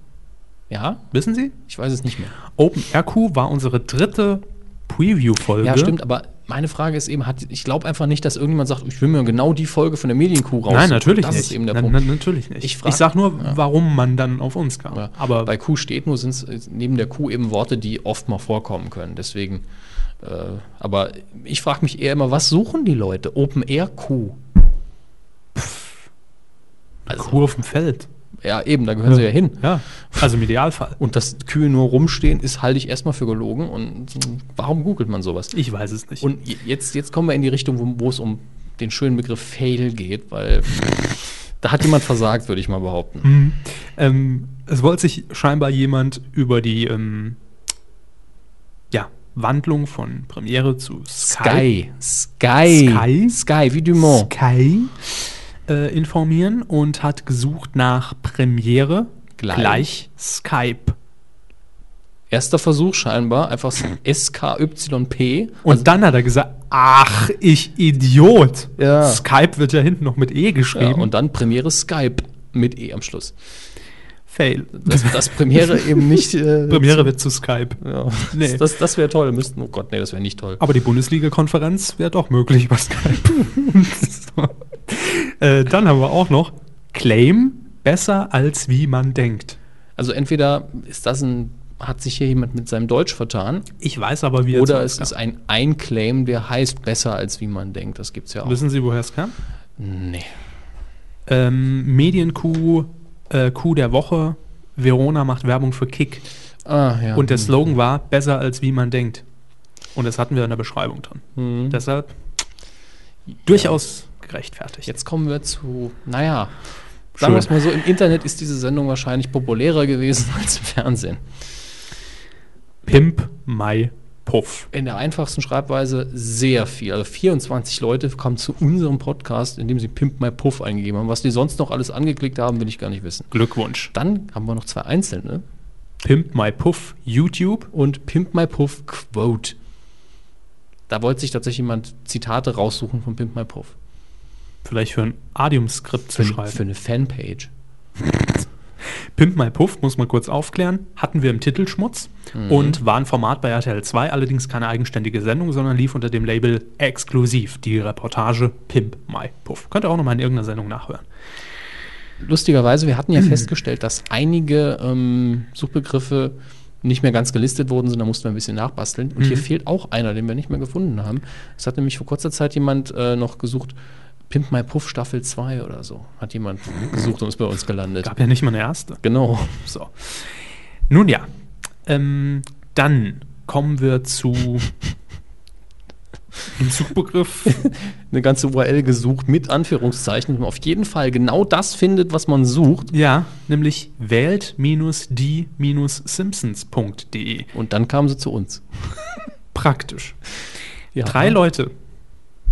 Speaker 2: Ja,
Speaker 3: Wissen Sie?
Speaker 2: ich weiß es nicht mehr.
Speaker 3: Open Air Q war unsere dritte Preview-Folge.
Speaker 2: Ja, stimmt, aber meine Frage ist eben, hat, ich glaube einfach nicht, dass irgendjemand sagt, ich will mir genau die Folge von der Medienkuh raus.
Speaker 3: Nein, natürlich
Speaker 2: das
Speaker 3: nicht.
Speaker 2: Das ist eben der
Speaker 3: Na-
Speaker 2: Punkt.
Speaker 3: na- natürlich nicht.
Speaker 2: Ich
Speaker 3: Ich,
Speaker 2: frag-
Speaker 3: sag nur, warum man dann auf uns kam.
Speaker 2: Ja.
Speaker 3: Aber
Speaker 2: Bei Q steht nur, sind es neben der Q eben Worte, die oft mal vorkommen können. Deswegen, äh, aber ich frage mich eher immer, was suchen die Leute? Open Air Q. also
Speaker 3: Q auf dem Feld.
Speaker 2: Ja, eben, da gehören sie ja hin.
Speaker 3: Ja, also im Idealfall.
Speaker 2: Und dass Kühe nur rumstehen, ist halte ich erstmal für gelogen. Und mh, warum googelt man sowas?
Speaker 3: Ich weiß es nicht.
Speaker 2: Und j- jetzt, jetzt kommen wir in die Richtung, wo- wo es um den schönen Begriff Fail geht, weil da hat jemand versagt, würde ich mal behaupten.
Speaker 3: Hm. ähm, es wollte sich scheinbar jemand über die ähm, ja, Wandlung von Premiere zu Sky,
Speaker 2: Sky.
Speaker 3: Sky?
Speaker 2: Sky. Sky, wie Dumont.
Speaker 3: Sky äh, informieren und hat gesucht nach Premiere
Speaker 2: Gleich.
Speaker 3: Skype.
Speaker 2: Erster Versuch scheinbar, einfach SKYP.
Speaker 3: Und dann hat er gesagt, ach, ich Idiot.
Speaker 2: Ja.
Speaker 3: Skype wird ja hinten noch mit E geschrieben.
Speaker 2: Ja, und dann Premiere Skype mit E am Schluss.
Speaker 3: Fail.
Speaker 2: Dass das Premiere eben nicht. Äh,
Speaker 3: Premiere wird zu Skype.
Speaker 2: Ja,
Speaker 3: Nee.
Speaker 2: Das, das wäre toll. Müssten, oh Gott, nee, das wäre nicht toll.
Speaker 3: Aber die Bundesliga-Konferenz wäre doch möglich über Skype. so. äh, dann haben wir auch noch Claim besser als wie man denkt.
Speaker 2: Also entweder ist das ein, hat sich hier jemand mit seinem Deutsch vertan,
Speaker 3: Ich weiß aber, wie
Speaker 2: Oder
Speaker 3: es
Speaker 2: es ist ein Einclaim, der heißt besser als wie man denkt. Das gibt's ja auch.
Speaker 3: Wissen Sie, woher es kam?
Speaker 2: Nee.
Speaker 3: Ähm, Medien-Coup, äh, Coup der Woche. Verona macht Werbung für Kick.
Speaker 2: Ah, ja.
Speaker 3: Und der Slogan war besser als wie man denkt. Und das hatten wir in der Beschreibung drin.
Speaker 2: Hm.
Speaker 3: Deshalb durchaus gerechtfertigt.
Speaker 2: Jetzt kommen wir zu, naja, sagen wir es mal so, im Internet ist diese Sendung wahrscheinlich populärer gewesen als im Fernsehen.
Speaker 3: Pimp Mai Puff.
Speaker 2: In der einfachsten Schreibweise sehr viel. Also 24 Leute kamen zu unserem Podcast, indem sie Pimp My Puff eingegeben haben. Was die sonst noch alles angeklickt haben, will ich gar nicht wissen.
Speaker 3: Glückwunsch.
Speaker 2: Dann haben wir noch zwei Einzelne
Speaker 3: Pimp My Puff YouTube.
Speaker 2: und Pimp My Puff Quote. Da wollte sich tatsächlich jemand Zitate raussuchen von Pimp My Puff.
Speaker 3: Vielleicht für ein Adium-Skript zu
Speaker 2: Für,
Speaker 3: schreiben.
Speaker 2: für eine Fanpage.
Speaker 3: Pimp My Puff, muss man kurz aufklären, hatten wir im Titelschmutz und war ein Format bei RTL 2, allerdings keine eigenständige Sendung, sondern lief unter dem Label exklusiv die Reportage Pimp My Puff. Könnt ihr auch nochmal in irgendeiner Sendung nachhören.
Speaker 2: Lustigerweise, wir hatten ja festgestellt, dass einige ähm, Suchbegriffe nicht mehr ganz gelistet worden sind, da mussten wir ein bisschen nachbasteln. Und hier
Speaker 3: Mhm.
Speaker 2: fehlt auch einer, den wir nicht mehr gefunden haben. Es hat nämlich vor kurzer Zeit jemand äh, noch gesucht, Pimp My Puff Staffel 2 oder so. Hat jemand gesucht und ist bei uns gelandet.
Speaker 3: Gab ja nicht mal eine erste.
Speaker 2: Genau.
Speaker 3: So. Nun ja, ähm, dann kommen wir zu dem Suchbegriff.
Speaker 2: Eine ganze URL gesucht mit Anführungszeichen, damit man auf jeden Fall genau das findet, was man sucht.
Speaker 3: ja, nämlich wählt-die-simpsons.de.
Speaker 2: Und dann kamen sie zu uns.
Speaker 3: Praktisch.
Speaker 2: Ja.
Speaker 3: Drei Leute.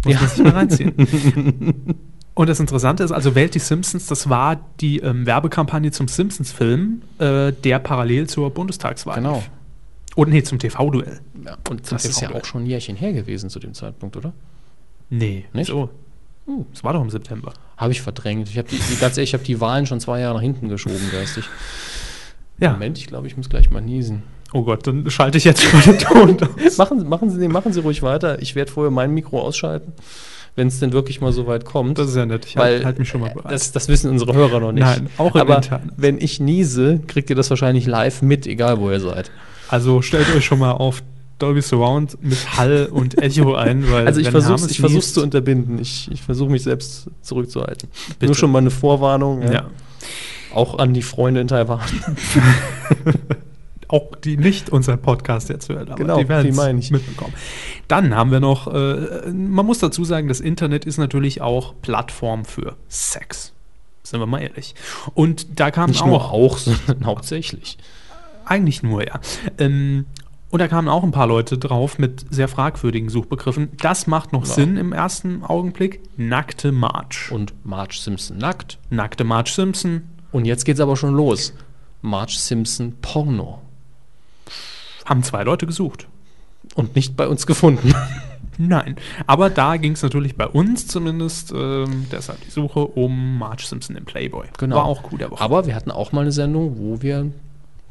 Speaker 3: Muss man sich mal reinziehen. Und das Interessante ist, also Wählt die Simpsons, das war die ähm, Werbekampagne zum Simpsons-Film, äh, der parallel zur Bundestagswahl.
Speaker 2: Genau.
Speaker 3: lief. Oder nee, zum TV-Duell.
Speaker 2: Ja, und
Speaker 3: Das
Speaker 2: das,
Speaker 3: ist
Speaker 2: ist ja
Speaker 3: auch-
Speaker 2: auch schon ein Jährchen her gewesen zu dem Zeitpunkt, oder?
Speaker 3: Nee,
Speaker 2: Nicht?
Speaker 3: so. Hm, Das war doch im September.
Speaker 2: Habe ich verdrängt. Ich habe die, die- ganz ehrlich, ich habe die Wahlen schon zwei Jahre nach hinten geschoben, geistig.
Speaker 3: Ja.
Speaker 2: Moment, ich glaube, ich muss gleich mal niesen.
Speaker 3: Oh Gott, dann schalte ich jetzt mal den Ton aus.
Speaker 2: Machen, machen, Sie, nee, machen Sie ruhig weiter. Ich werde vorher mein Mikro ausschalten, wenn es denn wirklich mal so weit kommt.
Speaker 3: Das ist ja nett. Ich
Speaker 2: weil
Speaker 3: halte halt mich schon mal
Speaker 2: äh,
Speaker 3: bereit.
Speaker 2: das, das wissen unsere Hörer noch nicht.
Speaker 3: Nein, auch im
Speaker 2: Aber
Speaker 3: Internet.
Speaker 2: wenn ich niese, kriegt ihr das wahrscheinlich live mit, egal wo ihr seid.
Speaker 3: Also stellt euch schon mal auf Dolby Surround mit Hall und Echo ein, weil
Speaker 2: Also ich
Speaker 3: wenn
Speaker 2: versuche
Speaker 3: Hermes
Speaker 2: ich versuch's
Speaker 3: liest-
Speaker 2: zu unterbinden. Ich, ich versuche mich selbst zurückzuhalten.
Speaker 3: Bitte.
Speaker 2: Nur schon mal eine Vorwarnung.
Speaker 3: ja.
Speaker 2: ja. Auch an die Freunde in Taiwan.
Speaker 3: auch die nicht unseren Podcast jetzt hören, aber
Speaker 2: Genau,
Speaker 3: die werden
Speaker 2: die meine ich.
Speaker 3: mitbekommen. Dann haben wir noch, äh, man muss dazu sagen, das Internet ist natürlich auch Plattform für Sex. Sind wir mal ehrlich. Und da kamen
Speaker 2: Nicht nur
Speaker 3: auch,
Speaker 2: auch, sondern hauptsächlich.
Speaker 3: eigentlich nur, ja. Ähm, und da kamen auch ein paar Leute drauf mit sehr fragwürdigen Suchbegriffen. Das macht noch
Speaker 2: Ja.
Speaker 3: Sinn im ersten Augenblick. Nackte March.
Speaker 2: Genau. Und Marge Simpson nackt.
Speaker 3: Nackte March Simpson.
Speaker 2: Und jetzt geht's aber schon los. Marge Simpson Porno.
Speaker 3: Haben zwei Leute gesucht.
Speaker 2: Und nicht bei uns gefunden.
Speaker 3: Nein, aber da ging es natürlich bei uns zumindest, ähm, deshalb die Suche um Marge Simpson im Playboy. War auch cool der Woche.
Speaker 2: Genau. Aber wir hatten auch mal eine Sendung, wo wir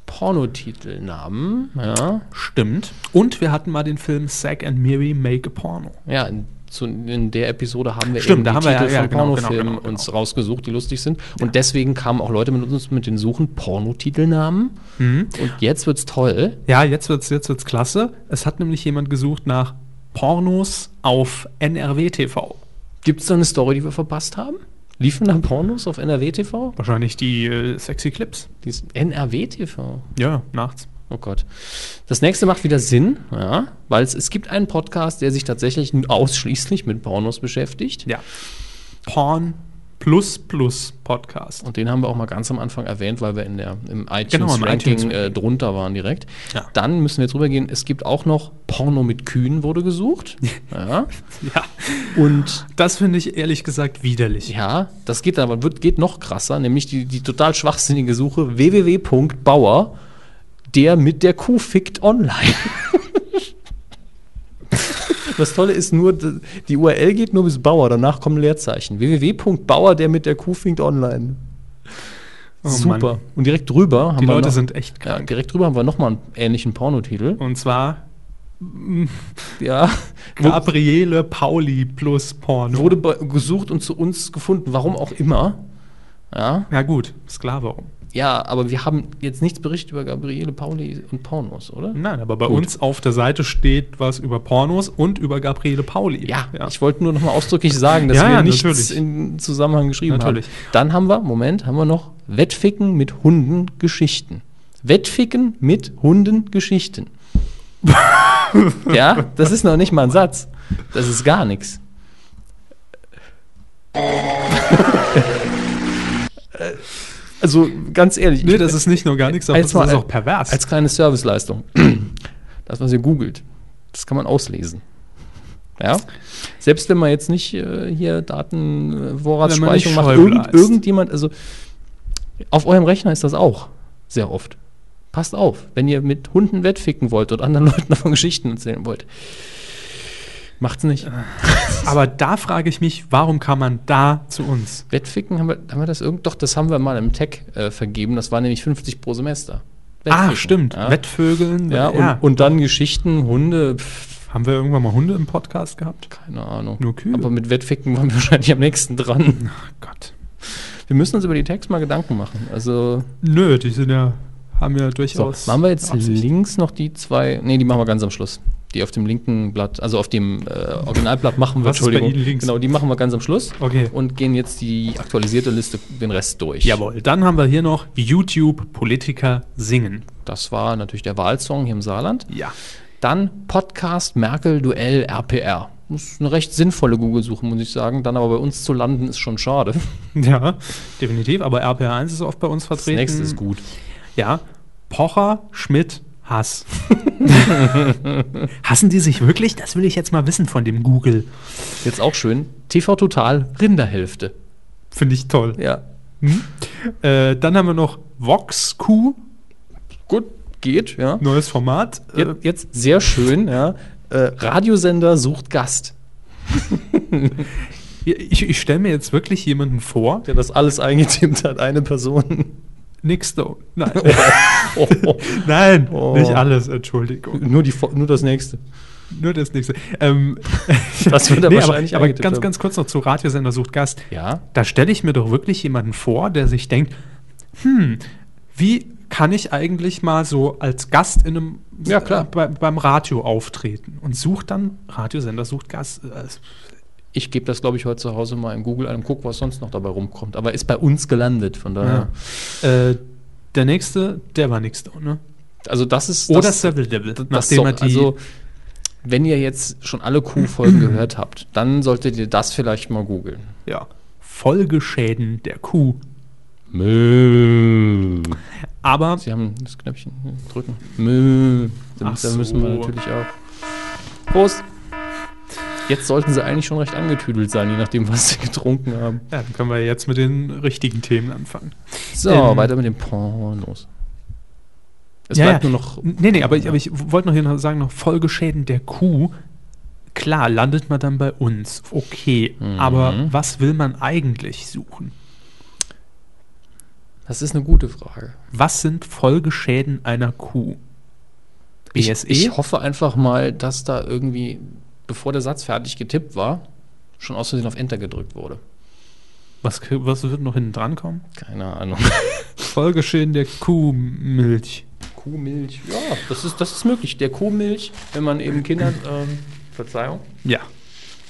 Speaker 2: Pornotitel nahmen. Ja,
Speaker 3: Stimmt. Und wir hatten mal den Film Zack and Miri Make a Porno.
Speaker 2: ja in, zu, in der Episode haben wir
Speaker 3: Stimmt,
Speaker 2: eben
Speaker 3: da haben
Speaker 2: die
Speaker 3: wir ja-
Speaker 2: Titel
Speaker 3: ja,
Speaker 2: von
Speaker 3: genau, genau,
Speaker 2: Pornofilmen
Speaker 3: genau, genau.
Speaker 2: uns rausgesucht, die lustig sind. Und deswegen kamen auch Leute mit uns mit den Suchen Pornotitelnamen. Und jetzt wird's toll.
Speaker 3: Ja, jetzt wird's, jetzt wird's klasse. Es hat nämlich jemand gesucht nach Pornos auf NRW TV.
Speaker 2: Gibt's da eine Story, die wir verpasst haben? Liefen da Pornos auf NRW TV?
Speaker 3: Wahrscheinlich die äh, sexy Clips.
Speaker 2: Dies- NRW TV.
Speaker 3: Ja, nachts.
Speaker 2: Oh Gott. Das nächste macht wieder Sinn, ja, weil es, es gibt einen Podcast, der sich tatsächlich n- ausschließlich mit Pornos beschäftigt.
Speaker 3: Ja. Porn plus plus Podcast.
Speaker 2: Und den haben wir auch mal ganz am Anfang erwähnt, weil wir in der, im
Speaker 3: Genau, im
Speaker 2: iTunes-Ranking
Speaker 3: iTunes.
Speaker 2: äh, drunter waren direkt.
Speaker 3: Ja.
Speaker 2: Dann müssen wir jetzt rübergehen. Es gibt auch noch Porno mit Kühen wurde gesucht. ja.
Speaker 3: Ja.
Speaker 2: Und
Speaker 3: Das finde ich ehrlich gesagt widerlich.
Speaker 2: ja, das geht aber wird, geht noch krasser, nämlich die, die total schwachsinnige Suche www.bauer, der mit der Kuh fickt online. Das Tolle ist nur, d- die URL geht nur bis Bauer, danach kommen Leerzeichen. www.bauer, der mit der Kuh fickt online.
Speaker 3: Oh
Speaker 2: Super.
Speaker 3: Mann.
Speaker 2: Und direkt drüber haben
Speaker 3: Die
Speaker 2: wir
Speaker 3: Leute
Speaker 2: noch,
Speaker 3: sind Oh. echt
Speaker 2: ja,
Speaker 3: krank.
Speaker 2: direkt drüber haben wir nochmal einen ähnlichen Pornotitel.
Speaker 3: Und zwar
Speaker 2: Ja. Wo,
Speaker 3: Gabriele Pauli plus Porno.
Speaker 2: wurde bei, gesucht und zu uns gefunden, warum auch immer. Ja.
Speaker 3: ja gut, ist klar warum.
Speaker 2: Ja, aber wir haben jetzt nichts berichtet über Gabriele Pauli und Pornos, oder?
Speaker 3: Nein, aber bei uns auf der Seite steht was über Pornos und über Gabriele Pauli.
Speaker 2: Ja, ich wollte nur nochmal ausdrücklich sagen, dass
Speaker 3: Ja,
Speaker 2: wir
Speaker 3: ja,
Speaker 2: nichts
Speaker 3: natürlich.
Speaker 2: in Zusammenhang geschrieben
Speaker 3: Natürlich.
Speaker 2: haben. Dann haben wir, Moment, haben wir noch Wettficken mit Hunden Geschichten. Wettficken mit Hunden Geschichten. ja, das ist noch nicht mal ein Satz. Das ist gar nichts. Äh, Also ganz ehrlich,
Speaker 3: nee, das ist nicht nur gar nichts, aber
Speaker 2: Als
Speaker 3: das ist
Speaker 2: mal-
Speaker 3: auch pervers.
Speaker 2: als kleine Serviceleistung. Das, was ihr googelt, das kann man auslesen. Ja? Selbst wenn man jetzt nicht äh, hier
Speaker 3: Wenn man nicht
Speaker 2: Datenvorratsspeicherung macht,
Speaker 3: Schäuble
Speaker 2: irgend,
Speaker 3: heißt.
Speaker 2: irgendjemand, also auf eurem Rechner ist das auch sehr oft. Passt auf, wenn ihr mit Hunden wettficken wollt und anderen Leuten davon Geschichten erzählen wollt. Macht's nicht.
Speaker 3: aber da frage ich mich, warum kam man da zu uns?
Speaker 2: Wettficken, haben wir, haben wir das irgend? Doch, das haben wir mal im Tech äh, vergeben. Das war nämlich 50 pro Semester.
Speaker 3: Ah,
Speaker 2: Wettficken,
Speaker 3: stimmt.
Speaker 2: Ja,
Speaker 3: Wettvögeln.
Speaker 2: ja, und, und dann Geschichten, Hunde, pff,
Speaker 3: haben wir irgendwann mal Hunde im Podcast gehabt?
Speaker 2: Keine Ahnung.
Speaker 3: Nur Kühe.
Speaker 2: Aber mit Wettficken waren wir wahrscheinlich am nächsten dran.
Speaker 3: Oh Gott.
Speaker 2: Wir müssen uns über die Tags mal Gedanken machen. Also,
Speaker 3: Nö, die sind ja, haben ja
Speaker 2: so,
Speaker 3: durchaus.
Speaker 2: machen wir jetzt
Speaker 3: Absicht.
Speaker 2: links noch die zwei. Nee, die machen wir ganz am Schluss. Die auf dem linken Blatt, also auf dem äh, Originalblatt machen wir,
Speaker 3: Was ist bei Ihnen links?
Speaker 2: Genau, die machen wir ganz am Schluss.
Speaker 3: Okay.
Speaker 2: Und gehen jetzt die aktualisierte Liste, den Rest durch.
Speaker 3: Jawohl, dann haben wir hier noch YouTube Politiker singen.
Speaker 2: Das war natürlich der Wahlsong hier im Saarland.
Speaker 3: Ja.
Speaker 2: Dann Podcast Merkel Duell RPR. Das ist eine recht sinnvolle Google-Suche, muss ich sagen. Dann aber bei uns zu landen, ist schon schade.
Speaker 3: Ja, definitiv. Aber RPR1 ist oft bei uns
Speaker 2: Das
Speaker 3: vertreten.
Speaker 2: nächste ist gut.
Speaker 3: Ja. Pocher, Schmidt, Hass. Hassen die sich wirklich? Das will ich jetzt mal wissen von dem Google.
Speaker 2: Jetzt auch schön. TV Total Rinderhälfte.
Speaker 3: Finde ich toll.
Speaker 2: Ja.
Speaker 3: Äh, dann haben wir noch Vox Q.
Speaker 2: Gut. geht, ja.
Speaker 3: Neues Format. Äh,
Speaker 2: Jetzt, jetzt sehr schön, ja. Äh, Radiosender sucht Gast,
Speaker 3: ich ich stelle mir jetzt wirklich jemanden vor.
Speaker 2: der das alles eingetimmt hat, eine Person.
Speaker 3: Nick Stone. Nein.
Speaker 2: Oh,
Speaker 3: Nein,
Speaker 2: Oh.
Speaker 3: nicht alles, Entschuldigung.
Speaker 2: Nur, die, Fo- nur das nächste.
Speaker 3: Nur das nächste. Ähm,
Speaker 2: Das wird er wahrscheinlich
Speaker 3: aber, aber
Speaker 2: eingetippt
Speaker 3: ganz,
Speaker 2: haben.
Speaker 3: ganz kurz noch zu Radiosender sucht Gast.
Speaker 2: Ja.
Speaker 3: Da stelle ich mir doch wirklich jemanden vor, der sich denkt, hm, wie kann ich eigentlich mal so als Gast in einem äh,
Speaker 2: Ja, klar.
Speaker 3: Bei, beim Radio auftreten und sucht dann Radiosender sucht Gast. Äh,
Speaker 2: Ich gebe das, glaube ich, heute zu Hause mal in Google an und gucke, was sonst noch dabei rumkommt. Aber ist bei uns gelandet, von daher.
Speaker 3: äh, der nächste, der war Nick Stone, ne?
Speaker 2: Also, das ist.
Speaker 3: Oder
Speaker 2: das,
Speaker 3: Seville Devil,
Speaker 2: das so, also, wenn ihr jetzt schon alle Kuhfolgen gehört habt, dann solltet ihr das vielleicht mal googeln.
Speaker 3: ja, Folgeschäden der Kuh.
Speaker 2: Mö.
Speaker 3: Aber
Speaker 2: Sie haben das Knöpfchen drücken. Mö. Da,
Speaker 3: Ach
Speaker 2: da müssen wir
Speaker 3: so.
Speaker 2: natürlich auch. Prost! Jetzt sollten sie eigentlich schon recht angetüdelt sein, je nachdem, was sie getrunken haben.
Speaker 3: ja, dann können wir jetzt mit den richtigen Themen anfangen.
Speaker 2: So,
Speaker 3: Ähm.
Speaker 2: weiter mit den Pornos. Es
Speaker 3: Ja,
Speaker 2: bleibt
Speaker 3: ja.
Speaker 2: nur noch.
Speaker 3: Nee, nee, aber ich, aber ich wollte noch hier noch sagen, noch Folgeschäden der Kuh. Klar, landet man dann bei uns. Okay,
Speaker 2: Mhm.
Speaker 3: aber was will man eigentlich suchen?
Speaker 2: Das ist eine gute Frage.
Speaker 3: Was sind Folgeschäden einer Kuh? E?
Speaker 2: Ich,
Speaker 3: BSE?
Speaker 2: ich hoffe einfach mal, dass da irgendwie, bevor der Satz fertig getippt war, schon aus Versehen auf Enter gedrückt wurde.
Speaker 3: was, was wird noch hinten dran kommen?
Speaker 2: Keine Ahnung.
Speaker 3: Folgeschäden der Kuhmilch.
Speaker 2: Kuhmilch. Ja, das ist, das ist möglich. Der Kuhmilch, wenn man eben Kindern, ähm, Verzeihung,
Speaker 3: Ja.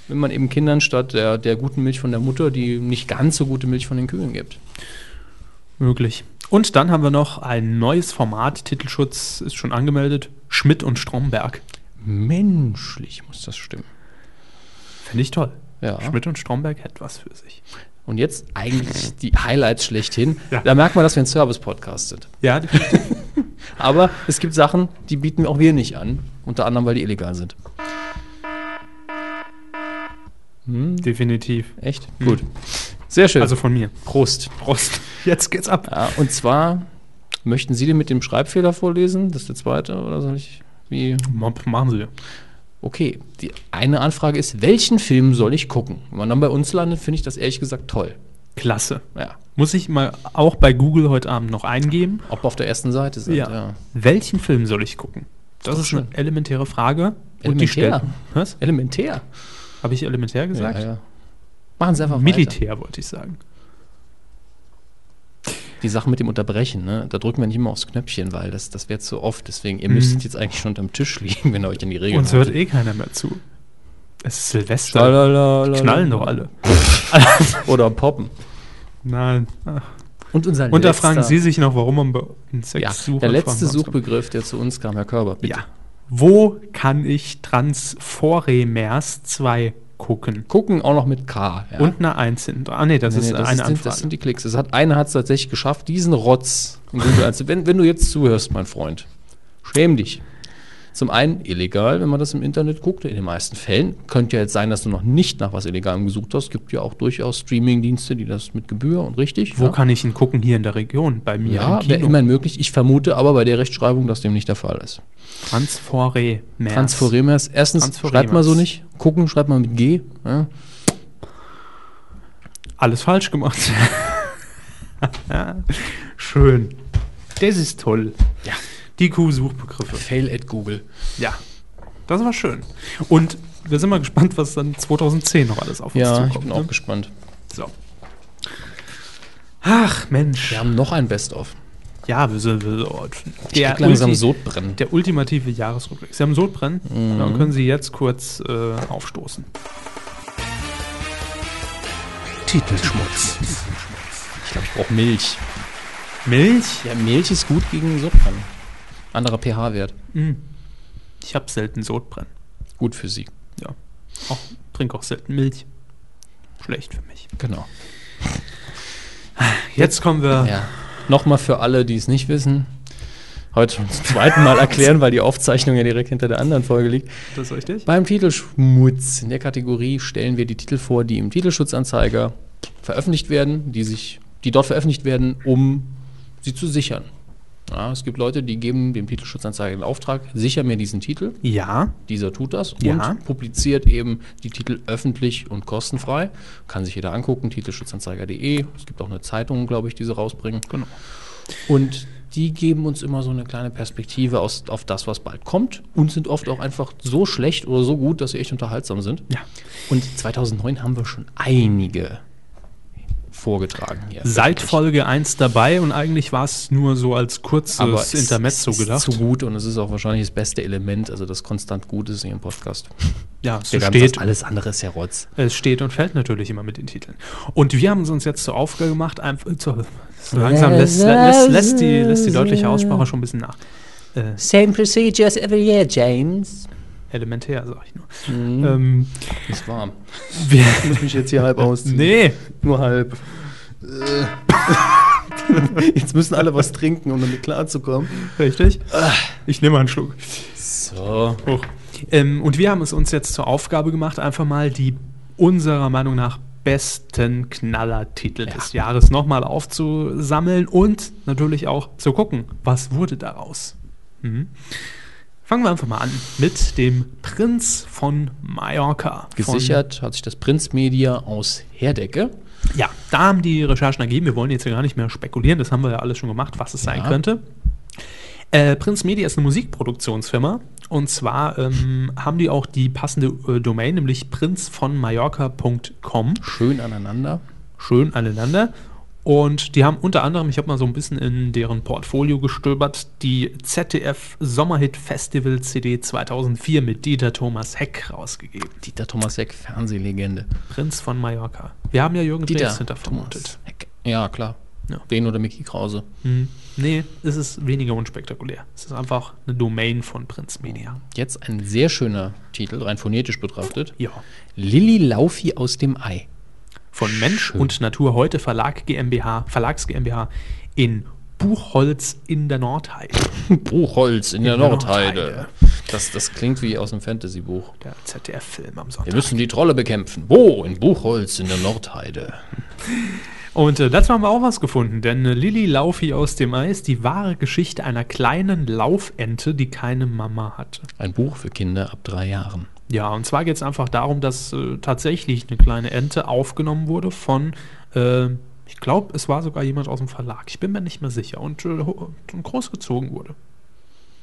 Speaker 2: wenn man eben Kindern statt der, der guten Milch von der Mutter die nicht ganz so gute Milch von den Kühen gibt.
Speaker 3: Möglich. Und dann haben wir noch ein neues Format, Titelschutz ist schon angemeldet, Schmidt und Stromberg.
Speaker 2: Menschlich muss das stimmen.
Speaker 3: Finde ich toll.
Speaker 2: Ja.
Speaker 3: Schmidt und Stromberg hätten was für sich.
Speaker 2: Und jetzt eigentlich die Highlights schlechthin.
Speaker 3: Ja.
Speaker 2: Da merkt man, dass wir ein Service-Podcast sind.
Speaker 3: Ja,
Speaker 2: Aber es gibt Sachen, die bieten auch wir nicht an. Unter anderem, weil die illegal sind.
Speaker 3: definitiv.
Speaker 2: Echt? Gut. Sehr schön.
Speaker 3: Mhm. Also von mir.
Speaker 2: Prost.
Speaker 3: Prost. Jetzt geht's ab.
Speaker 2: Ja, und zwar, möchten Sie den mit dem Schreibfehler vorlesen? Das ist der zweite, oder soll ich? Wie?
Speaker 3: Mob machen sie.
Speaker 2: Okay, die eine Anfrage ist, welchen Film soll ich gucken? Wenn man dann bei uns landet, finde ich das ehrlich gesagt toll.
Speaker 3: Klasse.
Speaker 2: Ja,
Speaker 3: Muss ich mal auch bei Google heute Abend noch eingeben.
Speaker 2: ob wir auf der ersten Seite sind.
Speaker 3: Welchen Film soll ich gucken? Das
Speaker 2: Doch
Speaker 3: ist eine
Speaker 2: schön.
Speaker 3: elementäre Frage.
Speaker 2: Elementär.
Speaker 3: stellt- Was?
Speaker 2: Elementär.
Speaker 3: Habe ich elementär gesagt?
Speaker 2: Ja, ja. Machen Sie einfach weiter.
Speaker 3: Militär wollte ich sagen.
Speaker 2: Die Sache mit dem Unterbrechen, ne? da drücken wir nicht immer aufs Knöpfchen, weil das, das wäre zu oft. Deswegen, ihr müsstet jetzt eigentlich schon unterm Tisch liegen, wenn ihr euch an die Regeln
Speaker 3: Mhm. Uns hört eh keiner mehr zu. Es ist Silvester.
Speaker 2: haltet.
Speaker 3: Knallen doch alle.
Speaker 2: Oder poppen.
Speaker 3: Nein.
Speaker 2: Und unser
Speaker 3: Und da
Speaker 2: Ah. letzter-
Speaker 3: fragen Sie sich noch, warum man bei uns
Speaker 2: Ja,
Speaker 3: Sexsuche-
Speaker 2: der letzte
Speaker 3: Fragen-
Speaker 2: Suchbegriff, der zu uns kam, Herr Körber, bitte.
Speaker 3: Ja. Wo kann ich Transforemers 2 gucken?
Speaker 2: Gucken auch noch mit K. Ja.
Speaker 3: Und eine 1 hinten dran. Ah, nee, das
Speaker 2: Nee,
Speaker 3: ist
Speaker 2: nee,
Speaker 3: eine
Speaker 2: sind,
Speaker 3: Anfrage.
Speaker 2: das sind die Klicks. Es hat, einer hat es tatsächlich geschafft, diesen Rotz. in Google Ads- wenn, wenn du jetzt zuhörst, mein Freund, schäm dich. Zum einen illegal, wenn man das im Internet guckt, in den meisten Fällen. Könnte ja jetzt sein, dass du noch nicht nach was Illegalem gesucht hast. Gibt ja auch durchaus Streamingdienste, die das mit Gebühr und richtig.
Speaker 3: Wo
Speaker 2: ja.
Speaker 3: kann ich ihn gucken? Hier in der Region, bei mir
Speaker 2: ja,
Speaker 3: im
Speaker 2: wäre
Speaker 3: Kino.
Speaker 2: immerhin möglich. Ich vermute aber bei der Rechtschreibung, dass dem nicht der Fall ist.
Speaker 3: Transforemers.
Speaker 2: Transforemers. Erstens,
Speaker 3: Transforemers.
Speaker 2: schreibt man so nicht. Gucken, schreibt man mit G. Ja.
Speaker 3: Alles falsch gemacht. Schön. Das ist toll.
Speaker 2: Ja.
Speaker 3: Die Q-Suchbegriffe.
Speaker 2: Fail at Google.
Speaker 3: Ja, das war schön. Und wir sind mal gespannt, was dann 2010 noch alles auf uns
Speaker 2: Ja, ich
Speaker 3: zukommt.
Speaker 2: bin
Speaker 3: ne?
Speaker 2: auch gespannt.
Speaker 3: so. Ach Mensch,
Speaker 2: Wir
Speaker 3: ja,
Speaker 2: haben noch ein Best-of.
Speaker 3: wir sind wir sind-
Speaker 2: Ich
Speaker 3: der,
Speaker 2: krieg langsam
Speaker 3: Ulti-
Speaker 2: Sodbrennen.
Speaker 3: der ultimative Jahresrückblick. Sie haben Sodbrennen, dann können Sie jetzt kurz äh, aufstoßen.
Speaker 1: Titelschmutz.
Speaker 2: Ich glaube, ich brauche Milch.
Speaker 3: Milch?
Speaker 2: Ja, Milch ist gut gegen Sodbrennen. Anderer pH-Wert.
Speaker 3: Mhm. Ich habe selten Sodbrennen.
Speaker 2: Gut für Sie.
Speaker 3: Ja, auch trinke auch selten Milch. Schlecht für mich.
Speaker 2: Genau.
Speaker 3: Jetzt kommen wir.
Speaker 2: Ja. Nochmal für alle, die es nicht wissen. Heute schon zum zweiten Mal erklären, weil die Aufzeichnung ja direkt hinter der anderen Folge liegt.
Speaker 3: Das ist richtig.
Speaker 2: Beim Titelschmutz in der Kategorie stellen wir die Titel vor, die im Titelschutzanzeiger veröffentlicht werden, die sich, die dort veröffentlicht werden, um sie zu sichern. Ja, es gibt Leute, die geben dem Titelschutzanzeiger den Auftrag, sicher mir diesen Titel.
Speaker 3: Ja.
Speaker 2: Dieser tut das
Speaker 3: Ja.
Speaker 2: und publiziert eben die Titel öffentlich und kostenfrei. Kann sich jeder angucken, titelschutzanzeiger.de. Es gibt auch eine Zeitung, glaube ich, die sie rausbringen. Genau. Und die geben uns immer so eine kleine Perspektive aus, auf das, was bald kommt und sind oft auch einfach so schlecht oder so gut, dass sie echt unterhaltsam sind.
Speaker 3: Ja.
Speaker 2: Und 2009 haben wir schon einige vorgetragen hier.
Speaker 3: Seit Folge 1 dabei und eigentlich war es nur so als kurzes
Speaker 2: Aber es
Speaker 3: Intermezzo
Speaker 2: ist
Speaker 3: gedacht.
Speaker 2: zu gut und es ist auch wahrscheinlich das beste Element, also das konstant Gute ist in ihrem Podcast.
Speaker 3: ja,
Speaker 2: Der
Speaker 3: so
Speaker 2: ganze-
Speaker 3: steht,
Speaker 2: alles andere ist ja Rotz.
Speaker 3: es steht und fällt natürlich immer mit den Titeln. Und wir haben es uns jetzt zur Aufgabe gemacht, einfach zu, so langsam lässt, lässt, lässt, die, lässt die deutliche Aussprache schon ein bisschen nach. Äh,
Speaker 2: Same procedure as every year, James. Hmm,
Speaker 3: elementär, sag ich nur.
Speaker 2: Hm.
Speaker 3: Ähm,
Speaker 2: Ist warm.
Speaker 3: wir,
Speaker 2: Muss mich jetzt hier halb ausziehen.
Speaker 3: nee,
Speaker 2: Nur halb. Äh. Jetzt müssen alle was trinken, um damit klarzukommen.
Speaker 3: richtig. Ich nehme mal einen Schluck.
Speaker 2: So.
Speaker 3: Hoch. Ähm, und wir haben es uns jetzt zur Aufgabe gemacht, einfach mal die unserer Meinung nach besten Knallertitel des Jahres nochmal aufzusammeln und natürlich auch zu gucken, was wurde daraus. Mhm. Fangen wir einfach mal an mit dem Prinz von Mallorca.
Speaker 2: Gesichert hat sich das Prinz Media aus Herdecke.
Speaker 3: Von, ja, da haben die Recherchen ergeben. Wir wollen jetzt ja gar nicht mehr spekulieren. Das haben wir ja alles schon gemacht, was es sein
Speaker 2: Ja.
Speaker 3: könnte. Äh, Prinz Media ist eine Musikproduktionsfirma. Und zwar ähm, haben die auch die passende äh, Domain, nämlich prinzvonmallorca.com.
Speaker 2: Schön aneinander.
Speaker 3: Schön aneinander. Und die haben unter anderem, ich habe mal so ein bisschen in deren Portfolio gestöbert, die ZDF Sommerhit Festival CD 2004 mit Dieter Thomas Heck rausgegeben.
Speaker 2: Dieter Thomas Heck, Fernsehlegende.
Speaker 3: Prinz von Mallorca. Wir haben ja Jürgen Drees hinter vermutet.
Speaker 2: Thomas Heck. Ja, klar.
Speaker 3: Ja.
Speaker 2: Den oder Mickey Krause.
Speaker 3: Hm. Nee, es ist weniger unspektakulär. Es ist einfach eine Domain von Prinz Media.
Speaker 2: Jetzt ein sehr schöner Titel, rein phonetisch betrachtet.
Speaker 3: Ja.
Speaker 2: Lilly Laufi aus dem Ei.
Speaker 3: Von Mensch
Speaker 2: Schön.
Speaker 3: und Natur heute Verlag GmbH, Verlags GmbH in Buchholz in der Nordheide.
Speaker 2: Buchholz in der
Speaker 3: der
Speaker 2: Nordheide.
Speaker 3: Nordheide.
Speaker 2: Das, das klingt wie aus einem Fantasy-Buch.
Speaker 3: Der ZDF-Film am
Speaker 2: Wir
Speaker 3: Sonntag.
Speaker 2: müssen die Trolle bekämpfen. Wo? In Buchholz in der Nordheide.
Speaker 3: Und äh, dazu haben wir auch was gefunden, denn äh, Lilly Laufi aus dem Eis, die wahre Geschichte einer kleinen Laufente, die keine Mama hatte.
Speaker 2: Ein Buch für Kinder ab drei Jahren.
Speaker 3: Ja, und zwar geht es einfach darum, dass äh, tatsächlich eine kleine Ente aufgenommen wurde von, äh, ich glaube, es war sogar jemand aus dem Verlag. Ich bin mir nicht mehr sicher. Und, äh, ho- und großgezogen wurde.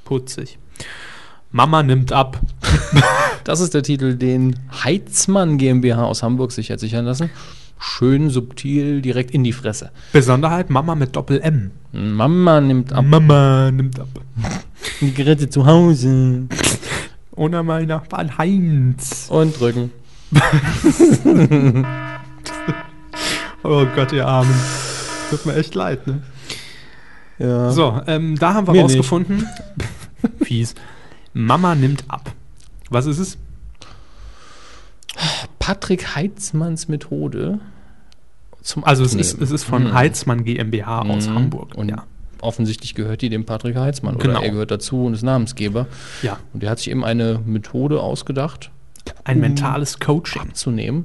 Speaker 3: Putzig. Mama nimmt ab.
Speaker 2: Das ist der Titel, den Heizmann GmbH aus Hamburg sich hat sichern lassen. Schön subtil, direkt in die Fresse.
Speaker 3: Besonderheit Mama mit Doppel-M.
Speaker 2: Mama nimmt ab.
Speaker 3: Mama nimmt ab.
Speaker 2: Die Geräte zu Hause.
Speaker 3: Ohne meinen Nachbarn Heinz.
Speaker 2: Und drücken.
Speaker 3: Oh Gott, ihr Armen. Tut mir echt leid, ne?
Speaker 2: Ja.
Speaker 3: So, ähm, da haben wir
Speaker 2: Mir nicht.
Speaker 3: rausgefunden. Fies. Mama nimmt ab. Was ist es?
Speaker 2: Patrick Heizmanns Methode. Zum
Speaker 3: Also es
Speaker 2: Abnehmen.
Speaker 3: ist, es ist von
Speaker 2: Mhm.
Speaker 3: Heizmann GmbH aus
Speaker 2: Mhm.
Speaker 3: Hamburg.
Speaker 2: Und
Speaker 3: ja.
Speaker 2: offensichtlich gehört die dem Patrick Heitzmann.
Speaker 3: Genau.
Speaker 2: Oder er gehört dazu und ist Namensgeber.
Speaker 3: ja,
Speaker 2: Und er hat sich eben eine Methode ausgedacht, Mhm.
Speaker 3: ein mentales Coaching.
Speaker 2: abzunehmen.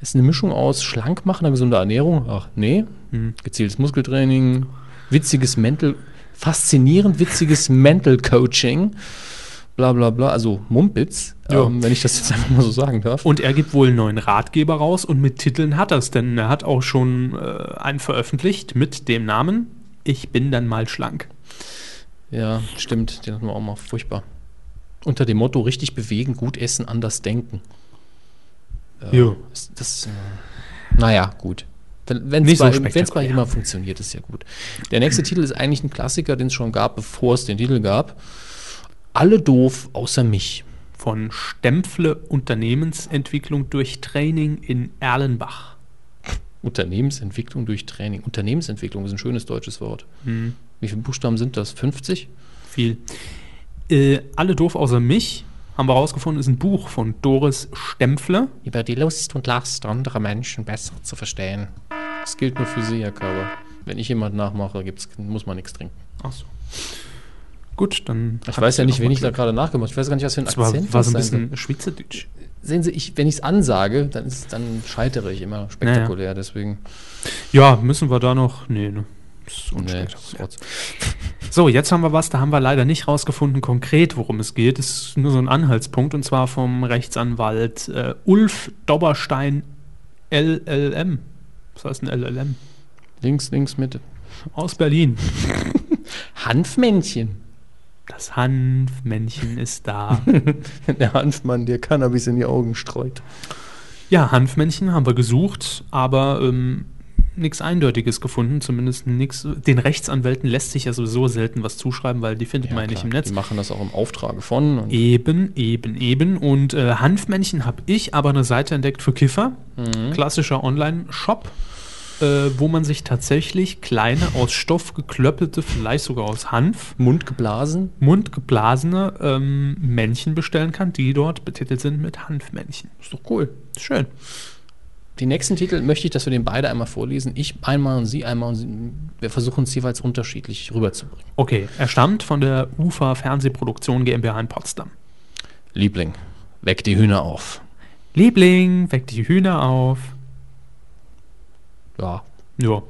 Speaker 2: Ist eine Mischung aus schlank machender gesunder Ernährung. Ach nee.
Speaker 3: Hm.
Speaker 2: Gezieltes Muskeltraining, witziges Mental, faszinierend witziges Mental Coaching. Bla bla bla, also Mumpitz,
Speaker 3: Ja.
Speaker 2: ähm, wenn ich das jetzt einfach mal so sagen darf.
Speaker 3: Und er gibt wohl einen neuen Ratgeber raus und mit Titeln hat er es, denn er hat auch schon äh, einen veröffentlicht mit dem Namen Ich bin dann mal schlank.
Speaker 2: Ja, stimmt, den hatten wir auch mal furchtbar. Unter dem Motto richtig bewegen, gut essen, anders denken. Äh,
Speaker 3: Jo.
Speaker 2: Ist das, äh, naja, gut. Wenn
Speaker 3: Nicht
Speaker 2: es
Speaker 3: so
Speaker 2: bei, wenn's bei
Speaker 3: spektakulär.
Speaker 2: jemandem funktioniert, ist ja gut. Der nächste Titel ist eigentlich ein Klassiker, den es schon gab, bevor es den Titel gab. Alle doof, außer mich.
Speaker 3: Von Stempfle Unternehmensentwicklung durch Training in Erlenbach.
Speaker 2: Unternehmensentwicklung durch Training. Unternehmensentwicklung ist ein schönes deutsches Wort.
Speaker 3: Hm.
Speaker 2: Wie viele Buchstaben sind das? 50?
Speaker 3: Viel. Äh, alle doof außer mich haben wir rausgefunden, ist ein Buch von Doris Stempfle.
Speaker 2: Über die Lust und Last anderer Menschen besser zu verstehen. Das gilt nur für Sie, Herr Körber. Wenn ich jemand nachmache, gibt's, muss man nichts trinken.
Speaker 3: Achso. Gut, dann.
Speaker 2: Ich weiß ja nicht, wen ich da
Speaker 3: da
Speaker 2: gerade nachgemacht habe. Ich weiß gar nicht, was für ein
Speaker 3: Das war,
Speaker 2: Akzent
Speaker 3: war
Speaker 2: das
Speaker 3: so ein
Speaker 2: sein soll.
Speaker 3: bisschen Schweizerdeutsch.
Speaker 2: Sehen Sie, ich, wenn ich es ansage, dann, ist, dann scheitere ich immer spektakulär. Deswegen,
Speaker 3: Ja, müssen wir da noch. Nee, ne. Das ist
Speaker 2: nee,
Speaker 3: unspektakulär.
Speaker 2: ist Rotz.
Speaker 3: So, jetzt haben wir was, da haben wir leider nicht rausgefunden konkret, worum es geht. Es ist nur so ein Anhaltspunkt und zwar vom Rechtsanwalt äh, Ulf Dobberstein LLM. Was heißt ein LLM?
Speaker 2: Links, links, Mitte.
Speaker 3: Aus Berlin.
Speaker 2: Hanfmännchen.
Speaker 3: Das Hanfmännchen ist da.
Speaker 2: Der Hanfmann, der Cannabis in die Augen streut.
Speaker 3: ja, Hanfmännchen haben wir gesucht, aber ähm, nichts Eindeutiges gefunden, zumindest nichts. Den Rechtsanwälten lässt sich ja sowieso selten was zuschreiben, weil die findet man ja nicht im Netz.
Speaker 2: Die machen das auch im Auftrage von. Und
Speaker 3: Eben, eben, eben. Und äh, Hanfmännchen habe ich aber eine Seite entdeckt für Kiffer. Klassischer Online-Shop, äh, wo man sich tatsächlich kleine, aus Stoff geklöppelte, vielleicht sogar aus Hanf,
Speaker 2: Mund geblasen.
Speaker 3: mundgeblasene ähm, Männchen bestellen kann, die dort betitelt sind mit Hanfmännchen. Ist doch cool. Ist schön.
Speaker 2: Die nächsten Titel möchte ich, dass wir den beide einmal vorlesen. Ich einmal und sie einmal und sie. Wir versuchen es jeweils unterschiedlich rüberzubringen.
Speaker 3: Okay, er stammt von der UFA Fernsehproduktion GmbH in Potsdam.
Speaker 2: Liebling, weck die Hühner auf.
Speaker 3: Liebling, weck die Hühner auf.
Speaker 2: Ja.
Speaker 3: Ja.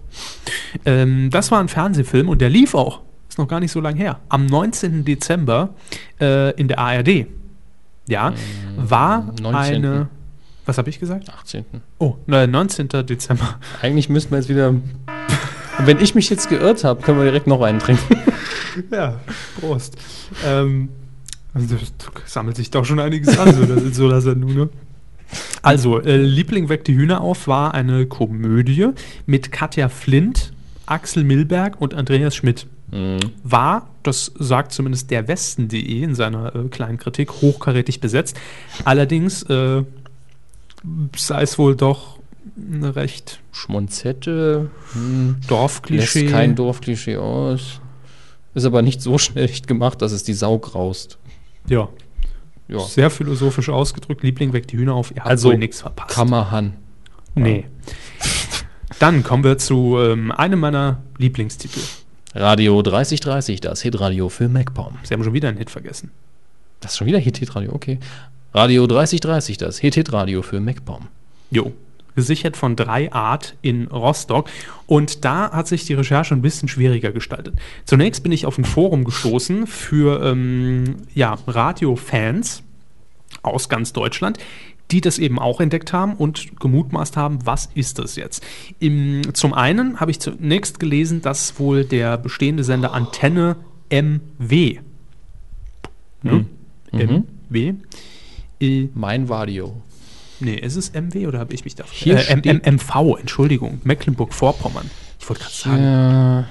Speaker 3: Ähm, das war ein Fernsehfilm und der lief auch. Ist noch gar nicht so lange her. Am 19. Dezember äh, in der ARD. Ja, war
Speaker 2: 19..
Speaker 3: eine. Was habe ich gesagt?
Speaker 2: 18.
Speaker 3: Oh, nein, 19. Dezember.
Speaker 2: Eigentlich müssten wir jetzt wieder. Und wenn ich mich jetzt geirrt habe, können wir direkt noch einen trinken.
Speaker 3: Ja, Prost. Ähm, also, da sammelt sich doch schon einiges an, so in so einer Sendung, ne? Also, äh, Liebling weckt die Hühner auf war eine Komödie mit Katja Flint, Axel Milberg und Andreas Schmidt. War, das sagt zumindest der Westen.de in seiner äh, kleinen Kritik, hochkarätig besetzt. Allerdings äh, sei es wohl doch ein recht
Speaker 2: Schmonzette. Hm. Lässt
Speaker 3: Dorfklischee.
Speaker 2: kein Dorfklischee aus. Ist aber nicht so schlecht gemacht, dass es die Sau graust.
Speaker 3: ja.
Speaker 2: Ja.
Speaker 3: Sehr philosophisch ausgedrückt. Liebling weckt die Hühner auf. Ihr habt
Speaker 2: Also,
Speaker 3: wohl nichts verpasst.
Speaker 2: Kammerhan.
Speaker 3: nee. Dann kommen wir zu ähm, einem meiner Lieblingstitel.
Speaker 2: Radio 3030, das Hitradio für MacPom.
Speaker 3: Sie haben schon wieder einen Hit vergessen.
Speaker 2: Das ist schon wieder Hit-Hit-Radio, okay. Radio 3030, das Hit-Hit-Radio für MacPom.
Speaker 3: Jo. Gesichert von drei Art in Rostock. Und da hat sich die Recherche ein bisschen schwieriger gestaltet. Zunächst bin ich auf ein Forum gestoßen für ähm, ja, Radiofans aus ganz Deutschland, die das eben auch entdeckt haben und gemutmaßt haben, was ist das jetzt? Im, zum einen habe ich zunächst gelesen, dass wohl der bestehende Sender Antenne MW, ne? MW, äh,
Speaker 2: Mein Radio.
Speaker 3: Nee, ist es MW oder habe ich mich da
Speaker 2: Hier
Speaker 3: äh, M M
Speaker 2: steht-
Speaker 3: MV, Entschuldigung, Mecklenburg-Vorpommern. Ich wollte gerade sagen.
Speaker 2: Ja,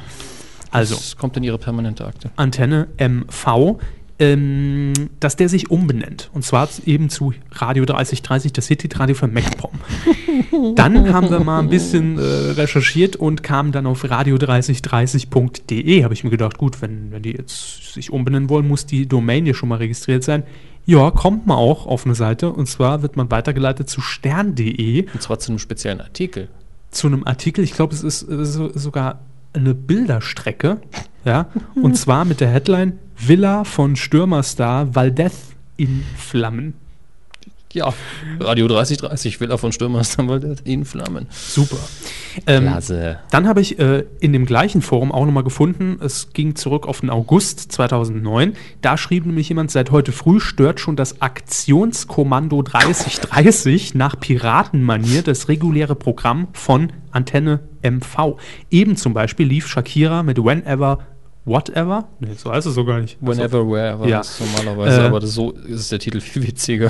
Speaker 3: Also,
Speaker 2: das kommt in Ihre permanente Akte.
Speaker 3: Antenne MV, ähm, dass der sich umbenennt. Und zwar z- eben zu Radio 3030, das City-Radio für Meckpom. Dann haben wir mal ein bisschen äh, recherchiert und kamen dann auf radio3030.de. Habe E. ich mir gedacht, gut, wenn, wenn die jetzt sich umbenennen wollen, muss die Domain ja schon mal registriert sein. Ja, kommt man auch auf eine Seite. Und zwar wird man weitergeleitet zu E. stern.de.
Speaker 2: Und zwar zu einem speziellen Artikel.
Speaker 3: zu einem Artikel, ich glaube, es ist äh, so, sogar eine Bilderstrecke, ja, und zwar mit der Headline Villa von Stürmerstar Valdez in Flammen.
Speaker 2: Ja, Radio 3030, Villa von Stürmer ist dann wohl in Flammen.
Speaker 3: Super. Ähm,
Speaker 2: Klasse.
Speaker 3: Dann habe ich äh, in dem gleichen Forum auch nochmal gefunden, es ging zurück auf den August 2009, da schrieb nämlich jemand, seit heute früh stört schon das Aktionskommando 3030 nach Piratenmanier das reguläre Programm von Antenne MV. Eben zum Beispiel lief Shakira mit Whenever, Whatever, nee, so heißt es so gar nicht.
Speaker 2: Whenever, wherever,
Speaker 3: Ja.
Speaker 2: das ist normalerweise,
Speaker 3: Äh,
Speaker 2: aber das, so ist der Titel viel witziger.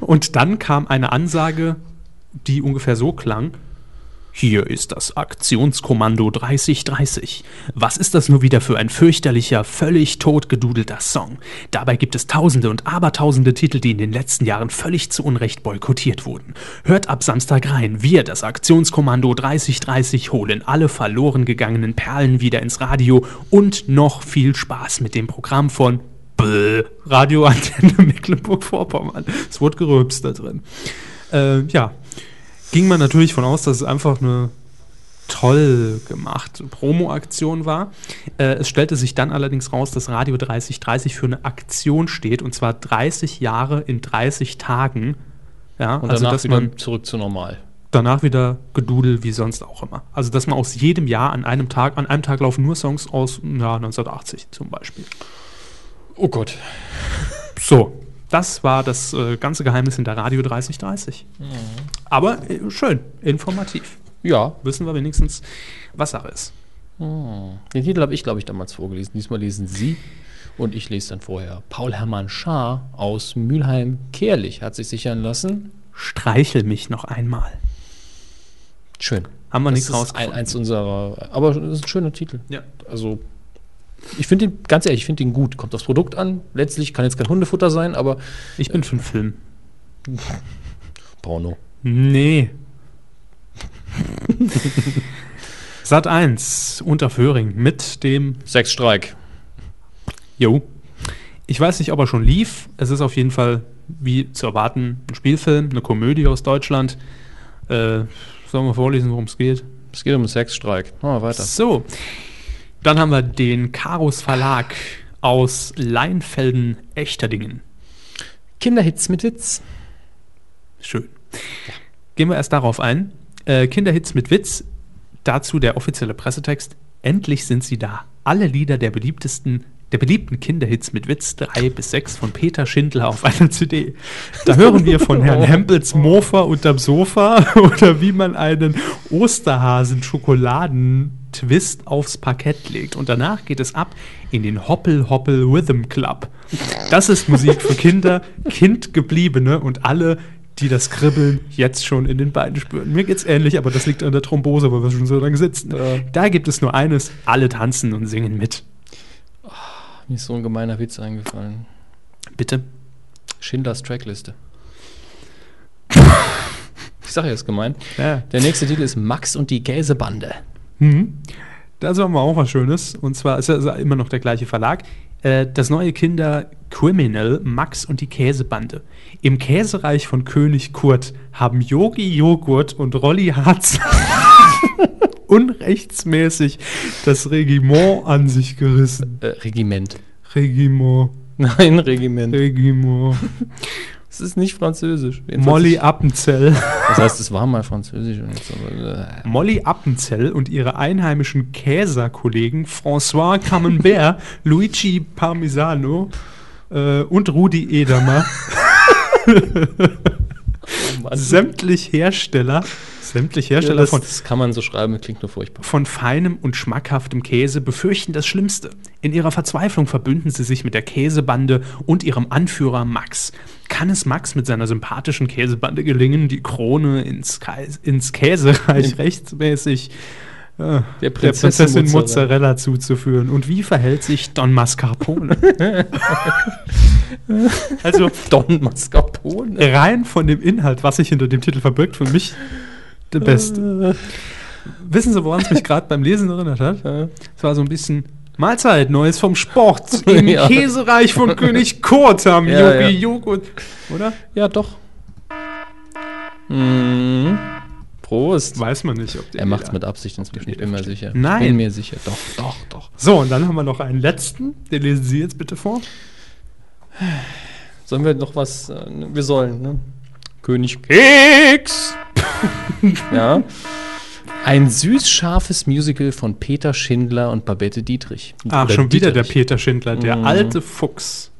Speaker 3: Und dann kam eine Ansage, die ungefähr so klang. Hier ist das Aktionskommando 3030. Was ist das nur wieder für ein fürchterlicher, völlig totgedudelter Song? Dabei gibt es tausende und abertausende Titel, die in den letzten Jahren völlig zu Unrecht boykottiert wurden. Hört ab Samstag rein. Wir, das Aktionskommando 3030, holen alle verloren gegangenen Perlen wieder ins Radio und noch viel Spaß mit dem Programm von Bäh, Radioantenne Mecklenburg-Vorpommern. Es wurde gerülpst da drin. Äh, ja, ging man natürlich von aus, dass es einfach eine toll gemachte Promo-Aktion war. Äh, es stellte sich dann allerdings raus, dass Radio 3030 für eine Aktion steht und zwar 30 Jahre in 30 Tagen. Ja,
Speaker 2: Und
Speaker 3: also
Speaker 2: danach
Speaker 3: dass
Speaker 2: wieder
Speaker 3: man
Speaker 2: zurück zu normal.
Speaker 3: danach wieder Gedudel wie sonst auch immer. Also dass man aus jedem Jahr an einem Tag, an einem Tag laufen nur Songs aus dem Jahr 1980 zum Beispiel.
Speaker 2: Oh Gott.
Speaker 3: So, das war das äh, ganze Geheimnis hinter Radio 3030.
Speaker 2: Mhm.
Speaker 3: Aber äh, schön, informativ.
Speaker 2: Ja,
Speaker 3: Wissen wir wenigstens, was Sache ist.
Speaker 2: den Titel habe ich, glaube ich, damals vorgelesen. Diesmal lesen Sie und ich lese dann vorher. Paul Hermann Schaar aus Mülheim-Kehrlich hat sich sichern lassen.
Speaker 3: Streichel mich noch einmal.
Speaker 2: Schön.
Speaker 3: Haben wir
Speaker 2: Das
Speaker 3: nichts
Speaker 2: ist ein,
Speaker 3: rausgefunden.
Speaker 2: eins unserer, aber das ist ein schöner Titel.
Speaker 3: Ja.
Speaker 2: Also, ich finde den, ganz ehrlich, ich finde den gut. Kommt aufs Produkt an. Letztlich kann jetzt kein Hundefutter sein, aber
Speaker 3: Ich bin für
Speaker 2: Äh.
Speaker 3: einen Film.
Speaker 2: Porno.
Speaker 3: Nee. Sat 1 unter Föhring mit dem
Speaker 2: Sexstreik.
Speaker 3: Jo. Ich weiß nicht, ob er schon lief. Es ist auf jeden Fall, wie zu erwarten, ein Spielfilm, eine Komödie aus Deutschland. Äh, sollen wir vorlesen, worum es geht?
Speaker 2: Es geht um einen Sexstreik. Machen wir weiter.
Speaker 3: So. Dann haben wir den Karus Verlag aus Leinfelden-Echterdingen.
Speaker 2: Kinderhits mit Witz.
Speaker 3: Schön. Gehen wir erst darauf ein. Äh, Kinderhits mit Witz. Dazu der offizielle Pressetext. Endlich sind sie da. Alle Lieder der beliebtesten der beliebten Kinderhits mit Witz 3 bis 6 von Peter Schindler auf einer CD. Da hören wir von Herrn Hempels Mofa unterm Sofa oder wie man einen Osterhasen-Schokoladen-Twist aufs Parkett legt. Und danach geht es ab in den Hoppel-Hoppel-Rhythm Club. Das ist Musik für Kinder, Kindgebliebene und alle, die das Kribbeln jetzt schon in den Beinen spüren. Mir geht's ähnlich, aber das liegt an der Thrombose, weil wir schon so lange sitzen. Da gibt es nur eines, alle tanzen und singen mit.
Speaker 2: Mir ist so ein gemeiner Witz eingefallen.
Speaker 3: Bitte.
Speaker 2: Schindlers Trackliste. ich sage jetzt gemein.
Speaker 3: Ja.
Speaker 2: Der nächste Titel ist Max und die Gäsebande.
Speaker 3: Mhm. Da ist aber auch was Schönes. Und zwar ist ja ist ja immer noch der gleiche Verlag. Äh, Das neue Kinder Criminal Max und die Käsebande. Im Käsereich von König Kurt haben Yogi Joghurt und Rolli Harz unrechtsmäßig das Regiment an sich gerissen.
Speaker 2: Äh, Regiment.
Speaker 3: Regiment,
Speaker 2: Nein, Regiment.
Speaker 3: Regiment.
Speaker 2: Es ist nicht französisch. Jedenfalls
Speaker 3: Molly
Speaker 2: nicht-
Speaker 3: Appenzell.
Speaker 2: Das heißt, es war mal französisch. Und jetzt aber, äh,
Speaker 3: Molly Appenzell und ihre einheimischen Käserkollegen François Camembert, Luigi Parmisano äh, und Rudi Edamer, sämtlich Hersteller, sämtlich
Speaker 2: Also ja,
Speaker 3: Hersteller
Speaker 2: das,
Speaker 3: von,
Speaker 2: das kann man so schreiben, klingt nur furchtbar.
Speaker 3: von feinem und schmackhaftem Käse, befürchten das Schlimmste. In ihrer Verzweiflung verbünden sie sich mit der Käsebande und ihrem Anführer Max. Kann es Max mit seiner sympathischen Käsebande gelingen, die Krone ins, Kais- ins Käsereich rechtmäßig
Speaker 2: Der
Speaker 3: der Prinzessin
Speaker 2: Mozzarella.
Speaker 3: Mozzarella zuzuführen. Und wie verhält sich Don Mascarpone? also
Speaker 2: Don Mascarpone.
Speaker 3: rein von dem Inhalt, was sich hinter dem Titel verbirgt, für mich der
Speaker 2: Äh.
Speaker 3: Beste. Wissen Sie, woran es mich gerade beim Lesen erinnert hat? Es war so ein bisschen Mahlzeit, Neues vom Sport. Im
Speaker 2: Ja.
Speaker 3: Käsereich von König Kurt haben
Speaker 2: Ja,
Speaker 3: Yogi
Speaker 2: ja.
Speaker 3: Joghurt. Oder?
Speaker 2: Ja, doch. Mhm. Prost.
Speaker 3: Weiß man nicht, ob der
Speaker 2: Er macht's
Speaker 3: jeder-
Speaker 2: mit Absicht inzwischen, ich bin mir sicher.
Speaker 3: Nein.
Speaker 2: Bin mir sicher. Doch, doch, doch.
Speaker 3: So, und dann haben wir noch einen letzten. Den lesen Sie jetzt bitte vor.
Speaker 2: Sollen wir noch was? äh, Wir sollen, ne? König Keks! ja. Ein süß-scharfes Musical von Peter Schindler und Babette Dietrich.
Speaker 3: Ach,
Speaker 2: Oder
Speaker 3: Ah, schon wieder der
Speaker 2: Dieterich.
Speaker 3: Peter Schindler, der
Speaker 2: Mhm.
Speaker 3: alte Fuchs.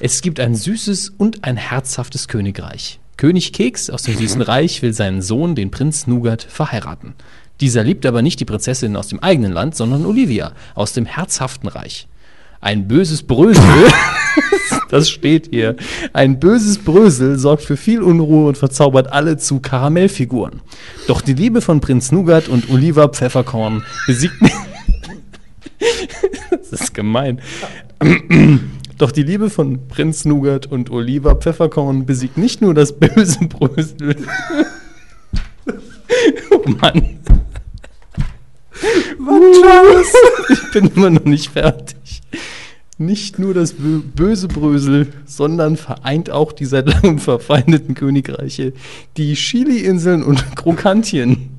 Speaker 2: Es gibt ein süßes und ein herzhaftes Königreich. König Keks aus dem Süßen Reich will seinen Sohn, den Prinz Nougat, verheiraten. Dieser liebt aber nicht die Prinzessin aus dem eigenen Land, sondern Olivia aus dem herzhaften Reich. Ein böses Brösel, das steht hier, ein böses Brösel sorgt für viel Unruhe und verzaubert alle zu Karamellfiguren. Doch die Liebe von Prinz Nougat und Oliver Pfefferkorn besiegt... das ist gemein. Doch die Liebe von Prinz Nougat und Oliver Pfefferkorn besiegt nicht nur das böse Brösel. oh Mann. Ich bin immer noch nicht fertig. Nicht nur das bö böse Brösel, sondern vereint auch die seit langem verfeindeten Königreiche, die Chili-Inseln und Krokantien.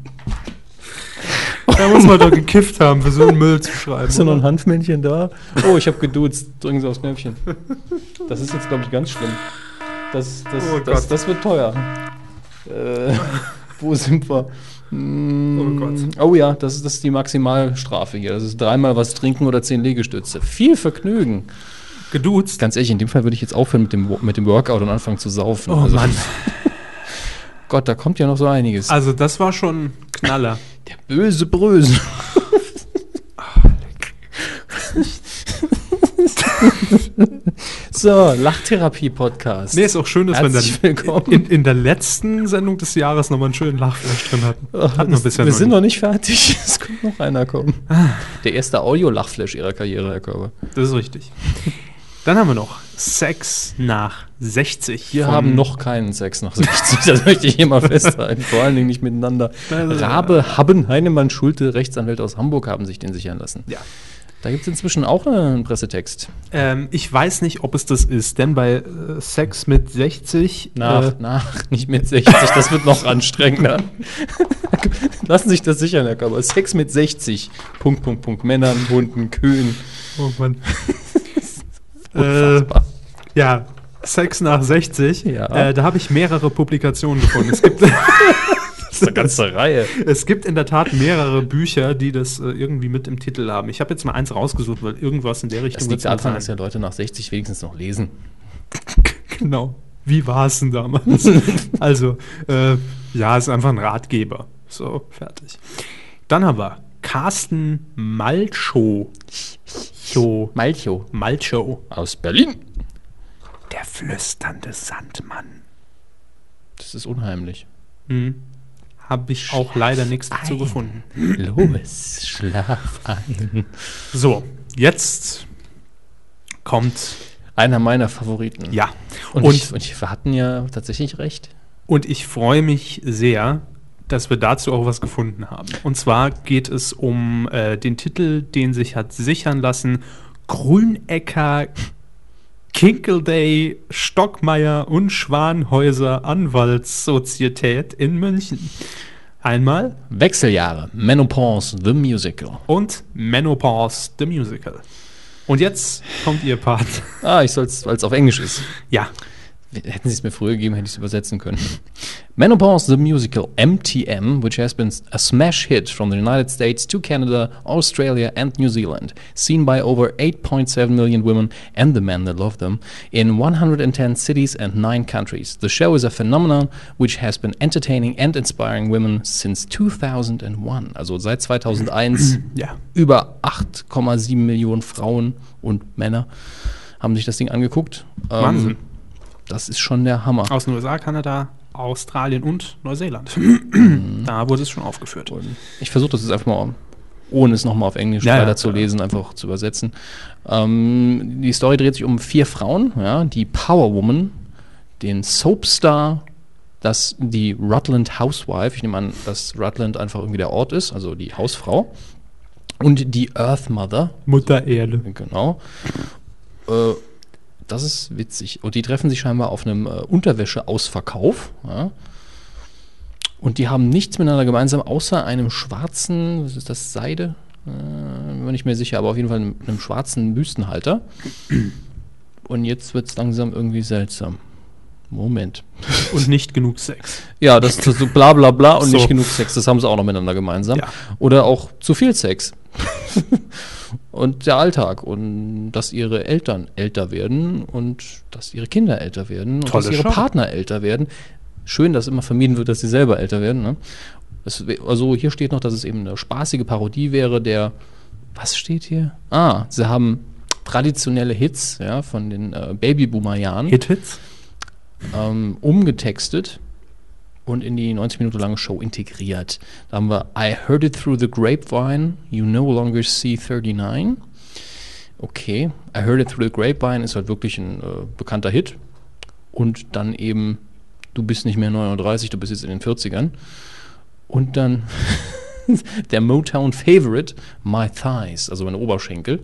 Speaker 3: Da muss man doch gekifft haben, für so einen Müll zu schreiben.
Speaker 2: Ist da noch ein
Speaker 3: oder?
Speaker 2: Hanfmännchen da? Oh, ich habe geduzt. Dringen Sie aufs Knöpfchen. Das ist jetzt, glaube ich, ganz schlimm. Das, das,
Speaker 3: Oh
Speaker 2: das,
Speaker 3: Gott.
Speaker 2: das wird teuer. Äh, wo sind wir? Mm,
Speaker 3: Oh Gott.
Speaker 2: Oh ja, das ist, das ist die Maximalstrafe hier. Das ist dreimal was trinken oder zehn Liegestütze. Viel Vergnügen.
Speaker 3: Geduzt.
Speaker 2: Ganz ehrlich, in dem Fall würde ich jetzt aufhören mit dem, Wo- mit dem Workout und anfangen zu saufen.
Speaker 3: Oh
Speaker 2: Also,
Speaker 3: Mann.
Speaker 2: Gott, da kommt ja noch so einiges.
Speaker 3: Also das war schon Knaller.
Speaker 2: Der böse Brösen. so, Lachtherapie-Podcast.
Speaker 3: Nee, ist auch schön, dass
Speaker 2: Herzlich
Speaker 3: wir
Speaker 2: willkommen.
Speaker 3: dann in, in der letzten Sendung des Jahres nochmal einen schönen Lachflash drin hatten. Hatten wir bisher
Speaker 2: Oh, wir sind
Speaker 3: nicht. Ah.
Speaker 2: noch nicht fertig. Es kommt noch einer kommen. Der erste Audio-Lachflash ihrer Karriere, Herr Körber.
Speaker 3: Das ist richtig. Dann haben wir noch Sex nach 60.
Speaker 2: Wir
Speaker 3: von-
Speaker 2: haben noch keinen Sex nach 60. das möchte ich hier mal festhalten. Vor allen Dingen nicht miteinander.
Speaker 3: Also-
Speaker 2: Rabe, Haben, Heinemann, Schulte, Rechtsanwälte aus Hamburg haben sich den sichern lassen.
Speaker 3: Ja.
Speaker 2: Da gibt es inzwischen auch einen Pressetext.
Speaker 3: Ähm, ich weiß nicht, ob es das ist, denn bei äh, Sex mit 60
Speaker 2: Nach,
Speaker 3: äh,
Speaker 2: nach, nicht mit 60. Das wird noch anstrengender. Lassen Sie sich das sichern, Herr Körber. Sex mit 60. Punkt, Punkt, Punkt. Männern, Hunden, Kühen.
Speaker 3: oh Mann. äh,
Speaker 2: Unfassbar.
Speaker 3: ja, Sex nach 60.
Speaker 2: Ja.
Speaker 3: Äh, da habe ich mehrere Publikationen gefunden. Es gibt,
Speaker 2: das ist eine ganze Reihe.
Speaker 3: es gibt in der Tat mehrere Bücher, die das äh, irgendwie mit im Titel haben. Ich habe jetzt mal eins rausgesucht, weil irgendwas in der Richtung
Speaker 2: Das liegt
Speaker 3: wird's wohl
Speaker 2: daran,
Speaker 3: sein.
Speaker 2: dass ja Leute nach 60 wenigstens noch lesen.
Speaker 3: Genau. Wie war es denn damals? also, äh, ja, ist einfach ein Ratgeber. So, fertig. Dann haben wir Carsten Malcho. Cho.
Speaker 2: Malcho
Speaker 3: Malcho.
Speaker 2: aus Berlin.
Speaker 3: Der flüsternde Sandmann.
Speaker 2: Das ist unheimlich.
Speaker 3: Hm. Habe ich auch leider nichts dazu gefunden.
Speaker 2: Los, schlaf ein.
Speaker 3: So, jetzt kommt.
Speaker 2: Einer meiner Favoriten.
Speaker 3: Ja.
Speaker 2: Und,
Speaker 3: Und-
Speaker 2: ich, und ich, wir hatten ja tatsächlich recht.
Speaker 3: Und ich freue mich sehr, dass wir dazu auch was gefunden haben. Und zwar geht es um äh, den Titel, den sich hat sichern lassen: Grünecker, Kinkelday, Stockmeier und Schwanhäuser Anwaltssozietät in München. Einmal
Speaker 2: Wechseljahre, Menopause, The Musical.
Speaker 3: und Menopause, the Musical. Und jetzt kommt ihr Part.
Speaker 2: Ah, ich soll es, weil es auf Englisch ist.
Speaker 3: Ja,
Speaker 2: Hätten sie es mir früher gegeben, hätte ich es übersetzen können. Menopause the Musical, MTM, which has been a smash hit from the United States to Canada, Australia and New Zealand, seen by over 8.7 million women and the men that love them, in 110 cities and 9 countries. The show is a phenomenon which has been entertaining and inspiring women since 2001. Also seit 2001
Speaker 3: ja.
Speaker 2: über 8,7 Millionen Frauen und Männer haben sich das Ding angeguckt. Ähm,
Speaker 3: Wahnsinn. Oh.
Speaker 2: Das ist schon der Hammer.
Speaker 3: Aus den USA, Kanada, Australien und Neuseeland. da wurde es schon aufgeführt.
Speaker 2: Und ich versuche das jetzt einfach mal, ohne es nochmal auf Englisch
Speaker 3: Ja, ja,
Speaker 2: weiter zu
Speaker 3: klar.
Speaker 2: lesen, einfach zu übersetzen. Ähm, die Story dreht sich um vier Frauen, ja, die Power Woman, den Soapstar, das, die Rutland Housewife, ich nehme an, dass Rutland einfach irgendwie der Ort ist, also die Hausfrau, und die Earth Mother,
Speaker 3: Mutter Erde.
Speaker 2: Genau. Äh, das ist witzig. Und die treffen sich scheinbar auf einem äh, Unterwäscheausverkauf. Ja? Und die haben nichts miteinander gemeinsam, außer einem schwarzen, was ist das, Seide? Äh, bin mir nicht mehr sicher, aber auf jeden Fall einem, einem schwarzen Wüstenhalter. Und jetzt wird es langsam irgendwie seltsam. Moment.
Speaker 3: und nicht genug Sex.
Speaker 2: Ja, das ist so bla bla bla und
Speaker 3: So.
Speaker 2: nicht genug Sex, das haben sie auch noch miteinander gemeinsam.
Speaker 3: Ja.
Speaker 2: Oder auch zu viel Sex. und der Alltag und dass ihre Eltern älter werden und dass ihre Kinder älter werden und
Speaker 3: Tolle
Speaker 2: dass ihre
Speaker 3: Show.
Speaker 2: Partner älter werden. Schön, dass immer vermieden wird, dass sie selber älter werden. Ne? Es wär- also hier steht noch, dass es eben eine spaßige Parodie wäre der, was steht hier? Ah, sie haben traditionelle Hits ja, von den äh, Babyboomer-Jahren
Speaker 3: Hit-Hits?
Speaker 2: ähm, umgetextet und in die 90 Minuten lange Show integriert. Da haben wir I Heard It Through the Grapevine, You No Longer See 39. Okay, I Heard It Through the Grapevine ist halt wirklich ein äh, bekannter Hit. Und dann eben Du bist nicht mehr 39, du bist jetzt in den 40ern. Und dann der Motown Favorite, My Thighs, also meine Oberschenkel.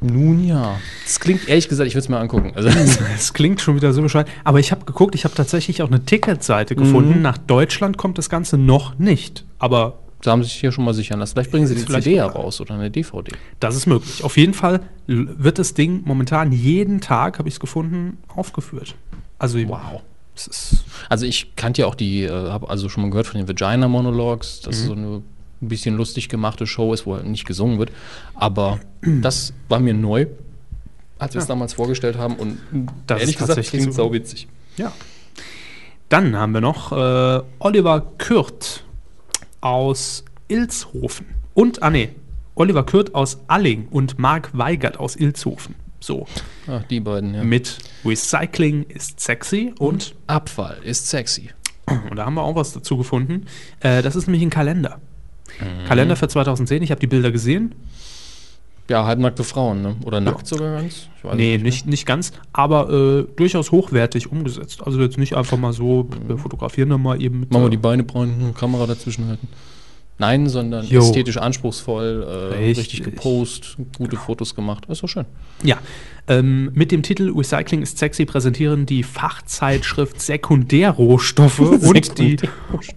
Speaker 2: Nun ja, das klingt ehrlich gesagt, ich würde es mir angucken. Also,
Speaker 3: Es klingt schon wieder so bescheuert. Aber ich habe geguckt, ich habe tatsächlich auch eine Ticketseite gefunden. Nach Deutschland kommt das Ganze noch nicht. Aber
Speaker 2: Sie haben sich hier schon mal sichern lassen. Vielleicht bringen sie die
Speaker 3: Vielleicht-
Speaker 2: CD heraus oder eine DVD.
Speaker 3: das ist möglich. Auf jeden Fall l- wird das Ding momentan jeden Tag, habe ich es gefunden, aufgeführt. Also
Speaker 2: Wow.
Speaker 3: Es ist
Speaker 2: Also ich kannte ja auch die, äh, habe also schon mal gehört von den Vagina Monologues, dass
Speaker 3: Mhm.
Speaker 2: so eine ein bisschen lustig gemachte Show ist, wo halt nicht gesungen wird. Aber das war mir neu, als wir es damals vorgestellt haben. Und
Speaker 3: Das
Speaker 2: ehrlich
Speaker 3: ist
Speaker 2: gesagt,
Speaker 3: tatsächlich
Speaker 2: klingt
Speaker 3: so.
Speaker 2: sauwitzig.
Speaker 3: Ja. Dann haben wir noch äh, Oliver Kürt aus Ilshofen. Und, ah nee, Oliver Kürt aus Alling und Marc Weigert aus Ilshofen. So,
Speaker 2: Ach, die beiden, ja.
Speaker 3: mit Recycling ist sexy und,
Speaker 2: Abfall ist sexy.
Speaker 3: und da haben wir auch was dazu gefunden. Äh, das ist nämlich ein Kalender.
Speaker 2: Mhm.
Speaker 3: Kalender für 2010, ich habe die Bilder gesehen.
Speaker 2: Ja, halbnackte Frauen, ne? Oder nackt sogar ganz? Ich weiß
Speaker 3: Nee,
Speaker 2: es
Speaker 3: nicht, nicht ganz, aber äh, durchaus hochwertig umgesetzt. Also jetzt nicht einfach mal so, wir fotografieren dann mal eben mit
Speaker 2: Mhm. Machen wir die
Speaker 3: der-
Speaker 2: Beine braun, eine Kamera dazwischen halten. Nein, sondern
Speaker 3: Jo.
Speaker 2: ästhetisch anspruchsvoll, äh, richtig.
Speaker 3: Richtig.
Speaker 2: gepost, gute Fotos gemacht. Ist doch schön.
Speaker 3: Ja, ähm, mit dem Titel Recycling ist sexy präsentieren die Fachzeitschrift Sekundärrohstoffe und die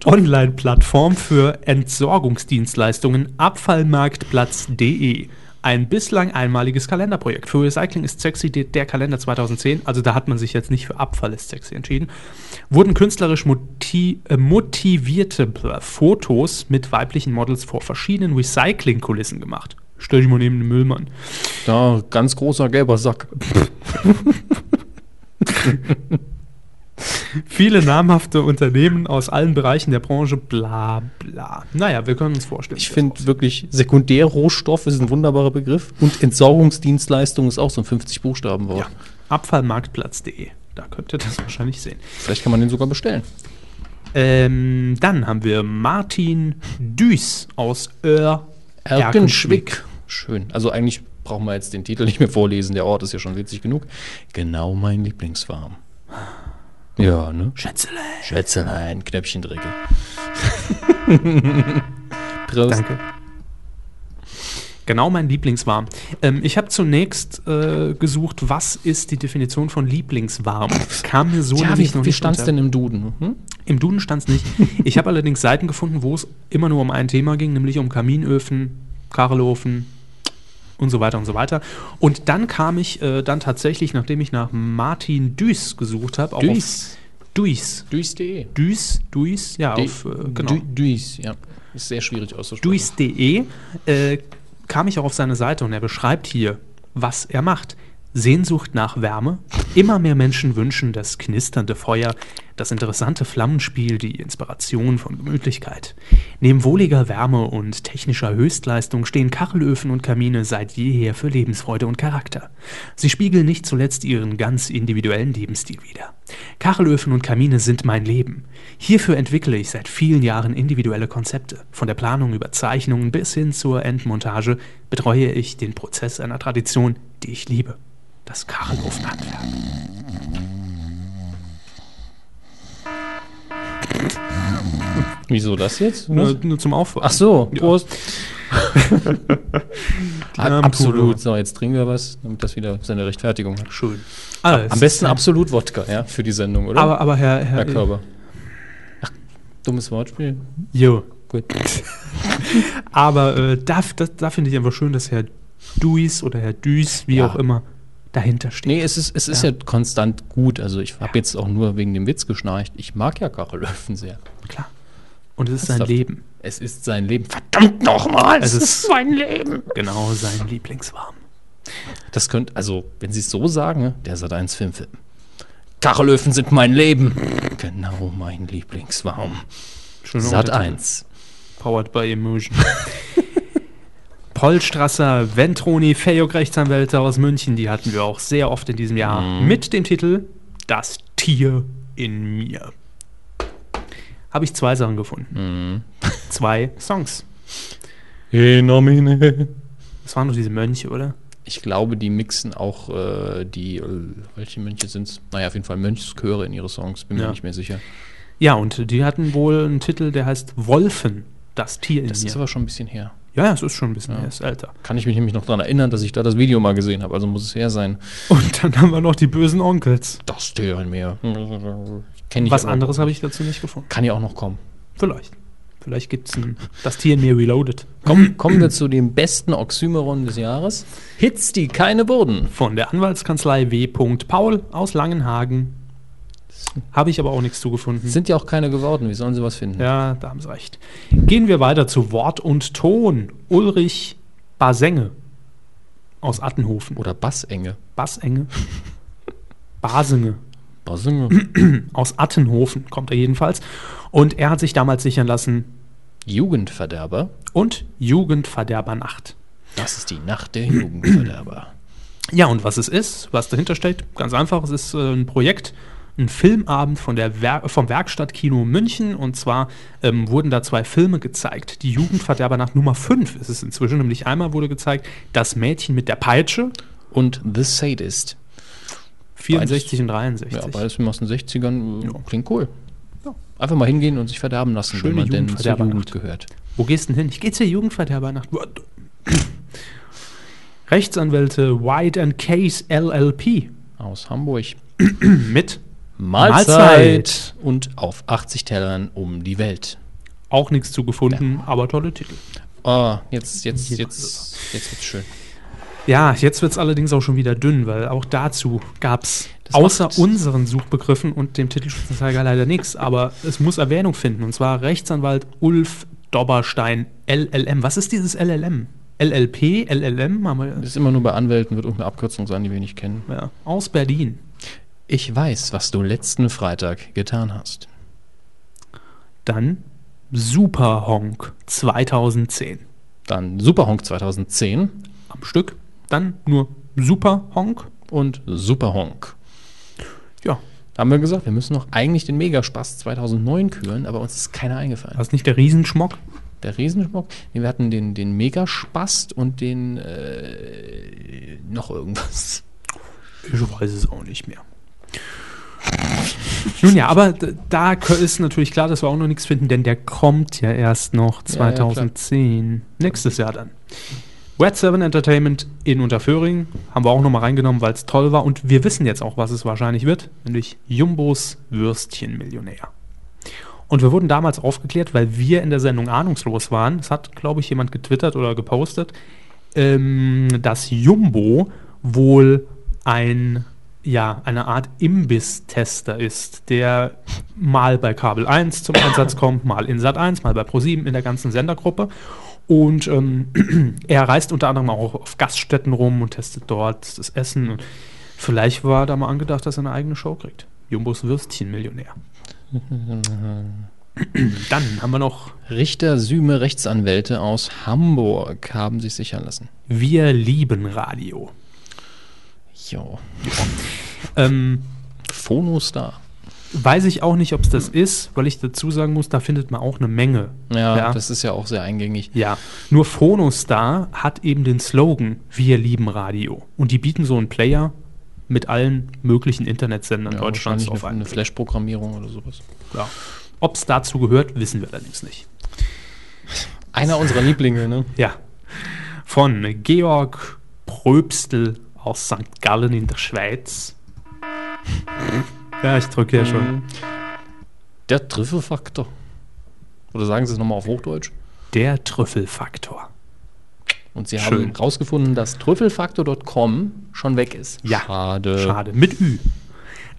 Speaker 3: Online-Plattform für Entsorgungsdienstleistungen Abfallmarktplatz.de. Ein bislang einmaliges Kalenderprojekt. Für Recycling ist sexy de- der Kalender 2010, also da hat man sich jetzt nicht für Abfall ist sexy entschieden, wurden künstlerisch moti äh, motivierte Bl- Fotos mit weiblichen Models vor verschiedenen Recyclingkulissen gemacht. Stell dich mal neben den Müllmann.
Speaker 2: Da, ganz großer gelber Sack.
Speaker 3: Viele namhafte Unternehmen aus allen Bereichen der Branche, bla bla. Naja, wir können uns vorstellen.
Speaker 2: Ich finde wirklich, Sekundärrohstoff ist ein wunderbarer Begriff und Entsorgungsdienstleistung ist auch so ein 50-Buchstaben-Wort.
Speaker 3: ja, abfallmarktplatz.de. Da könnt ihr das wahrscheinlich sehen.
Speaker 2: Vielleicht kann man den sogar bestellen.
Speaker 3: Ähm, dann haben wir Martin Düß aus Öhr. Erkenschwick.
Speaker 2: Schön. Also eigentlich brauchen wir jetzt den Titel nicht mehr vorlesen, der Ort ist ja schon witzig genug. Genau mein Lieblingsfarm. Ja, ne?
Speaker 3: Schätzele.
Speaker 2: Schätzelein, Knöpfchendrecke. Prost.
Speaker 3: Danke. Genau mein Lieblingswarm. Ähm, ich habe zunächst äh, gesucht, was ist die Definition von Lieblingswarm? Kam mir so
Speaker 2: Ja,
Speaker 3: nämlich
Speaker 2: wie, wie stand's
Speaker 3: unter.
Speaker 2: denn im Duden? Hm?
Speaker 3: Im Duden stand es nicht. Ich habe allerdings Seiten gefunden, wo es immer nur um ein Thema ging, nämlich um Kaminöfen, Karelofen und so weiter und so weiter. Und dann kam ich äh, dann tatsächlich, nachdem ich nach Martin Duis gesucht habe, auch auf Duis.
Speaker 2: Duis.de.
Speaker 3: Duis, Duis, ja,
Speaker 2: De-
Speaker 3: auf äh, genau.
Speaker 2: Du- Duis, ja. Ist sehr schwierig auszusprechen.
Speaker 3: Duis.de äh, kam ich auch auf seine Seite und er beschreibt hier, was er macht. Sehnsucht nach Wärme. Immer mehr Menschen wünschen das knisternde Feuer, das interessante Flammenspiel, die Inspiration von Gemütlichkeit. Neben wohliger Wärme und technischer Höchstleistung stehen Kachelöfen und Kamine seit jeher für Lebensfreude und Charakter. Sie spiegeln nicht zuletzt ihren ganz individuellen Lebensstil wider. Kachelöfen und Kamine sind mein Leben. Hierfür entwickle ich seit vielen Jahren individuelle Konzepte. Von der Planung über Zeichnungen bis hin zur Endmontage betreue ich den Prozess einer Tradition, die ich liebe. Das Kachelofenhandwerk.
Speaker 2: Wieso das jetzt?
Speaker 3: zum Aufwand.
Speaker 2: Ach so, Prost.
Speaker 3: Armkugel.
Speaker 2: absolut. So, jetzt trinken wir was, damit das wieder seine Rechtfertigung hat.
Speaker 3: Schön. Alles.
Speaker 2: Am besten absolut Wodka, ja, für die Sendung, oder?
Speaker 3: Ah, Aber, äh, aber Herr, Herr,
Speaker 2: Herr Körber. Ach, dummes Wortspiel.
Speaker 3: äh, Jo.
Speaker 2: Gut.
Speaker 3: Aber äh, da, da, da finde ich einfach schön, dass Herr Duis oder Herr Düs, wie
Speaker 2: Ja.
Speaker 3: auch immer, dahinter steht.
Speaker 2: Nee, es ist, es ist ja.
Speaker 3: Ja.
Speaker 2: konstant gut. Also ich habe jetzt auch nur wegen dem Witz geschnarcht. Ich mag ja Kachelöfen sehr.
Speaker 3: Klar. Und es ist sein
Speaker 2: Ernsthaft?
Speaker 3: Leben.
Speaker 2: Es ist sein Leben. Verdammt nochmal!
Speaker 3: Es ist
Speaker 2: sein Leben!
Speaker 3: Genau sein Lieblingswarm.
Speaker 2: Das könnte, also, wenn sie es so sagen, ne, der Sat 1 Filmfilm. Kachelöfen sind mein Leben. Genau mein Lieblingsbaum.
Speaker 3: Schöne
Speaker 2: Sat
Speaker 3: Untertitel.
Speaker 2: 1.
Speaker 3: Powered by Emotion. Polstrasser, Ventroni, Fayok Rechtsanwälte aus München, die hatten wir auch sehr oft in diesem Jahr
Speaker 2: Mhm.
Speaker 3: mit dem Titel Das Tier in mir. Habe ich zwei Sachen gefunden.
Speaker 2: Mhm.
Speaker 3: Zwei Songs. Das waren doch diese Mönche, oder?
Speaker 2: Ich glaube, die mixen auch äh, die, äh, welche Mönche sind es? Naja, auf jeden Fall Mönchschöre in ihre Songs, bin mir
Speaker 3: Ja.
Speaker 2: nicht mehr sicher.
Speaker 3: Ja, und die hatten wohl einen Titel, der heißt Wolfen, das Tier in
Speaker 2: Das ist
Speaker 3: mir.
Speaker 2: aber schon ein bisschen her.
Speaker 3: Ja, ja, es ist schon ein bisschen, ja. ist älter.
Speaker 2: Kann ich mich nämlich noch daran erinnern, dass ich da das Video mal gesehen habe, also muss es her sein.
Speaker 3: Und dann haben wir noch die bösen Onkels.
Speaker 2: Das Tier in mir. Kenn ich
Speaker 3: Was
Speaker 2: aber.
Speaker 3: anderes habe ich dazu nicht gefunden.
Speaker 2: Kann ja auch noch kommen.
Speaker 3: Vielleicht. Vielleicht gibt es das Tier in mir reloaded.
Speaker 2: Komm, kommen wir zu dem besten Oxymeron des Jahres. Hits, die keine wurden.
Speaker 3: Von der Anwaltskanzlei W. Paul aus Langenhagen. Habe ich aber auch nichts zugefunden.
Speaker 2: Sind ja auch keine geworden. Wie sollen sie was finden?
Speaker 3: Ja, da haben sie recht. Gehen wir weiter zu Wort und Ton. Ulrich Basenge aus Attenhofen.
Speaker 2: Oder Bassenge.
Speaker 3: Bassenge. Basenge
Speaker 2: Bassenge.
Speaker 3: aus Attenhofen kommt er jedenfalls. Und er hat sich damals sichern lassen
Speaker 2: Jugendverderber.
Speaker 3: und Jugendverderber Nacht.
Speaker 2: Das ist die Nacht der Jugendverderber.
Speaker 3: Ja, und was es ist, was dahinter steckt, ganz einfach, es ist äh, ein Projekt, ein Filmabend von der Wer vom Werkstattkino München. Und zwar ähm, wurden da zwei Filme gezeigt. Die Jugendverderber nach Nummer 5 ist es inzwischen, nämlich einmal wurde gezeigt, das Mädchen mit der Peitsche,
Speaker 2: Und The Sadist.
Speaker 3: 64 und 63.
Speaker 2: Ja, beides aus den 60ern. äh,
Speaker 3: Ja.
Speaker 2: Klingt cool. Einfach mal hingehen und sich verderben lassen,
Speaker 3: Schöne
Speaker 2: wenn man denn zur
Speaker 3: Jugendverderbernacht.
Speaker 2: Jugend gehört.
Speaker 3: Wo gehst denn hin? Ich gehe zur Jugendverderbernacht. Rechtsanwälte White and Case LLP
Speaker 2: Aus Hamburg.
Speaker 3: mit Mahlzeit.
Speaker 2: Mahlzeit. Und auf 80 Tellern um die Welt.
Speaker 3: auch nichts zugefunden, aber tolle Titel.
Speaker 2: Ah, jetzt, jetzt,
Speaker 3: Hier
Speaker 2: jetzt, jetzt wird's schön.
Speaker 3: Ja, jetzt wird es allerdings auch schon wieder dünn, weil auch dazu gab es
Speaker 2: Das
Speaker 3: außer
Speaker 2: macht's.
Speaker 3: unseren Suchbegriffen und dem Titelschutzzeiger leider nichts, aber es muss Erwähnung finden. Und zwar Rechtsanwalt Ulf Dobberstein, LLM. Was ist dieses LLM? LLP, LLM, haben wir,
Speaker 2: Ist immer nur bei Anwälten, wird irgendeine Abkürzung sein, die wir nicht kennen.
Speaker 3: ja, aus Berlin.
Speaker 2: Ich weiß, was du letzten Freitag getan hast.
Speaker 3: Dann Super Honk 2010
Speaker 2: Dann Superhonk 2010
Speaker 3: am Stück. Dann nur Super Honk.
Speaker 2: und Superhonk.
Speaker 3: Ja,
Speaker 2: Da haben wir gesagt, wir müssen noch eigentlich den Megaspaß 2009 kühlen, aber uns ist keiner eingefallen.
Speaker 3: das ist nicht der Riesenschmock.
Speaker 2: Der Riesenschmuck, nee, wir hatten den, den Megaspast und den äh, noch irgendwas.
Speaker 3: Ich weiß es auch nicht mehr. Nun ja, aber d- da kö- ist natürlich klar, dass wir auch noch nichts finden, denn der kommt ja erst noch
Speaker 2: Ja, ja, klar.
Speaker 3: 2010. Nächstes Jahr dann. Red 7 Entertainment in Unterföhring haben wir auch nochmal reingenommen, weil es toll war. Und wir wissen jetzt auch, was es wahrscheinlich wird, nämlich Jumbos Würstchenmillionär. Und wir wurden damals aufgeklärt, weil wir in der Sendung ahnungslos waren. Es hat, glaube ich, jemand getwittert oder gepostet, ähm, dass Jumbo wohl ein, ja, eine Art Imbiss-Tester ist, der mal bei Kabel 1 zum Einsatz kommt, mal in Sat 1, mal bei Pro7 in der ganzen Sendergruppe. Und ähm, er reist unter anderem auch auf Gaststätten rum und testet dort das Essen. Und vielleicht war da mal angedacht, dass er eine eigene Show kriegt. Jumbos Würstchen-Millionär. Dann haben wir noch
Speaker 2: Richter Süme Rechtsanwälte aus Hamburg haben sich sichern lassen.
Speaker 3: Wir lieben Radio.
Speaker 2: Jo.
Speaker 3: Ähm,
Speaker 2: Phonostar.
Speaker 3: Weiß ich auch nicht, ob es das ist, weil ich dazu sagen muss, da findet man auch eine Menge.
Speaker 2: Ja,
Speaker 3: ja.
Speaker 2: das ist ja auch sehr eingängig.
Speaker 3: ja. Nur Phonostar hat eben den Slogan, wir lieben Radio. Und die bieten so einen Player mit allen möglichen Internetsendern
Speaker 2: Ja,
Speaker 3: Deutschlands
Speaker 2: wahrscheinlich
Speaker 3: auf
Speaker 2: eine, eine
Speaker 3: einen.
Speaker 2: Flash-Programmierung oder sowas.
Speaker 3: Ja. Ob es dazu gehört, wissen wir allerdings nicht.
Speaker 2: Einer unserer Lieblinge, ne?
Speaker 3: Ja. Von Georg Pröbstl aus St. Gallen in der Schweiz.
Speaker 2: Hm?
Speaker 3: Ja, ich drücke ja schon.
Speaker 2: Der Trüffelfaktor. Oder sagen Sie es nochmal auf Hochdeutsch?
Speaker 3: Der Trüffelfaktor.
Speaker 2: Und Sie
Speaker 3: Schön.
Speaker 2: haben rausgefunden, dass trüffelfaktor.com schon weg ist.
Speaker 3: Ja.
Speaker 2: Schade.
Speaker 3: Schade. Mit Ü.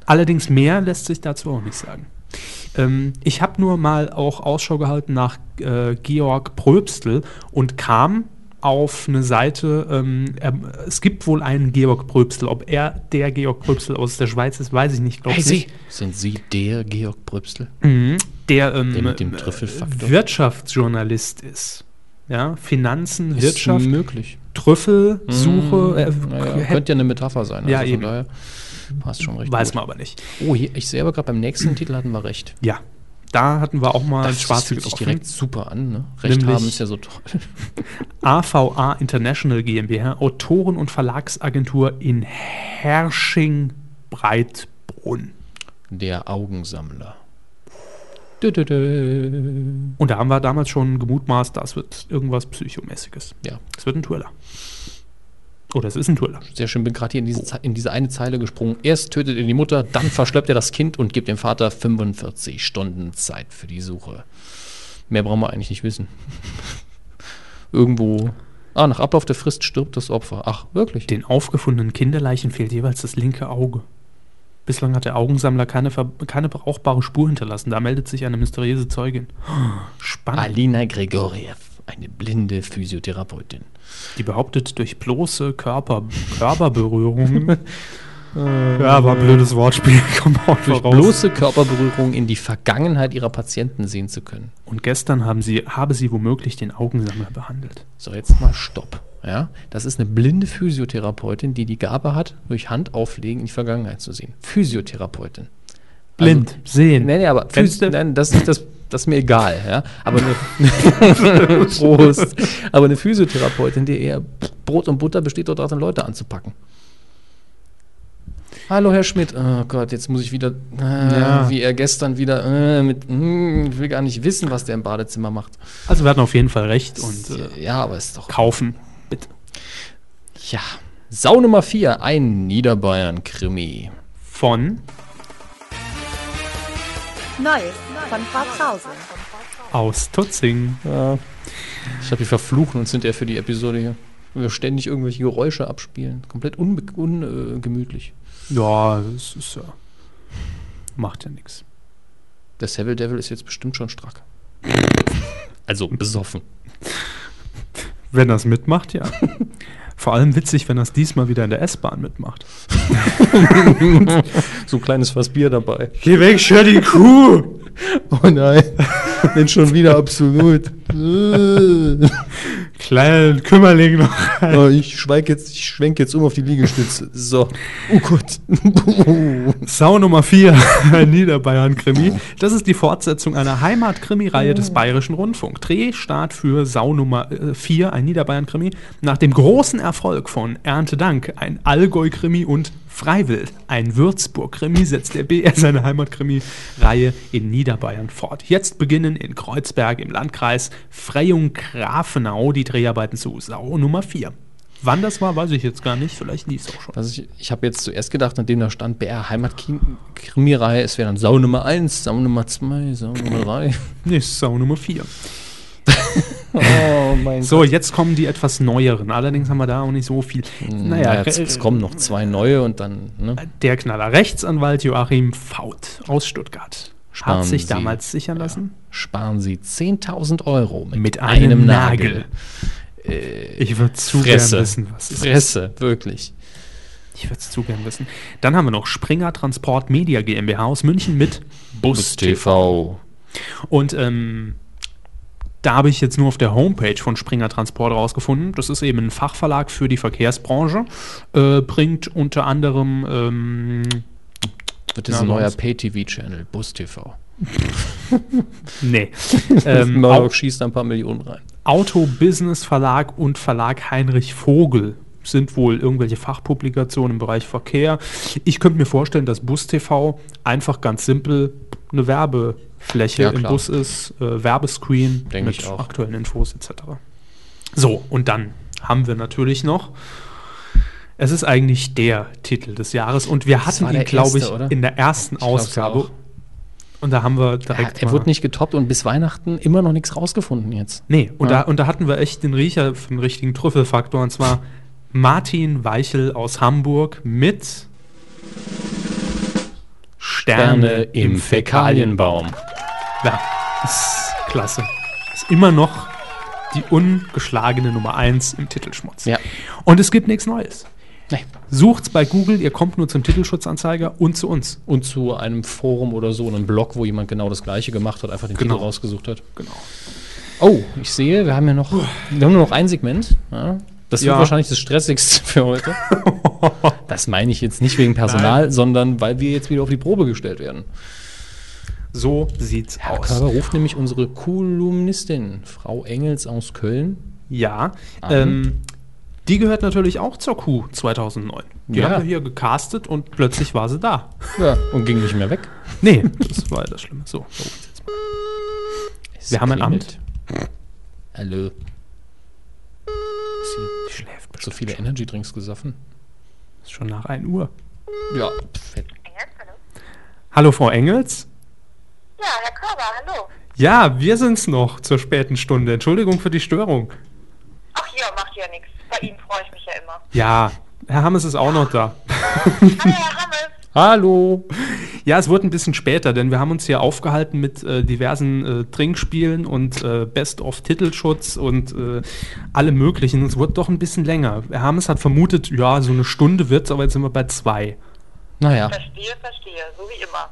Speaker 3: Allerdings mehr lässt sich dazu auch nicht sagen. Ähm, ich habe nur mal auch Ausschau gehalten nach äh, Georg Pröbstl und kam auf eine Seite, ähm, er, es gibt wohl einen Georg Pröbstl. Ob er der Georg Pröbstl aus der Schweiz ist, weiß ich nicht. glaub
Speaker 2: Hey,
Speaker 3: ich
Speaker 2: Sie.
Speaker 3: nicht.
Speaker 2: Sind Sie der Georg Bröpsel?
Speaker 3: Mhm. Der, ähm,
Speaker 2: Der mit dem
Speaker 3: äh,
Speaker 2: Trüffelfaktor.
Speaker 3: Wirtschaftsjournalist ist. Ja, Finanzen, Wirtschaft,
Speaker 2: möglich.
Speaker 3: Trüffelsuche, äh,
Speaker 2: Naja,
Speaker 3: hätt-
Speaker 2: könnte Mhm. ja eine Metapher sein. also
Speaker 3: Ja,
Speaker 2: von
Speaker 3: eben.
Speaker 2: daher passt schon recht.
Speaker 3: weiß
Speaker 2: gut.
Speaker 3: man aber nicht.
Speaker 2: Oh, hier, ich sehe aber gerade beim nächsten Titel hatten wir recht.
Speaker 3: Ja, da hatten wir auch mal
Speaker 2: Das,
Speaker 3: ein
Speaker 2: das
Speaker 3: schwarzes
Speaker 2: fühlt sich direkt super an. Ne? Recht
Speaker 3: Ah, Nämlich-
Speaker 2: haben ist ja so toll.
Speaker 3: AVA International GmbH, Autoren- und Verlagsagentur in Hersching-Breitbrunn.
Speaker 2: Der Augensammler. Dö, dö, dö.
Speaker 3: Und da haben wir damals schon gemutmaßt, das wird irgendwas Psychomäßiges.
Speaker 2: Ja,
Speaker 3: Es wird ein Thriller. Oder es ist ein Thriller.
Speaker 2: sehr schön. Bin gerade hier in diese, Ze- in diese eine Zeile gesprungen. Erst tötet ihr die Mutter, dann verschleppt er das Kind und gibt dem Vater 45 Stunden Zeit für die Suche. Mehr brauchen wir eigentlich nicht wissen. Irgendwo. Ah, nach Ablauf der Frist stirbt das Opfer. Ach, wirklich?
Speaker 3: Den aufgefundenen Kinderleichen fehlt jeweils das linke Auge. Bislang hat der Augensammler keine, ver- keine brauchbare Spur hinterlassen. Da meldet sich eine mysteriöse Zeugin. Spannend.
Speaker 2: Alina Gregoriev, eine blinde Physiotherapeutin.
Speaker 3: Die behauptet, durch bloße Körper, Körperberührung. ja, war ein blödes Wortspiel. Komm auch
Speaker 2: Durch bloße Körperberührung in die Vergangenheit ihrer Patienten sehen zu können.
Speaker 3: Und gestern haben sie, habe sie womöglich den Augensammler behandelt.
Speaker 2: So, jetzt mal Stopp. Ja, das ist eine blinde Physiotherapeutin, die die Gabe hat, durch Handauflegen in die Vergangenheit zu sehen. Physiotherapeutin. Also,
Speaker 3: Blind, Also sehen.
Speaker 2: Nee, nee, aber
Speaker 3: Kennst
Speaker 2: Physio-
Speaker 3: du?
Speaker 2: nein, das, ist- das, das ist mir egal. Ja? Aber, eine, Prost. aber eine Physiotherapeutin, die eher Brot und Butter besteht, dort darin, Leute anzupacken. Hallo, Herr Schmidt. Oh Gott, jetzt muss ich wieder, äh,
Speaker 3: Ja.
Speaker 2: wie er gestern wieder, äh, mit, hm, ich will gar nicht wissen, was der im Badezimmer macht.
Speaker 3: Also wir hatten auf jeden Fall recht und äh,
Speaker 2: ja, aber ist doch
Speaker 3: kaufen.
Speaker 2: Ja. Sau Nummer 4, ein Niederbayern-Krimi.
Speaker 3: Von
Speaker 5: Neu von Pforzhausen.
Speaker 3: aus Tutzing.
Speaker 2: Ich glaube, wir verfluchen uns hinterher für die Episode hier. Wenn wir ständig irgendwelche Geräusche abspielen. Komplett unbe- un, äh, gemütlich.
Speaker 3: Ja, es ist ja. Macht ja nichts.
Speaker 2: Der Seville Devil ist jetzt bestimmt schon strack. Also besoffen.
Speaker 3: Wenn das mitmacht, ja. Vor allem witzig, wenn das diesmal wieder in der S-Bahn mitmacht.
Speaker 2: So ein kleines Fass Bier dabei.
Speaker 3: Geh weg, schör die Kuh!
Speaker 2: Oh nein. Denn schon wieder absolut.
Speaker 3: Kleinen Kümmerling noch.
Speaker 2: Oh, ich schweig jetzt, ich schwenk jetzt um auf die Liegestütze. So. Oh Gott.
Speaker 3: Sau Nummer 4, ein Niederbayern-Krimi. Das ist die Fortsetzung einer Heimat-Krimi-Reihe des Bayerischen Rundfunk. Drehstart für Sau Nummer 4, ein Niederbayern-Krimi, nach dem großen Erfolg von Erntedank, ein Allgäu-Krimi und Freiwild, ein Würzburg-Krimi, setzt der BR seine Heimat-Krimi-Reihe in Niederbayern fort. Jetzt beginnen in Kreuzberg im Landkreis Freyung-Grafenau die Dreharbeiten zu Sau Nummer 4. Wann das war, weiß ich jetzt gar nicht. Vielleicht lief es auch schon.
Speaker 2: Also ich ich habe jetzt zuerst gedacht, nachdem da stand BR Heimatkrimireihe, es wäre dann Sau Nummer 1, Sau Nummer 2, Sau Nummer 3.
Speaker 3: Nee, Sau Nummer 4.
Speaker 2: Oh mein
Speaker 3: So, jetzt kommen die etwas neueren. Allerdings haben wir da auch nicht so viel.
Speaker 2: Naja,
Speaker 3: Naja,
Speaker 2: Hm, jetzt,
Speaker 3: äh,
Speaker 2: es kommen noch zwei neue und dann, ne?
Speaker 3: der Knaller. Rechtsanwalt Joachim Faut aus Stuttgart
Speaker 2: Sparen
Speaker 3: hat sich
Speaker 2: Sie.
Speaker 3: damals sichern lassen.
Speaker 2: Sparen Sie 10.000 Euro
Speaker 3: Mit einem Nagel. Ich würde zu
Speaker 2: Äh, Fresse.
Speaker 3: gern wissen, was es ist.
Speaker 2: Fresse, wirklich.
Speaker 3: Ich würde es zu gern wissen. Dann haben wir noch Springer Transport Media GmbH aus München mit Bus TV.
Speaker 2: TV.
Speaker 3: Und ähm, da habe ich jetzt nur auf der Homepage von Springer Transport rausgefunden. Das ist eben ein Fachverlag für die Verkehrsbranche. Äh, bringt unter anderem ähm,
Speaker 2: Wird jetzt
Speaker 3: Na,
Speaker 2: ein neuer
Speaker 3: sonst?
Speaker 2: Pay-TV-Channel, Bus TV.
Speaker 3: Nee. ähm,
Speaker 2: Murdoch
Speaker 3: Au-
Speaker 2: schießt da ein paar Millionen rein.
Speaker 3: Auto-Business Verlag und Verlag Heinrich Vogel sind wohl irgendwelche Fachpublikationen im Bereich Verkehr. Ich könnte mir vorstellen, dass Bus TV einfach ganz simpel eine Werbefläche
Speaker 2: Ja,
Speaker 3: im
Speaker 2: klar.
Speaker 3: Bus ist, äh, Werbescreen
Speaker 2: Denk ich auch.
Speaker 3: aktuellen Infos etc. So, und dann haben wir natürlich noch es ist eigentlich der Titel des Jahres und wir hatten
Speaker 2: war
Speaker 3: ihn,
Speaker 2: der
Speaker 3: glaube ich,
Speaker 2: erste, oder?
Speaker 3: in der ersten
Speaker 2: glaub's
Speaker 3: Ausgabe.
Speaker 2: auch.
Speaker 3: Und da haben wir
Speaker 2: Ja,
Speaker 3: direkt.
Speaker 2: er
Speaker 3: Halt mal-
Speaker 2: wurde nicht getoppt und bis Weihnachten immer noch nichts rausgefunden jetzt.
Speaker 3: Nee, und,
Speaker 2: Ja.
Speaker 3: da, und da hatten wir echt den Riecher für den richtigen Trüffelfaktor. Und zwar Martin Weichel aus Hamburg mit Sterne im Fäkalienbau. Ja, ist klasse. Ist immer noch die ungeschlagene Nummer 1 im Titelschmutz.
Speaker 2: Ja.
Speaker 3: Und es gibt nichts Neues.
Speaker 2: Nee.
Speaker 3: Sucht's bei Google, ihr kommt nur zum Titelschutzanzeiger und zu uns.
Speaker 2: Und zu einem Forum oder so, einem Blog, wo jemand genau das Gleiche gemacht hat, einfach den
Speaker 3: Genau.
Speaker 2: Titel rausgesucht hat.
Speaker 3: Genau.
Speaker 2: Oh, ich sehe, wir haben ja noch, wir haben nur noch ein Segment. Ja, das
Speaker 3: Ja.
Speaker 2: wird wahrscheinlich das stressigste für heute. Das meine ich jetzt nicht wegen Personal, sondern weil wir jetzt wieder auf die Probe gestellt werden.
Speaker 3: So sieht's
Speaker 2: Herr
Speaker 3: aus.
Speaker 2: Körber ruft nämlich unsere Kolumnistin, Frau Engels aus Köln.
Speaker 3: Ja.
Speaker 2: Ah.
Speaker 3: Ähm, die gehört natürlich auch zur Kuh 2009. Die
Speaker 2: Ja.
Speaker 3: haben wir hier gecastet und plötzlich war sie da.
Speaker 2: Ja, und ging nicht mehr weg.
Speaker 3: Nee, das war ja das Schlimme. So, oh, da ruft's jetzt mal.
Speaker 2: Es
Speaker 3: Wir haben ein
Speaker 2: klingelt. Äh, Hallo. Sie
Speaker 3: Die schläft
Speaker 2: hat so viele Energydrinks gesoffen.
Speaker 3: Ist schon nach 1 Uhr.
Speaker 2: Ja, fett.
Speaker 3: Hallo, Frau Engels.
Speaker 6: Ja, Herr Körber, hallo.
Speaker 3: Ja, wir sind's noch zur späten Stunde. Entschuldigung für die Störung.
Speaker 6: Ach ja, macht ja nichts. Bei Ihnen freue ich mich ja immer.
Speaker 3: Ja, Herr Hammes ist auch noch da.
Speaker 6: Hallo, Herr Hammes.
Speaker 2: Hallo.
Speaker 3: Ja, es wurde ein bisschen später, denn wir haben uns hier aufgehalten mit äh, diversen äh, Trinkspielen und äh, Best-of-Titelschutz und äh, allem Möglichen. Es wurde doch ein bisschen länger. Hermes hat vermutet, ja, so eine Stunde wird's, aber jetzt sind wir bei zwei.
Speaker 2: Naja,
Speaker 6: Verstehe, verstehe, so wie immer.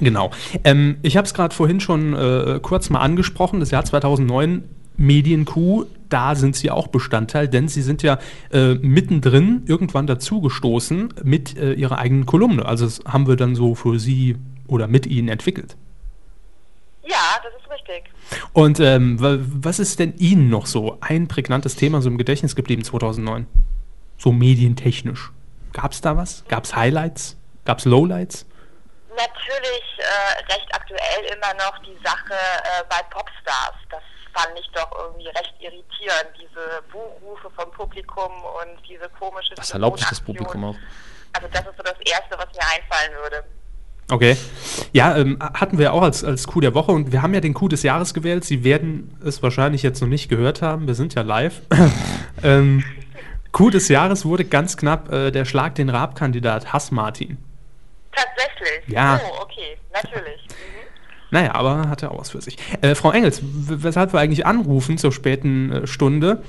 Speaker 3: Genau. Ähm, ich habe es gerade vorhin schon äh, kurz mal angesprochen, das Jahr 2009, Medienkuh, da sind sie auch Bestandteil, denn sie sind ja äh, mittendrin irgendwann dazugestoßen mit äh, ihrer eigenen Kolumne. Also das haben wir dann so für sie oder mit ihnen entwickelt.
Speaker 6: Ja, das ist richtig.
Speaker 3: Und ähm, wa- was ist denn Ihnen noch so ein prägnantes Thema so im Gedächtnis geblieben 2009? So medientechnisch. Gab es da was? Gab es Highlights? Gab es Lowlights?
Speaker 6: Natürlich äh, recht aktuell immer noch die Sache äh, bei Popstars. Das fand ich doch irgendwie recht irritierend, diese Buhrufe vom Publikum und diese komische...
Speaker 2: das erlaubt sich das Publikum auch.
Speaker 6: Also das ist so das Erste, was mir einfallen würde.
Speaker 3: Okay. Ja, ähm, hatten wir auch als, als Coup der Woche und wir haben ja den Coup des Jahres gewählt. Sie werden es wahrscheinlich jetzt noch nicht gehört haben. Wir sind ja live. ähm, Coup des Jahres wurde ganz knapp äh, der Schlag den Raab-Kandidat Hass Martin.
Speaker 6: Tatsächlich?
Speaker 3: Ja.
Speaker 6: Oh, okay, natürlich. Mhm.
Speaker 3: Naja, aber hat er auch was für sich. Äh, Frau Engels, w- weshalb wir eigentlich anrufen zur späten äh, Stunde?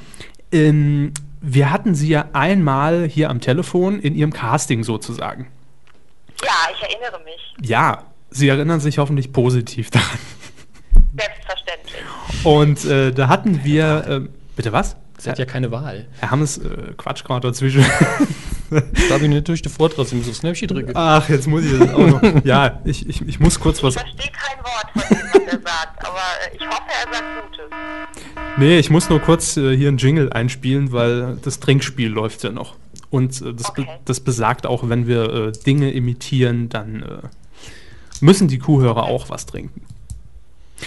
Speaker 3: Ähm, wir hatten Sie ja einmal hier am Telefon in Ihrem Casting sozusagen.
Speaker 6: Ja, ich erinnere mich.
Speaker 3: Ja, Sie erinnern sich hoffentlich positiv daran.
Speaker 6: Selbstverständlich.
Speaker 3: Und äh, da hatten wir. ähm, bitte was?
Speaker 2: Sie hat ja keine Wahl.
Speaker 3: Herr Hammes, äh, Quatsch gerade dazwischen.
Speaker 2: Da habe ich natürlich davor trotzdem so Snapchat drücken.
Speaker 3: Ach, jetzt muss ich das auch noch. Ja, ich, ich, ich muss kurz
Speaker 6: Ich
Speaker 3: was.
Speaker 6: verstehe kein Wort von dem, was er sagt, aber äh, ich hoffe, er sagt Gutes.
Speaker 3: Nee, ich muss nur kurz äh, hier einen Jingle einspielen, weil das Trinkspiel läuft ja noch. Und äh, das, be
Speaker 6: Okay.
Speaker 3: das besagt auch, wenn wir äh, Dinge imitieren, dann äh, müssen die Kuhhörer auch was trinken.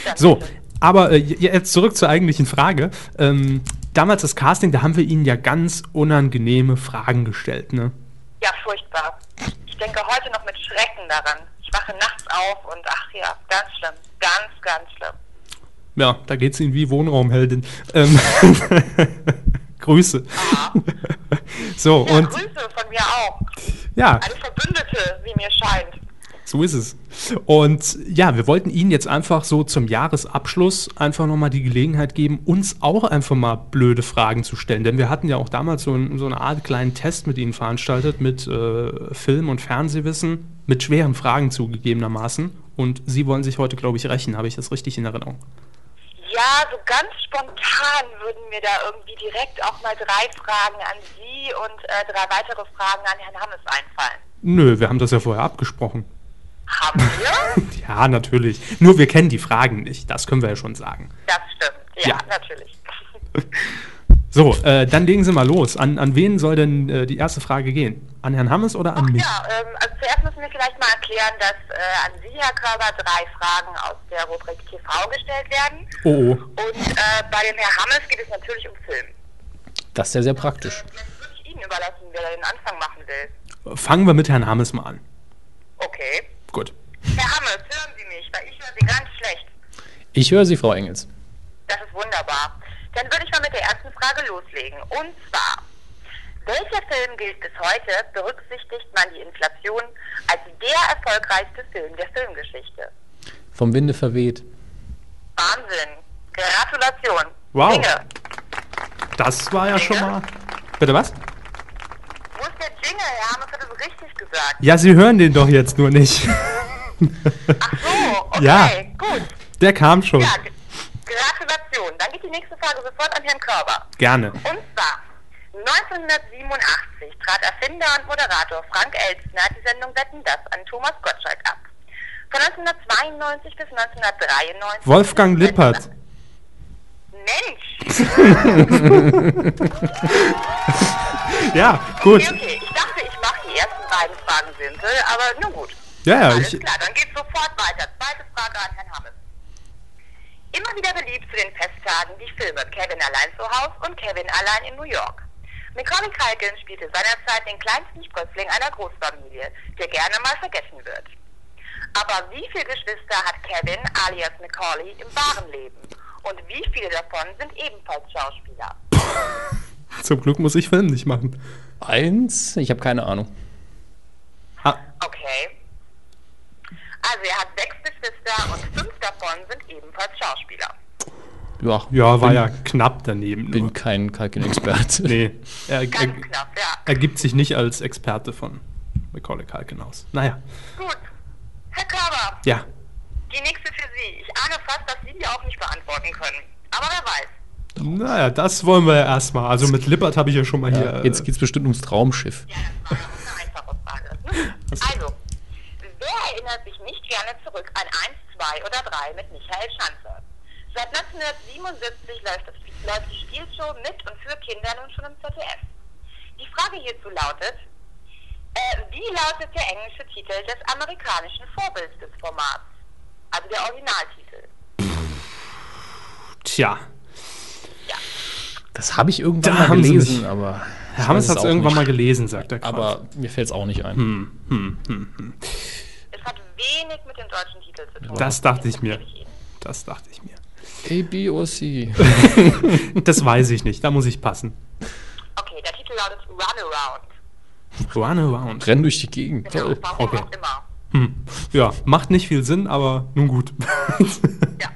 Speaker 6: Dann
Speaker 3: So,
Speaker 6: bitte.
Speaker 3: aber äh, j- jetzt zurück zur eigentlichen Frage. Ähm, damals das Casting, da haben wir Ihnen ja ganz unangenehme Fragen gestellt, ne?
Speaker 6: Ja, furchtbar. Ich denke heute noch mit Schrecken daran. Ich wache nachts auf und ach ja, ganz schlimm. Ganz, ganz schlimm.
Speaker 3: Ja, da geht's Ihnen wie Wohnraumheldin. Ähm, Grüße. So,
Speaker 6: Ja,
Speaker 3: und
Speaker 6: Grüße von mir auch.
Speaker 3: ja,
Speaker 6: Eine Verbündete, wie mir scheint.
Speaker 3: so ist es. Und ja, wir wollten Ihnen jetzt einfach so zum Jahresabschluss einfach nochmal die Gelegenheit geben, uns auch einfach mal blöde Fragen zu stellen. Denn wir hatten ja auch damals so, ein, so eine Art kleinen Test mit Ihnen veranstaltet, mit äh, Film- und Fernsehwissen, mit schweren Fragen zugegebenermaßen. Und Sie wollen sich heute, glaube ich, rächen. Habe ich das richtig in Erinnerung?
Speaker 6: Ja, so ganz spontan würden mir da irgendwie direkt auch mal drei Fragen an Sie und äh, drei weitere Fragen an Herrn Hammes einfallen.
Speaker 3: Nö, wir haben das ja vorher abgesprochen.
Speaker 6: Haben wir?
Speaker 3: Ja, natürlich. Nur wir kennen die Fragen nicht. Das können wir ja schon sagen.
Speaker 6: Das stimmt. Ja,
Speaker 3: Ja.
Speaker 6: natürlich.
Speaker 3: So, äh, dann legen Sie mal los. An, an wen soll denn äh, die erste Frage gehen? An Herrn Hammes oder an mich?
Speaker 6: Ja, ähm, also zuerst müssen wir vielleicht mal erklären, dass äh, an Sie, Herr Körber, drei Fragen aus der Rubrik TV gestellt werden.
Speaker 3: Oh, oh.
Speaker 6: Und äh, bei dem Herr Hammes geht es natürlich um Film.
Speaker 2: Das ist ja sehr praktisch.
Speaker 6: Jetzt würde ich Ihnen überlassen, wer den Anfang machen will.
Speaker 3: oh. Fangen wir mit Herrn Hammes mal an.
Speaker 6: Okay.
Speaker 3: Gut.
Speaker 6: Herr Hammes, hören Sie mich, weil ich höre Sie ganz schlecht.
Speaker 2: Ich höre Sie, Frau Engels.
Speaker 6: Das ist wunderbar. Dann würde ich mal mit der ersten Frage loslegen. Und zwar, welcher Film gilt bis heute, berücksichtigt man die Inflation, als der erfolgreichste Film der Filmgeschichte?
Speaker 2: Vom Winde verweht.
Speaker 6: Wahnsinn. Gratulation.
Speaker 3: Wow.
Speaker 6: Dinge.
Speaker 3: Das war ja schon mal. Bitte was?
Speaker 6: Wo ist der Jingle? Herr Hammes hat es richtig gesagt.
Speaker 3: Ja, Sie hören den doch jetzt nur nicht.
Speaker 6: Ach so, Oh, okay,
Speaker 3: Ja.
Speaker 6: gut.
Speaker 3: Der kam schon.
Speaker 6: Ja, g- Gratulation. Dann geht die nächste Frage sofort an Herrn Körber.
Speaker 3: Gerne.
Speaker 6: Und zwar, 1987 trat Erfinder und Moderator Frank Elstner die Sendung Wetten, das an Thomas Gottschalk ab. Von 1992 bis 1993...
Speaker 3: Wolfgang Lippert.
Speaker 6: Mensch!
Speaker 3: Ja, gut.
Speaker 6: Okay, okay. Ich dachte, ich mache die ersten beiden Fragen simpel, aber nun gut.
Speaker 3: Ja, ja,
Speaker 6: Alles
Speaker 3: ich.
Speaker 6: klar, dann geht's sofort weiter. Zweite Frage an Herrn Hammes. Immer wieder beliebt zu den Festtagen die Filme Kevin allein zu Hause und Kevin allein in New York. Macaulay Culkin spielte seinerzeit den kleinsten Sprössling einer Großfamilie, der gerne mal vergessen wird. Aber wie viele Geschwister hat Kevin alias Macaulay im wahren Leben? Und wie viele davon sind ebenfalls Schauspieler?
Speaker 3: Zum Glück muss ich Film nicht machen.
Speaker 2: Eins? Ich habe keine Ahnung.
Speaker 3: Ah,
Speaker 6: Okay. Also er hat sechs Geschwister und fünf davon sind ebenfalls Schauspieler.
Speaker 2: Ja,
Speaker 3: Ja, war
Speaker 2: bin,
Speaker 3: ja knapp daneben. Nur.
Speaker 2: Bin kein Kalkin-Experte.
Speaker 3: Nee, er,
Speaker 6: Ganz
Speaker 3: er,
Speaker 6: knapp, ja.
Speaker 3: ergibt sich nicht als Experte von Macaulay Culkin aus. Naja,
Speaker 6: Gut. Herr Körber,
Speaker 3: ja.
Speaker 6: die nächste für Sie. Ich ahne fast, dass Sie die auch nicht beantworten können. Aber wer weiß.
Speaker 3: Naja, das wollen wir ja erstmal. Also mit Lippert habe ich ja schon mal hier.
Speaker 2: Ja,
Speaker 3: äh,
Speaker 2: jetzt geht's bestimmt ums Traumschiff.
Speaker 6: Ja, das war eine einfache Frage. ne? Also, wer erinnert sich nicht gerne zurück an 1, 2 oder 3 mit Michael Schanze? Seit 1977 läuft, das, läuft die Spielshow mit und für Kinder nun schon im ZDF. Die Frage hierzu lautet, äh, wie lautet der englische Titel des amerikanischen Vorbilds des Formats? Also der Originaltitel.
Speaker 3: Tja,
Speaker 2: Das habe ich irgendwann
Speaker 3: Da
Speaker 2: mal
Speaker 3: haben sie
Speaker 2: gelesen,
Speaker 3: mich.
Speaker 2: aber.
Speaker 3: Herr
Speaker 2: weiß
Speaker 3: Hammes
Speaker 2: es
Speaker 3: hat es
Speaker 2: auch
Speaker 3: irgendwann
Speaker 2: nicht.
Speaker 3: mal Hm. gelesen, sagt der Kraft.
Speaker 2: Aber mir fällt es auch nicht ein.
Speaker 6: Es hat wenig mit dem deutschen Titel zu tun.
Speaker 3: Das dachte ich mir.
Speaker 6: Gebe ich Ihnen.
Speaker 3: Das dachte ich mir.
Speaker 2: A, B oder C?
Speaker 3: Das weiß ich nicht, da muss ich passen.
Speaker 6: Okay, der Titel lautet Runaround.
Speaker 3: Run around.
Speaker 2: Renn durch die Gegend.
Speaker 6: Genau,
Speaker 2: Toll.
Speaker 6: warum
Speaker 3: Oh, okay.
Speaker 6: auch immer.
Speaker 3: Ja, macht nicht viel Sinn, aber nun gut.
Speaker 6: Ja.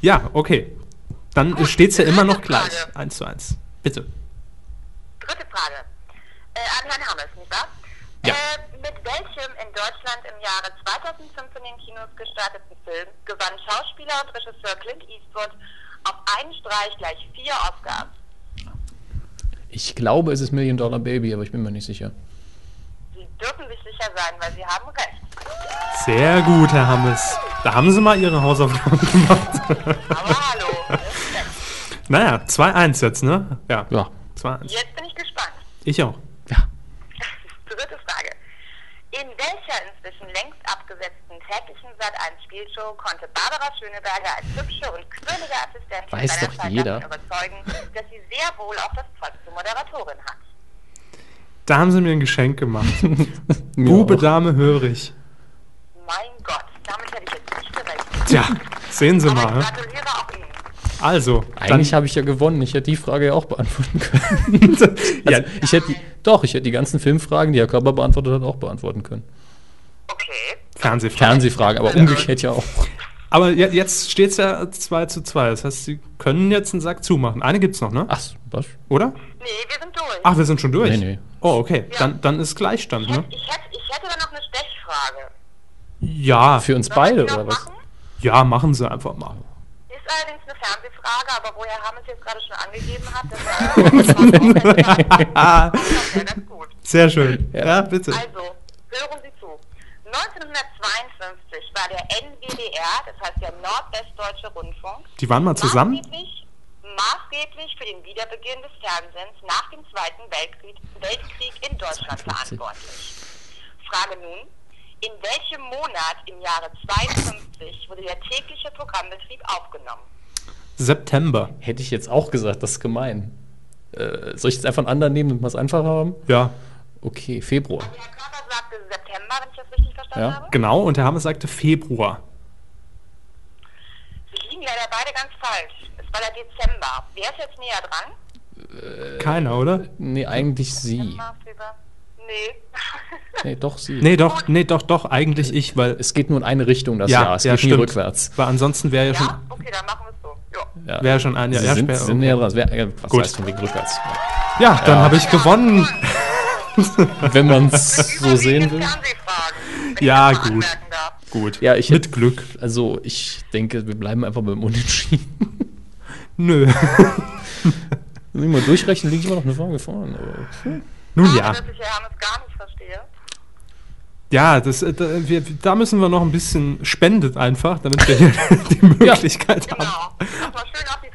Speaker 3: ja, okay. Dann
Speaker 6: Gut,
Speaker 3: steht es ja immer noch
Speaker 6: dritte
Speaker 3: gleich.
Speaker 6: Frage.
Speaker 3: Eins zu eins. Bitte.
Speaker 6: Dritte Frage. Äh, an Herrn Hammes, nicht wahr?
Speaker 3: Ja.
Speaker 6: Äh, mit welchem in Deutschland im Jahre 2005 in den Kinos gestarteten Film gewann Schauspieler und Regisseur Clint Eastwood auf einen Streich gleich vier Oscars?
Speaker 2: Ich glaube, es ist Million Dollar Baby, aber ich bin mir nicht sicher.
Speaker 6: Sie dürfen sich sicher sein, weil Sie haben recht.
Speaker 3: Sehr gut, Herr Hammes. Da haben Sie mal Ihre Hausaufgaben gemacht.
Speaker 6: Aber hallo, Respekt.
Speaker 3: naja, 2-1 jetzt, ne? Ja.
Speaker 2: Ja.
Speaker 3: 2-1.
Speaker 6: jetzt bin ich gespannt.
Speaker 3: Ich auch.
Speaker 2: Ja.
Speaker 6: Dritte Frage. In welcher inzwischen längst abgesetzten täglichen Sat1-Spielshow konnte Barbara Schöneberger als hübsche und quirlige Assistentin
Speaker 2: Weiß doch
Speaker 6: seinerzeit
Speaker 2: jeder.
Speaker 6: davon überzeugen, dass sie sehr wohl auch das Zeug zur Moderatorin hat?
Speaker 3: Da haben Sie mir ein Geschenk gemacht.
Speaker 2: Mir
Speaker 3: Bube,
Speaker 2: auch.
Speaker 3: Dame, hörig.
Speaker 6: Mein Gott, damit hätte ich jetzt nicht gerechnet.
Speaker 3: Tja, sehen Sie
Speaker 6: Aber
Speaker 3: mal.
Speaker 6: ich
Speaker 3: ne?
Speaker 6: gratuliere auch Ihnen.
Speaker 3: Also,
Speaker 2: Eigentlich habe ich ja gewonnen. Ich hätte die Frage ja auch beantworten können.
Speaker 3: dann, ja,
Speaker 2: Also, ich hätte die, doch, ich hätte die ganzen Filmfragen, die Herr Körber beantwortet hat, auch beantworten können.
Speaker 6: Okay.
Speaker 3: Fernsehfrage.
Speaker 2: Fernsehfragen, aber umgekehrt ja auch.
Speaker 3: Aber je- jetzt steht es ja 2 zu 2. Das heißt, Sie können jetzt einen Sack zumachen. Eine gibt's noch, ne?
Speaker 2: Ach, was?
Speaker 3: Oder?
Speaker 6: Nee, wir sind durch.
Speaker 3: Ach, wir sind schon durch.
Speaker 2: Nee, nee.
Speaker 3: Oh, okay. Dann, dann ist Gleichstand,
Speaker 6: Ich
Speaker 3: ne?
Speaker 6: hätte, ich, hätte, ich hätte aber noch eine Stechfrage.
Speaker 3: Ja,
Speaker 2: Für uns
Speaker 6: Soll ich die
Speaker 2: beide,
Speaker 6: noch
Speaker 2: oder was?
Speaker 6: machen?
Speaker 3: ja, machen Sie einfach mal.
Speaker 6: Ist allerdings eine Fernsehfrage, aber wo Herr Hammes jetzt gerade schon angegeben hat, dass er. Das wäre ganz gut.
Speaker 3: Sehr schön. Ja, bitte.
Speaker 6: Also, hören Sie zu. 1952 war der NWDR, das heißt der Nordwestdeutsche Rundfunk,
Speaker 3: Die waren mal zusammen?
Speaker 6: Maßgeblich, maßgeblich für den Wiederbeginn des Fernsehens nach dem Zweiten Weltkrieg, Weltkrieg in Deutschland verantwortlich. Frage nun, in welchem Monat im Jahre 52 wurde der tägliche Programmbetrieb aufgenommen?
Speaker 3: September.
Speaker 2: Hätte ich jetzt auch gesagt, das ist gemein. Äh, soll ich jetzt einfach einen anderen nehmen und mal es einfacher haben?
Speaker 3: Ja,
Speaker 2: Okay, Februar.
Speaker 6: Herr Körner sagte September, wenn ich das richtig verstanden
Speaker 2: Ja.
Speaker 6: habe.
Speaker 3: genau. Und der Hammes sagte Februar.
Speaker 6: Sie liegen leider beide ganz falsch. Es war der Dezember. Wer ist jetzt näher dran?
Speaker 3: Keiner, oder?
Speaker 2: Nee, eigentlich sie.
Speaker 6: Dezember, Nee.
Speaker 2: Nee, doch sie.
Speaker 3: Nee, doch, nee, doch, doch. Eigentlich ich, weil
Speaker 2: Es geht nur in eine Richtung das Jahr, es geht nie rückwärts.
Speaker 3: Weil ansonsten wäre ja schon,
Speaker 6: ja? Okay, dann machen wir es so. Jo.
Speaker 2: Ja.
Speaker 3: wäre schon ein Jahr
Speaker 2: Sie
Speaker 3: Jahr
Speaker 2: sind,
Speaker 3: später.
Speaker 2: sind näher dran. Wer- äh, Was
Speaker 3: Gut.
Speaker 2: heißt von wegen rückwärts?
Speaker 3: Ja, dann habe ich gewonnen.
Speaker 2: Wenn man es so sehen will.
Speaker 6: Fernsehfragen, wenn
Speaker 3: Ja,
Speaker 6: ich das mal
Speaker 3: gut.
Speaker 6: anmerken darf.
Speaker 3: Gut.
Speaker 2: Ja, ich
Speaker 3: Mit
Speaker 2: hätte-
Speaker 3: Glück.
Speaker 2: Also, ich denke, wir bleiben einfach beim Unentschieden.
Speaker 3: Nö.
Speaker 2: Wenn ich mal durchrechne, liege ich immer noch eine Frage vorne. aber, puh.
Speaker 3: Nun
Speaker 6: Schade,
Speaker 3: ja.
Speaker 6: dass ich Herr Hammes gar nicht verstehe.
Speaker 3: Ja, das, äh, da, wir, da müssen wir noch ein bisschen spendet einfach, damit wir hier die Möglichkeit haben.
Speaker 6: Genau. Lass mal schön auf die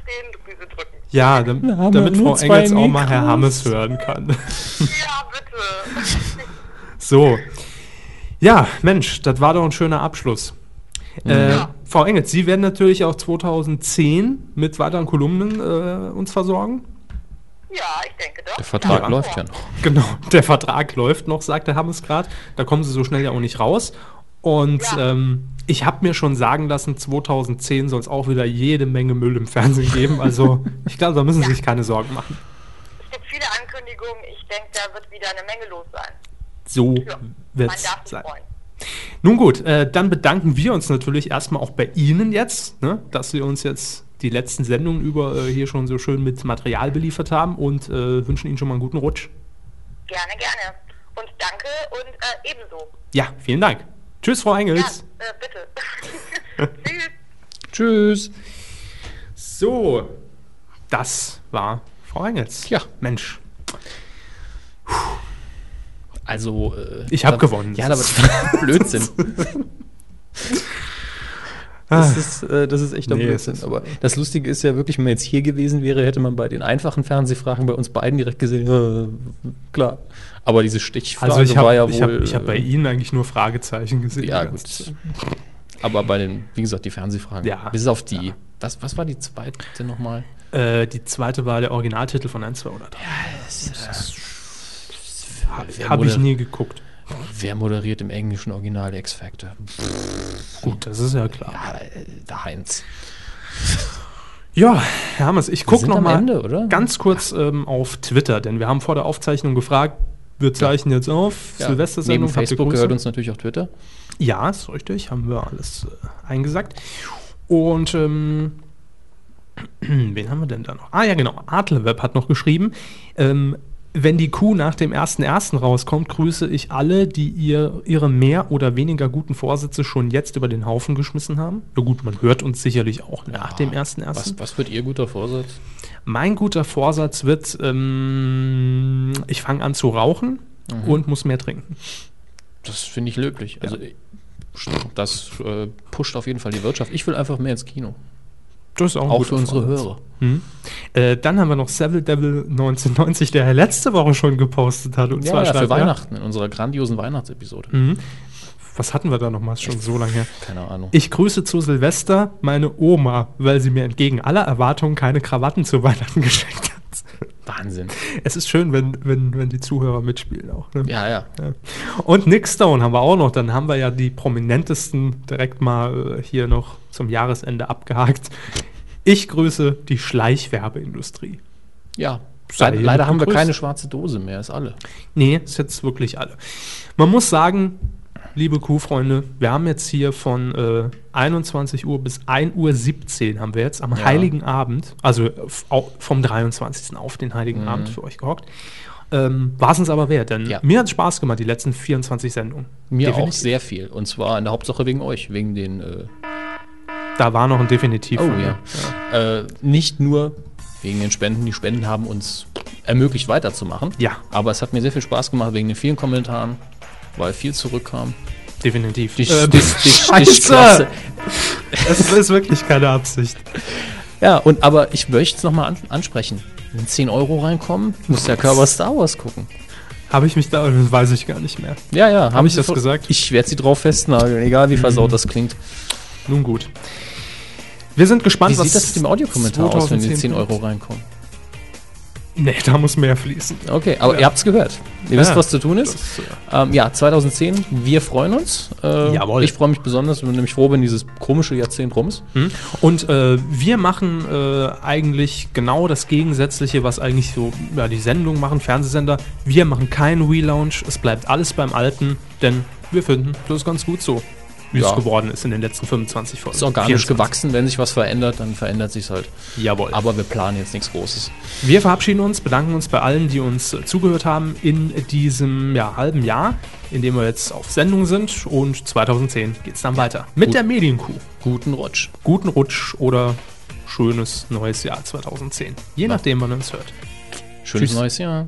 Speaker 6: Tränendrüse drücken.
Speaker 3: Ja, dam,
Speaker 2: Wir haben
Speaker 3: damit
Speaker 2: ja nur
Speaker 3: Frau Engels
Speaker 2: zwei
Speaker 3: auch mal Herr
Speaker 2: Mikros.
Speaker 3: Hammes hören kann.
Speaker 6: Ja, bitte.
Speaker 3: So. Ja, Mensch, das war doch ein schöner Abschluss.
Speaker 2: Mhm.
Speaker 3: Äh, Frau Engels, Sie werden natürlich auch 2010 mit weiteren Kolumnen äh, uns versorgen.
Speaker 6: Ja, ich denke doch.
Speaker 2: Der Vertrag
Speaker 3: Ja.
Speaker 2: läuft ja noch.
Speaker 3: Genau, der Vertrag läuft noch, sagte Hammes gerade. Da kommen sie so schnell ja auch nicht raus. Und
Speaker 6: Ja.
Speaker 3: ähm, ich habe mir schon sagen lassen, 2010 soll es auch wieder jede Menge Müll im Fernsehen geben. Also ich glaube, da müssen Sie sich keine Sorgen machen.
Speaker 6: Es gibt viele Ankündigungen. Ich denke, da wird wieder eine Menge los sein.
Speaker 3: So
Speaker 6: Ja.
Speaker 3: wird's
Speaker 6: Man darf sich
Speaker 3: sein.
Speaker 6: freuen.
Speaker 3: Nun gut, äh, dann bedanken wir uns natürlich erstmal auch bei Ihnen jetzt, ne, dass Sie uns jetzt die letzten Sendungen über äh, hier schon so schön mit Material beliefert haben und äh, wünschen Ihnen schon mal einen guten Rutsch.
Speaker 6: Gerne, gerne. Und danke und äh, ebenso.
Speaker 3: Ja, vielen Dank. Tschüss, Frau
Speaker 6: Ja,
Speaker 3: Engels.
Speaker 6: äh, bitte.
Speaker 2: Tschüss.
Speaker 6: Tschüss.
Speaker 3: So, das war Frau Engels.
Speaker 2: Ja.
Speaker 3: Mensch.
Speaker 2: Also. äh,
Speaker 3: Ich hab
Speaker 2: da-
Speaker 3: gewonnen.
Speaker 2: Ja, aber Blödsinn.
Speaker 3: Ah.
Speaker 2: Das ist, äh, das ist echt doch
Speaker 3: Nee,
Speaker 2: Blödsinn.
Speaker 3: das ist-
Speaker 2: Aber das Lustige ist ja wirklich, wenn man jetzt hier gewesen wäre, hätte man bei den einfachen Fernsehfragen bei uns beiden direkt gesehen, äh, klar. Aber diese Stichfrage
Speaker 3: Also ich
Speaker 2: war
Speaker 3: habe
Speaker 2: ja wohl.
Speaker 3: ich hab, ich hab bei
Speaker 2: äh,
Speaker 3: Ihnen eigentlich nur Fragezeichen gesehen.
Speaker 2: Ja,
Speaker 3: die
Speaker 2: gut.
Speaker 3: ganze Zeit.
Speaker 2: Aber bei den, wie gesagt, die Fernsehfragen.
Speaker 3: Ja.
Speaker 2: Bis auf die. Was, was war die zweite nochmal?
Speaker 3: Äh, die zweite war der Originaltitel von 1, 2 oder 3.
Speaker 2: Wer,
Speaker 3: Habe ich
Speaker 2: moder-
Speaker 3: nie geguckt.
Speaker 2: wer moderiert im englischen Original X-Factor?
Speaker 3: Gut, das ist ja klar.
Speaker 2: Ah, äh, der Heinz.
Speaker 3: Ja, Herr Hammers, ich gucke
Speaker 2: sind
Speaker 3: noch
Speaker 2: am
Speaker 3: mal
Speaker 2: Ende, oder?
Speaker 3: ganz kurz ähm, auf Twitter, denn wir haben vor der Aufzeichnung gefragt, wir zeichnen jetzt auf,
Speaker 2: Ja.
Speaker 3: Silvestersendung,
Speaker 2: Neben
Speaker 3: habt ihr
Speaker 2: Facebook
Speaker 3: Grüße?
Speaker 2: gehört uns natürlich auch Twitter.
Speaker 3: Ja, ist richtig, haben wir alles äh, eingesagt. Und ähm, wen haben wir denn da noch? Ah ja, genau, Adlerweb hat noch geschrieben, ähm, wenn die Kuh nach dem 1.1. rauskommt, grüße ich alle, die ihr, ihre mehr oder weniger guten Vorsätze schon jetzt über den Haufen geschmissen haben. Ja gut, man hört uns sicherlich auch nach dem 1.1.
Speaker 2: Was, was wird Ihr guter Vorsatz?
Speaker 3: Mein guter Vorsatz wird, ähm, ich fange an zu rauchen
Speaker 2: Mhm.
Speaker 3: und muss mehr trinken.
Speaker 2: Das finde ich löblich. Also, das äh, pusht auf jeden Fall die Wirtschaft. Ich will einfach mehr ins Kino.
Speaker 3: Das ist ein
Speaker 2: Auch
Speaker 3: guter
Speaker 2: für unsere
Speaker 3: Vorsatz.
Speaker 2: Hörer.
Speaker 3: Äh, dann haben wir noch Seville Devil 1990, der ja letzte Woche schon gepostet hat. Und
Speaker 2: Ja,
Speaker 3: zwar Mhm.
Speaker 2: ja, für
Speaker 3: schreibt er-
Speaker 2: Weihnachten, in unserer grandiosen Weihnachtsepisode.
Speaker 3: Was hatten wir da nochmal? Ist Schon so lange her.
Speaker 2: Keine Ahnung.
Speaker 3: Ich grüße zu Silvester meine Oma, weil sie mir entgegen aller Erwartungen keine Krawatten zu Weihnachten geschenkt hat.
Speaker 2: Wahnsinn.
Speaker 3: Es ist schön, wenn, wenn, wenn die Zuhörer mitspielen auch. Ne?
Speaker 2: Ja, ja.
Speaker 3: Ja. Und Nick Stone haben wir auch noch. Dann haben wir ja die prominentesten direkt mal äh, hier noch zum Jahresende abgehakt. Ich grüße die Schleichwerbeindustrie.
Speaker 2: Ja.
Speaker 3: Sei
Speaker 2: Le- leider
Speaker 3: hiermit
Speaker 2: haben wir
Speaker 3: gegrüßt.
Speaker 2: keine schwarze Dose mehr, ist alle.
Speaker 3: Nee, ist jetzt wirklich alle. Man muss sagen, liebe Kuhfreunde, wir haben jetzt hier von äh, 21 Uhr bis 1.17 Uhr haben wir jetzt am Heiligen Abend, also f- au- vom 23. auf den Heiligen Abend für euch gehockt. Ähm, War es uns aber wert, denn
Speaker 2: Mhm. Ja.
Speaker 3: mir hat Spaß gemacht, die letzten 24 Sendungen.
Speaker 2: Mir auch
Speaker 3: Definitiv.
Speaker 2: sehr viel. Und zwar in der Hauptsache wegen euch, wegen den. Äh,
Speaker 3: Da war noch ein Definitiv.
Speaker 2: oh
Speaker 3: von mir.
Speaker 2: ja. Äh, nicht nur wegen den Spenden. Die Spenden haben uns ermöglicht, weiterzumachen.
Speaker 3: Ja.
Speaker 2: Aber es hat mir sehr viel Spaß gemacht wegen den vielen Kommentaren, weil viel zurückkam.
Speaker 3: definitiv.
Speaker 2: Die,
Speaker 3: Ähm,
Speaker 2: die, die, die Straße.
Speaker 3: Das ist wirklich keine Absicht.
Speaker 2: Ja, und aber ich möchte es nochmal an, ansprechen. Wenn 10 Euro reinkommen, muss der Körper Star Wars gucken.
Speaker 3: Habe ich mich da, das weiß ich gar nicht mehr.
Speaker 2: Ja, ja. haben
Speaker 3: ich
Speaker 2: sie
Speaker 3: das
Speaker 2: ver-
Speaker 3: gesagt? Mhm.
Speaker 2: Ich werde sie drauf festnageln, egal wie versaut das klingt.
Speaker 3: Nun gut. Wir sind gespannt,
Speaker 2: Wie sieht das mit dem Audiokommentar aus, wenn die 10 Euro reinkommen?
Speaker 3: Nee, da muss mehr fließen.
Speaker 2: Okay, aber ihr habt's gehört. Ihr wisst, was zu tun ist.
Speaker 3: das, äh,
Speaker 2: ähm, ja, 2010, wir freuen uns. Äh,
Speaker 3: Jawohl. Hm,
Speaker 2: Ich freue mich besonders, bin nämlich froh, wenn dieses komische Jahrzehnt rum ist.
Speaker 3: Und äh, wir machen äh, eigentlich genau das Gegensätzliche, was eigentlich so ja, die Sendung machen, Fernsehsender. Wir machen keinen Relaunch, es bleibt alles beim Alten, denn wir finden, das ist ganz gut so, wie
Speaker 2: Ja.
Speaker 3: es geworden ist in den letzten 25 Folgen.
Speaker 2: Ist organisch
Speaker 3: 24.
Speaker 2: gewachsen, wenn sich was verändert, dann verändert sich's halt.
Speaker 3: Jawohl.
Speaker 2: Aber wir planen jetzt nichts Großes.
Speaker 3: Wir verabschieden uns, bedanken uns bei allen, die uns äh, zugehört haben in diesem ja, halben Jahr, in dem wir jetzt auf Sendung sind. Und 2010 geht es dann weiter mit der Medienkuh.
Speaker 2: Guten Rutsch.
Speaker 3: Guten Rutsch oder schönes neues Jahr 2010. Je nachdem, wann ihr uns hört.
Speaker 2: Schönes
Speaker 3: Tschüss.
Speaker 2: neues Jahr.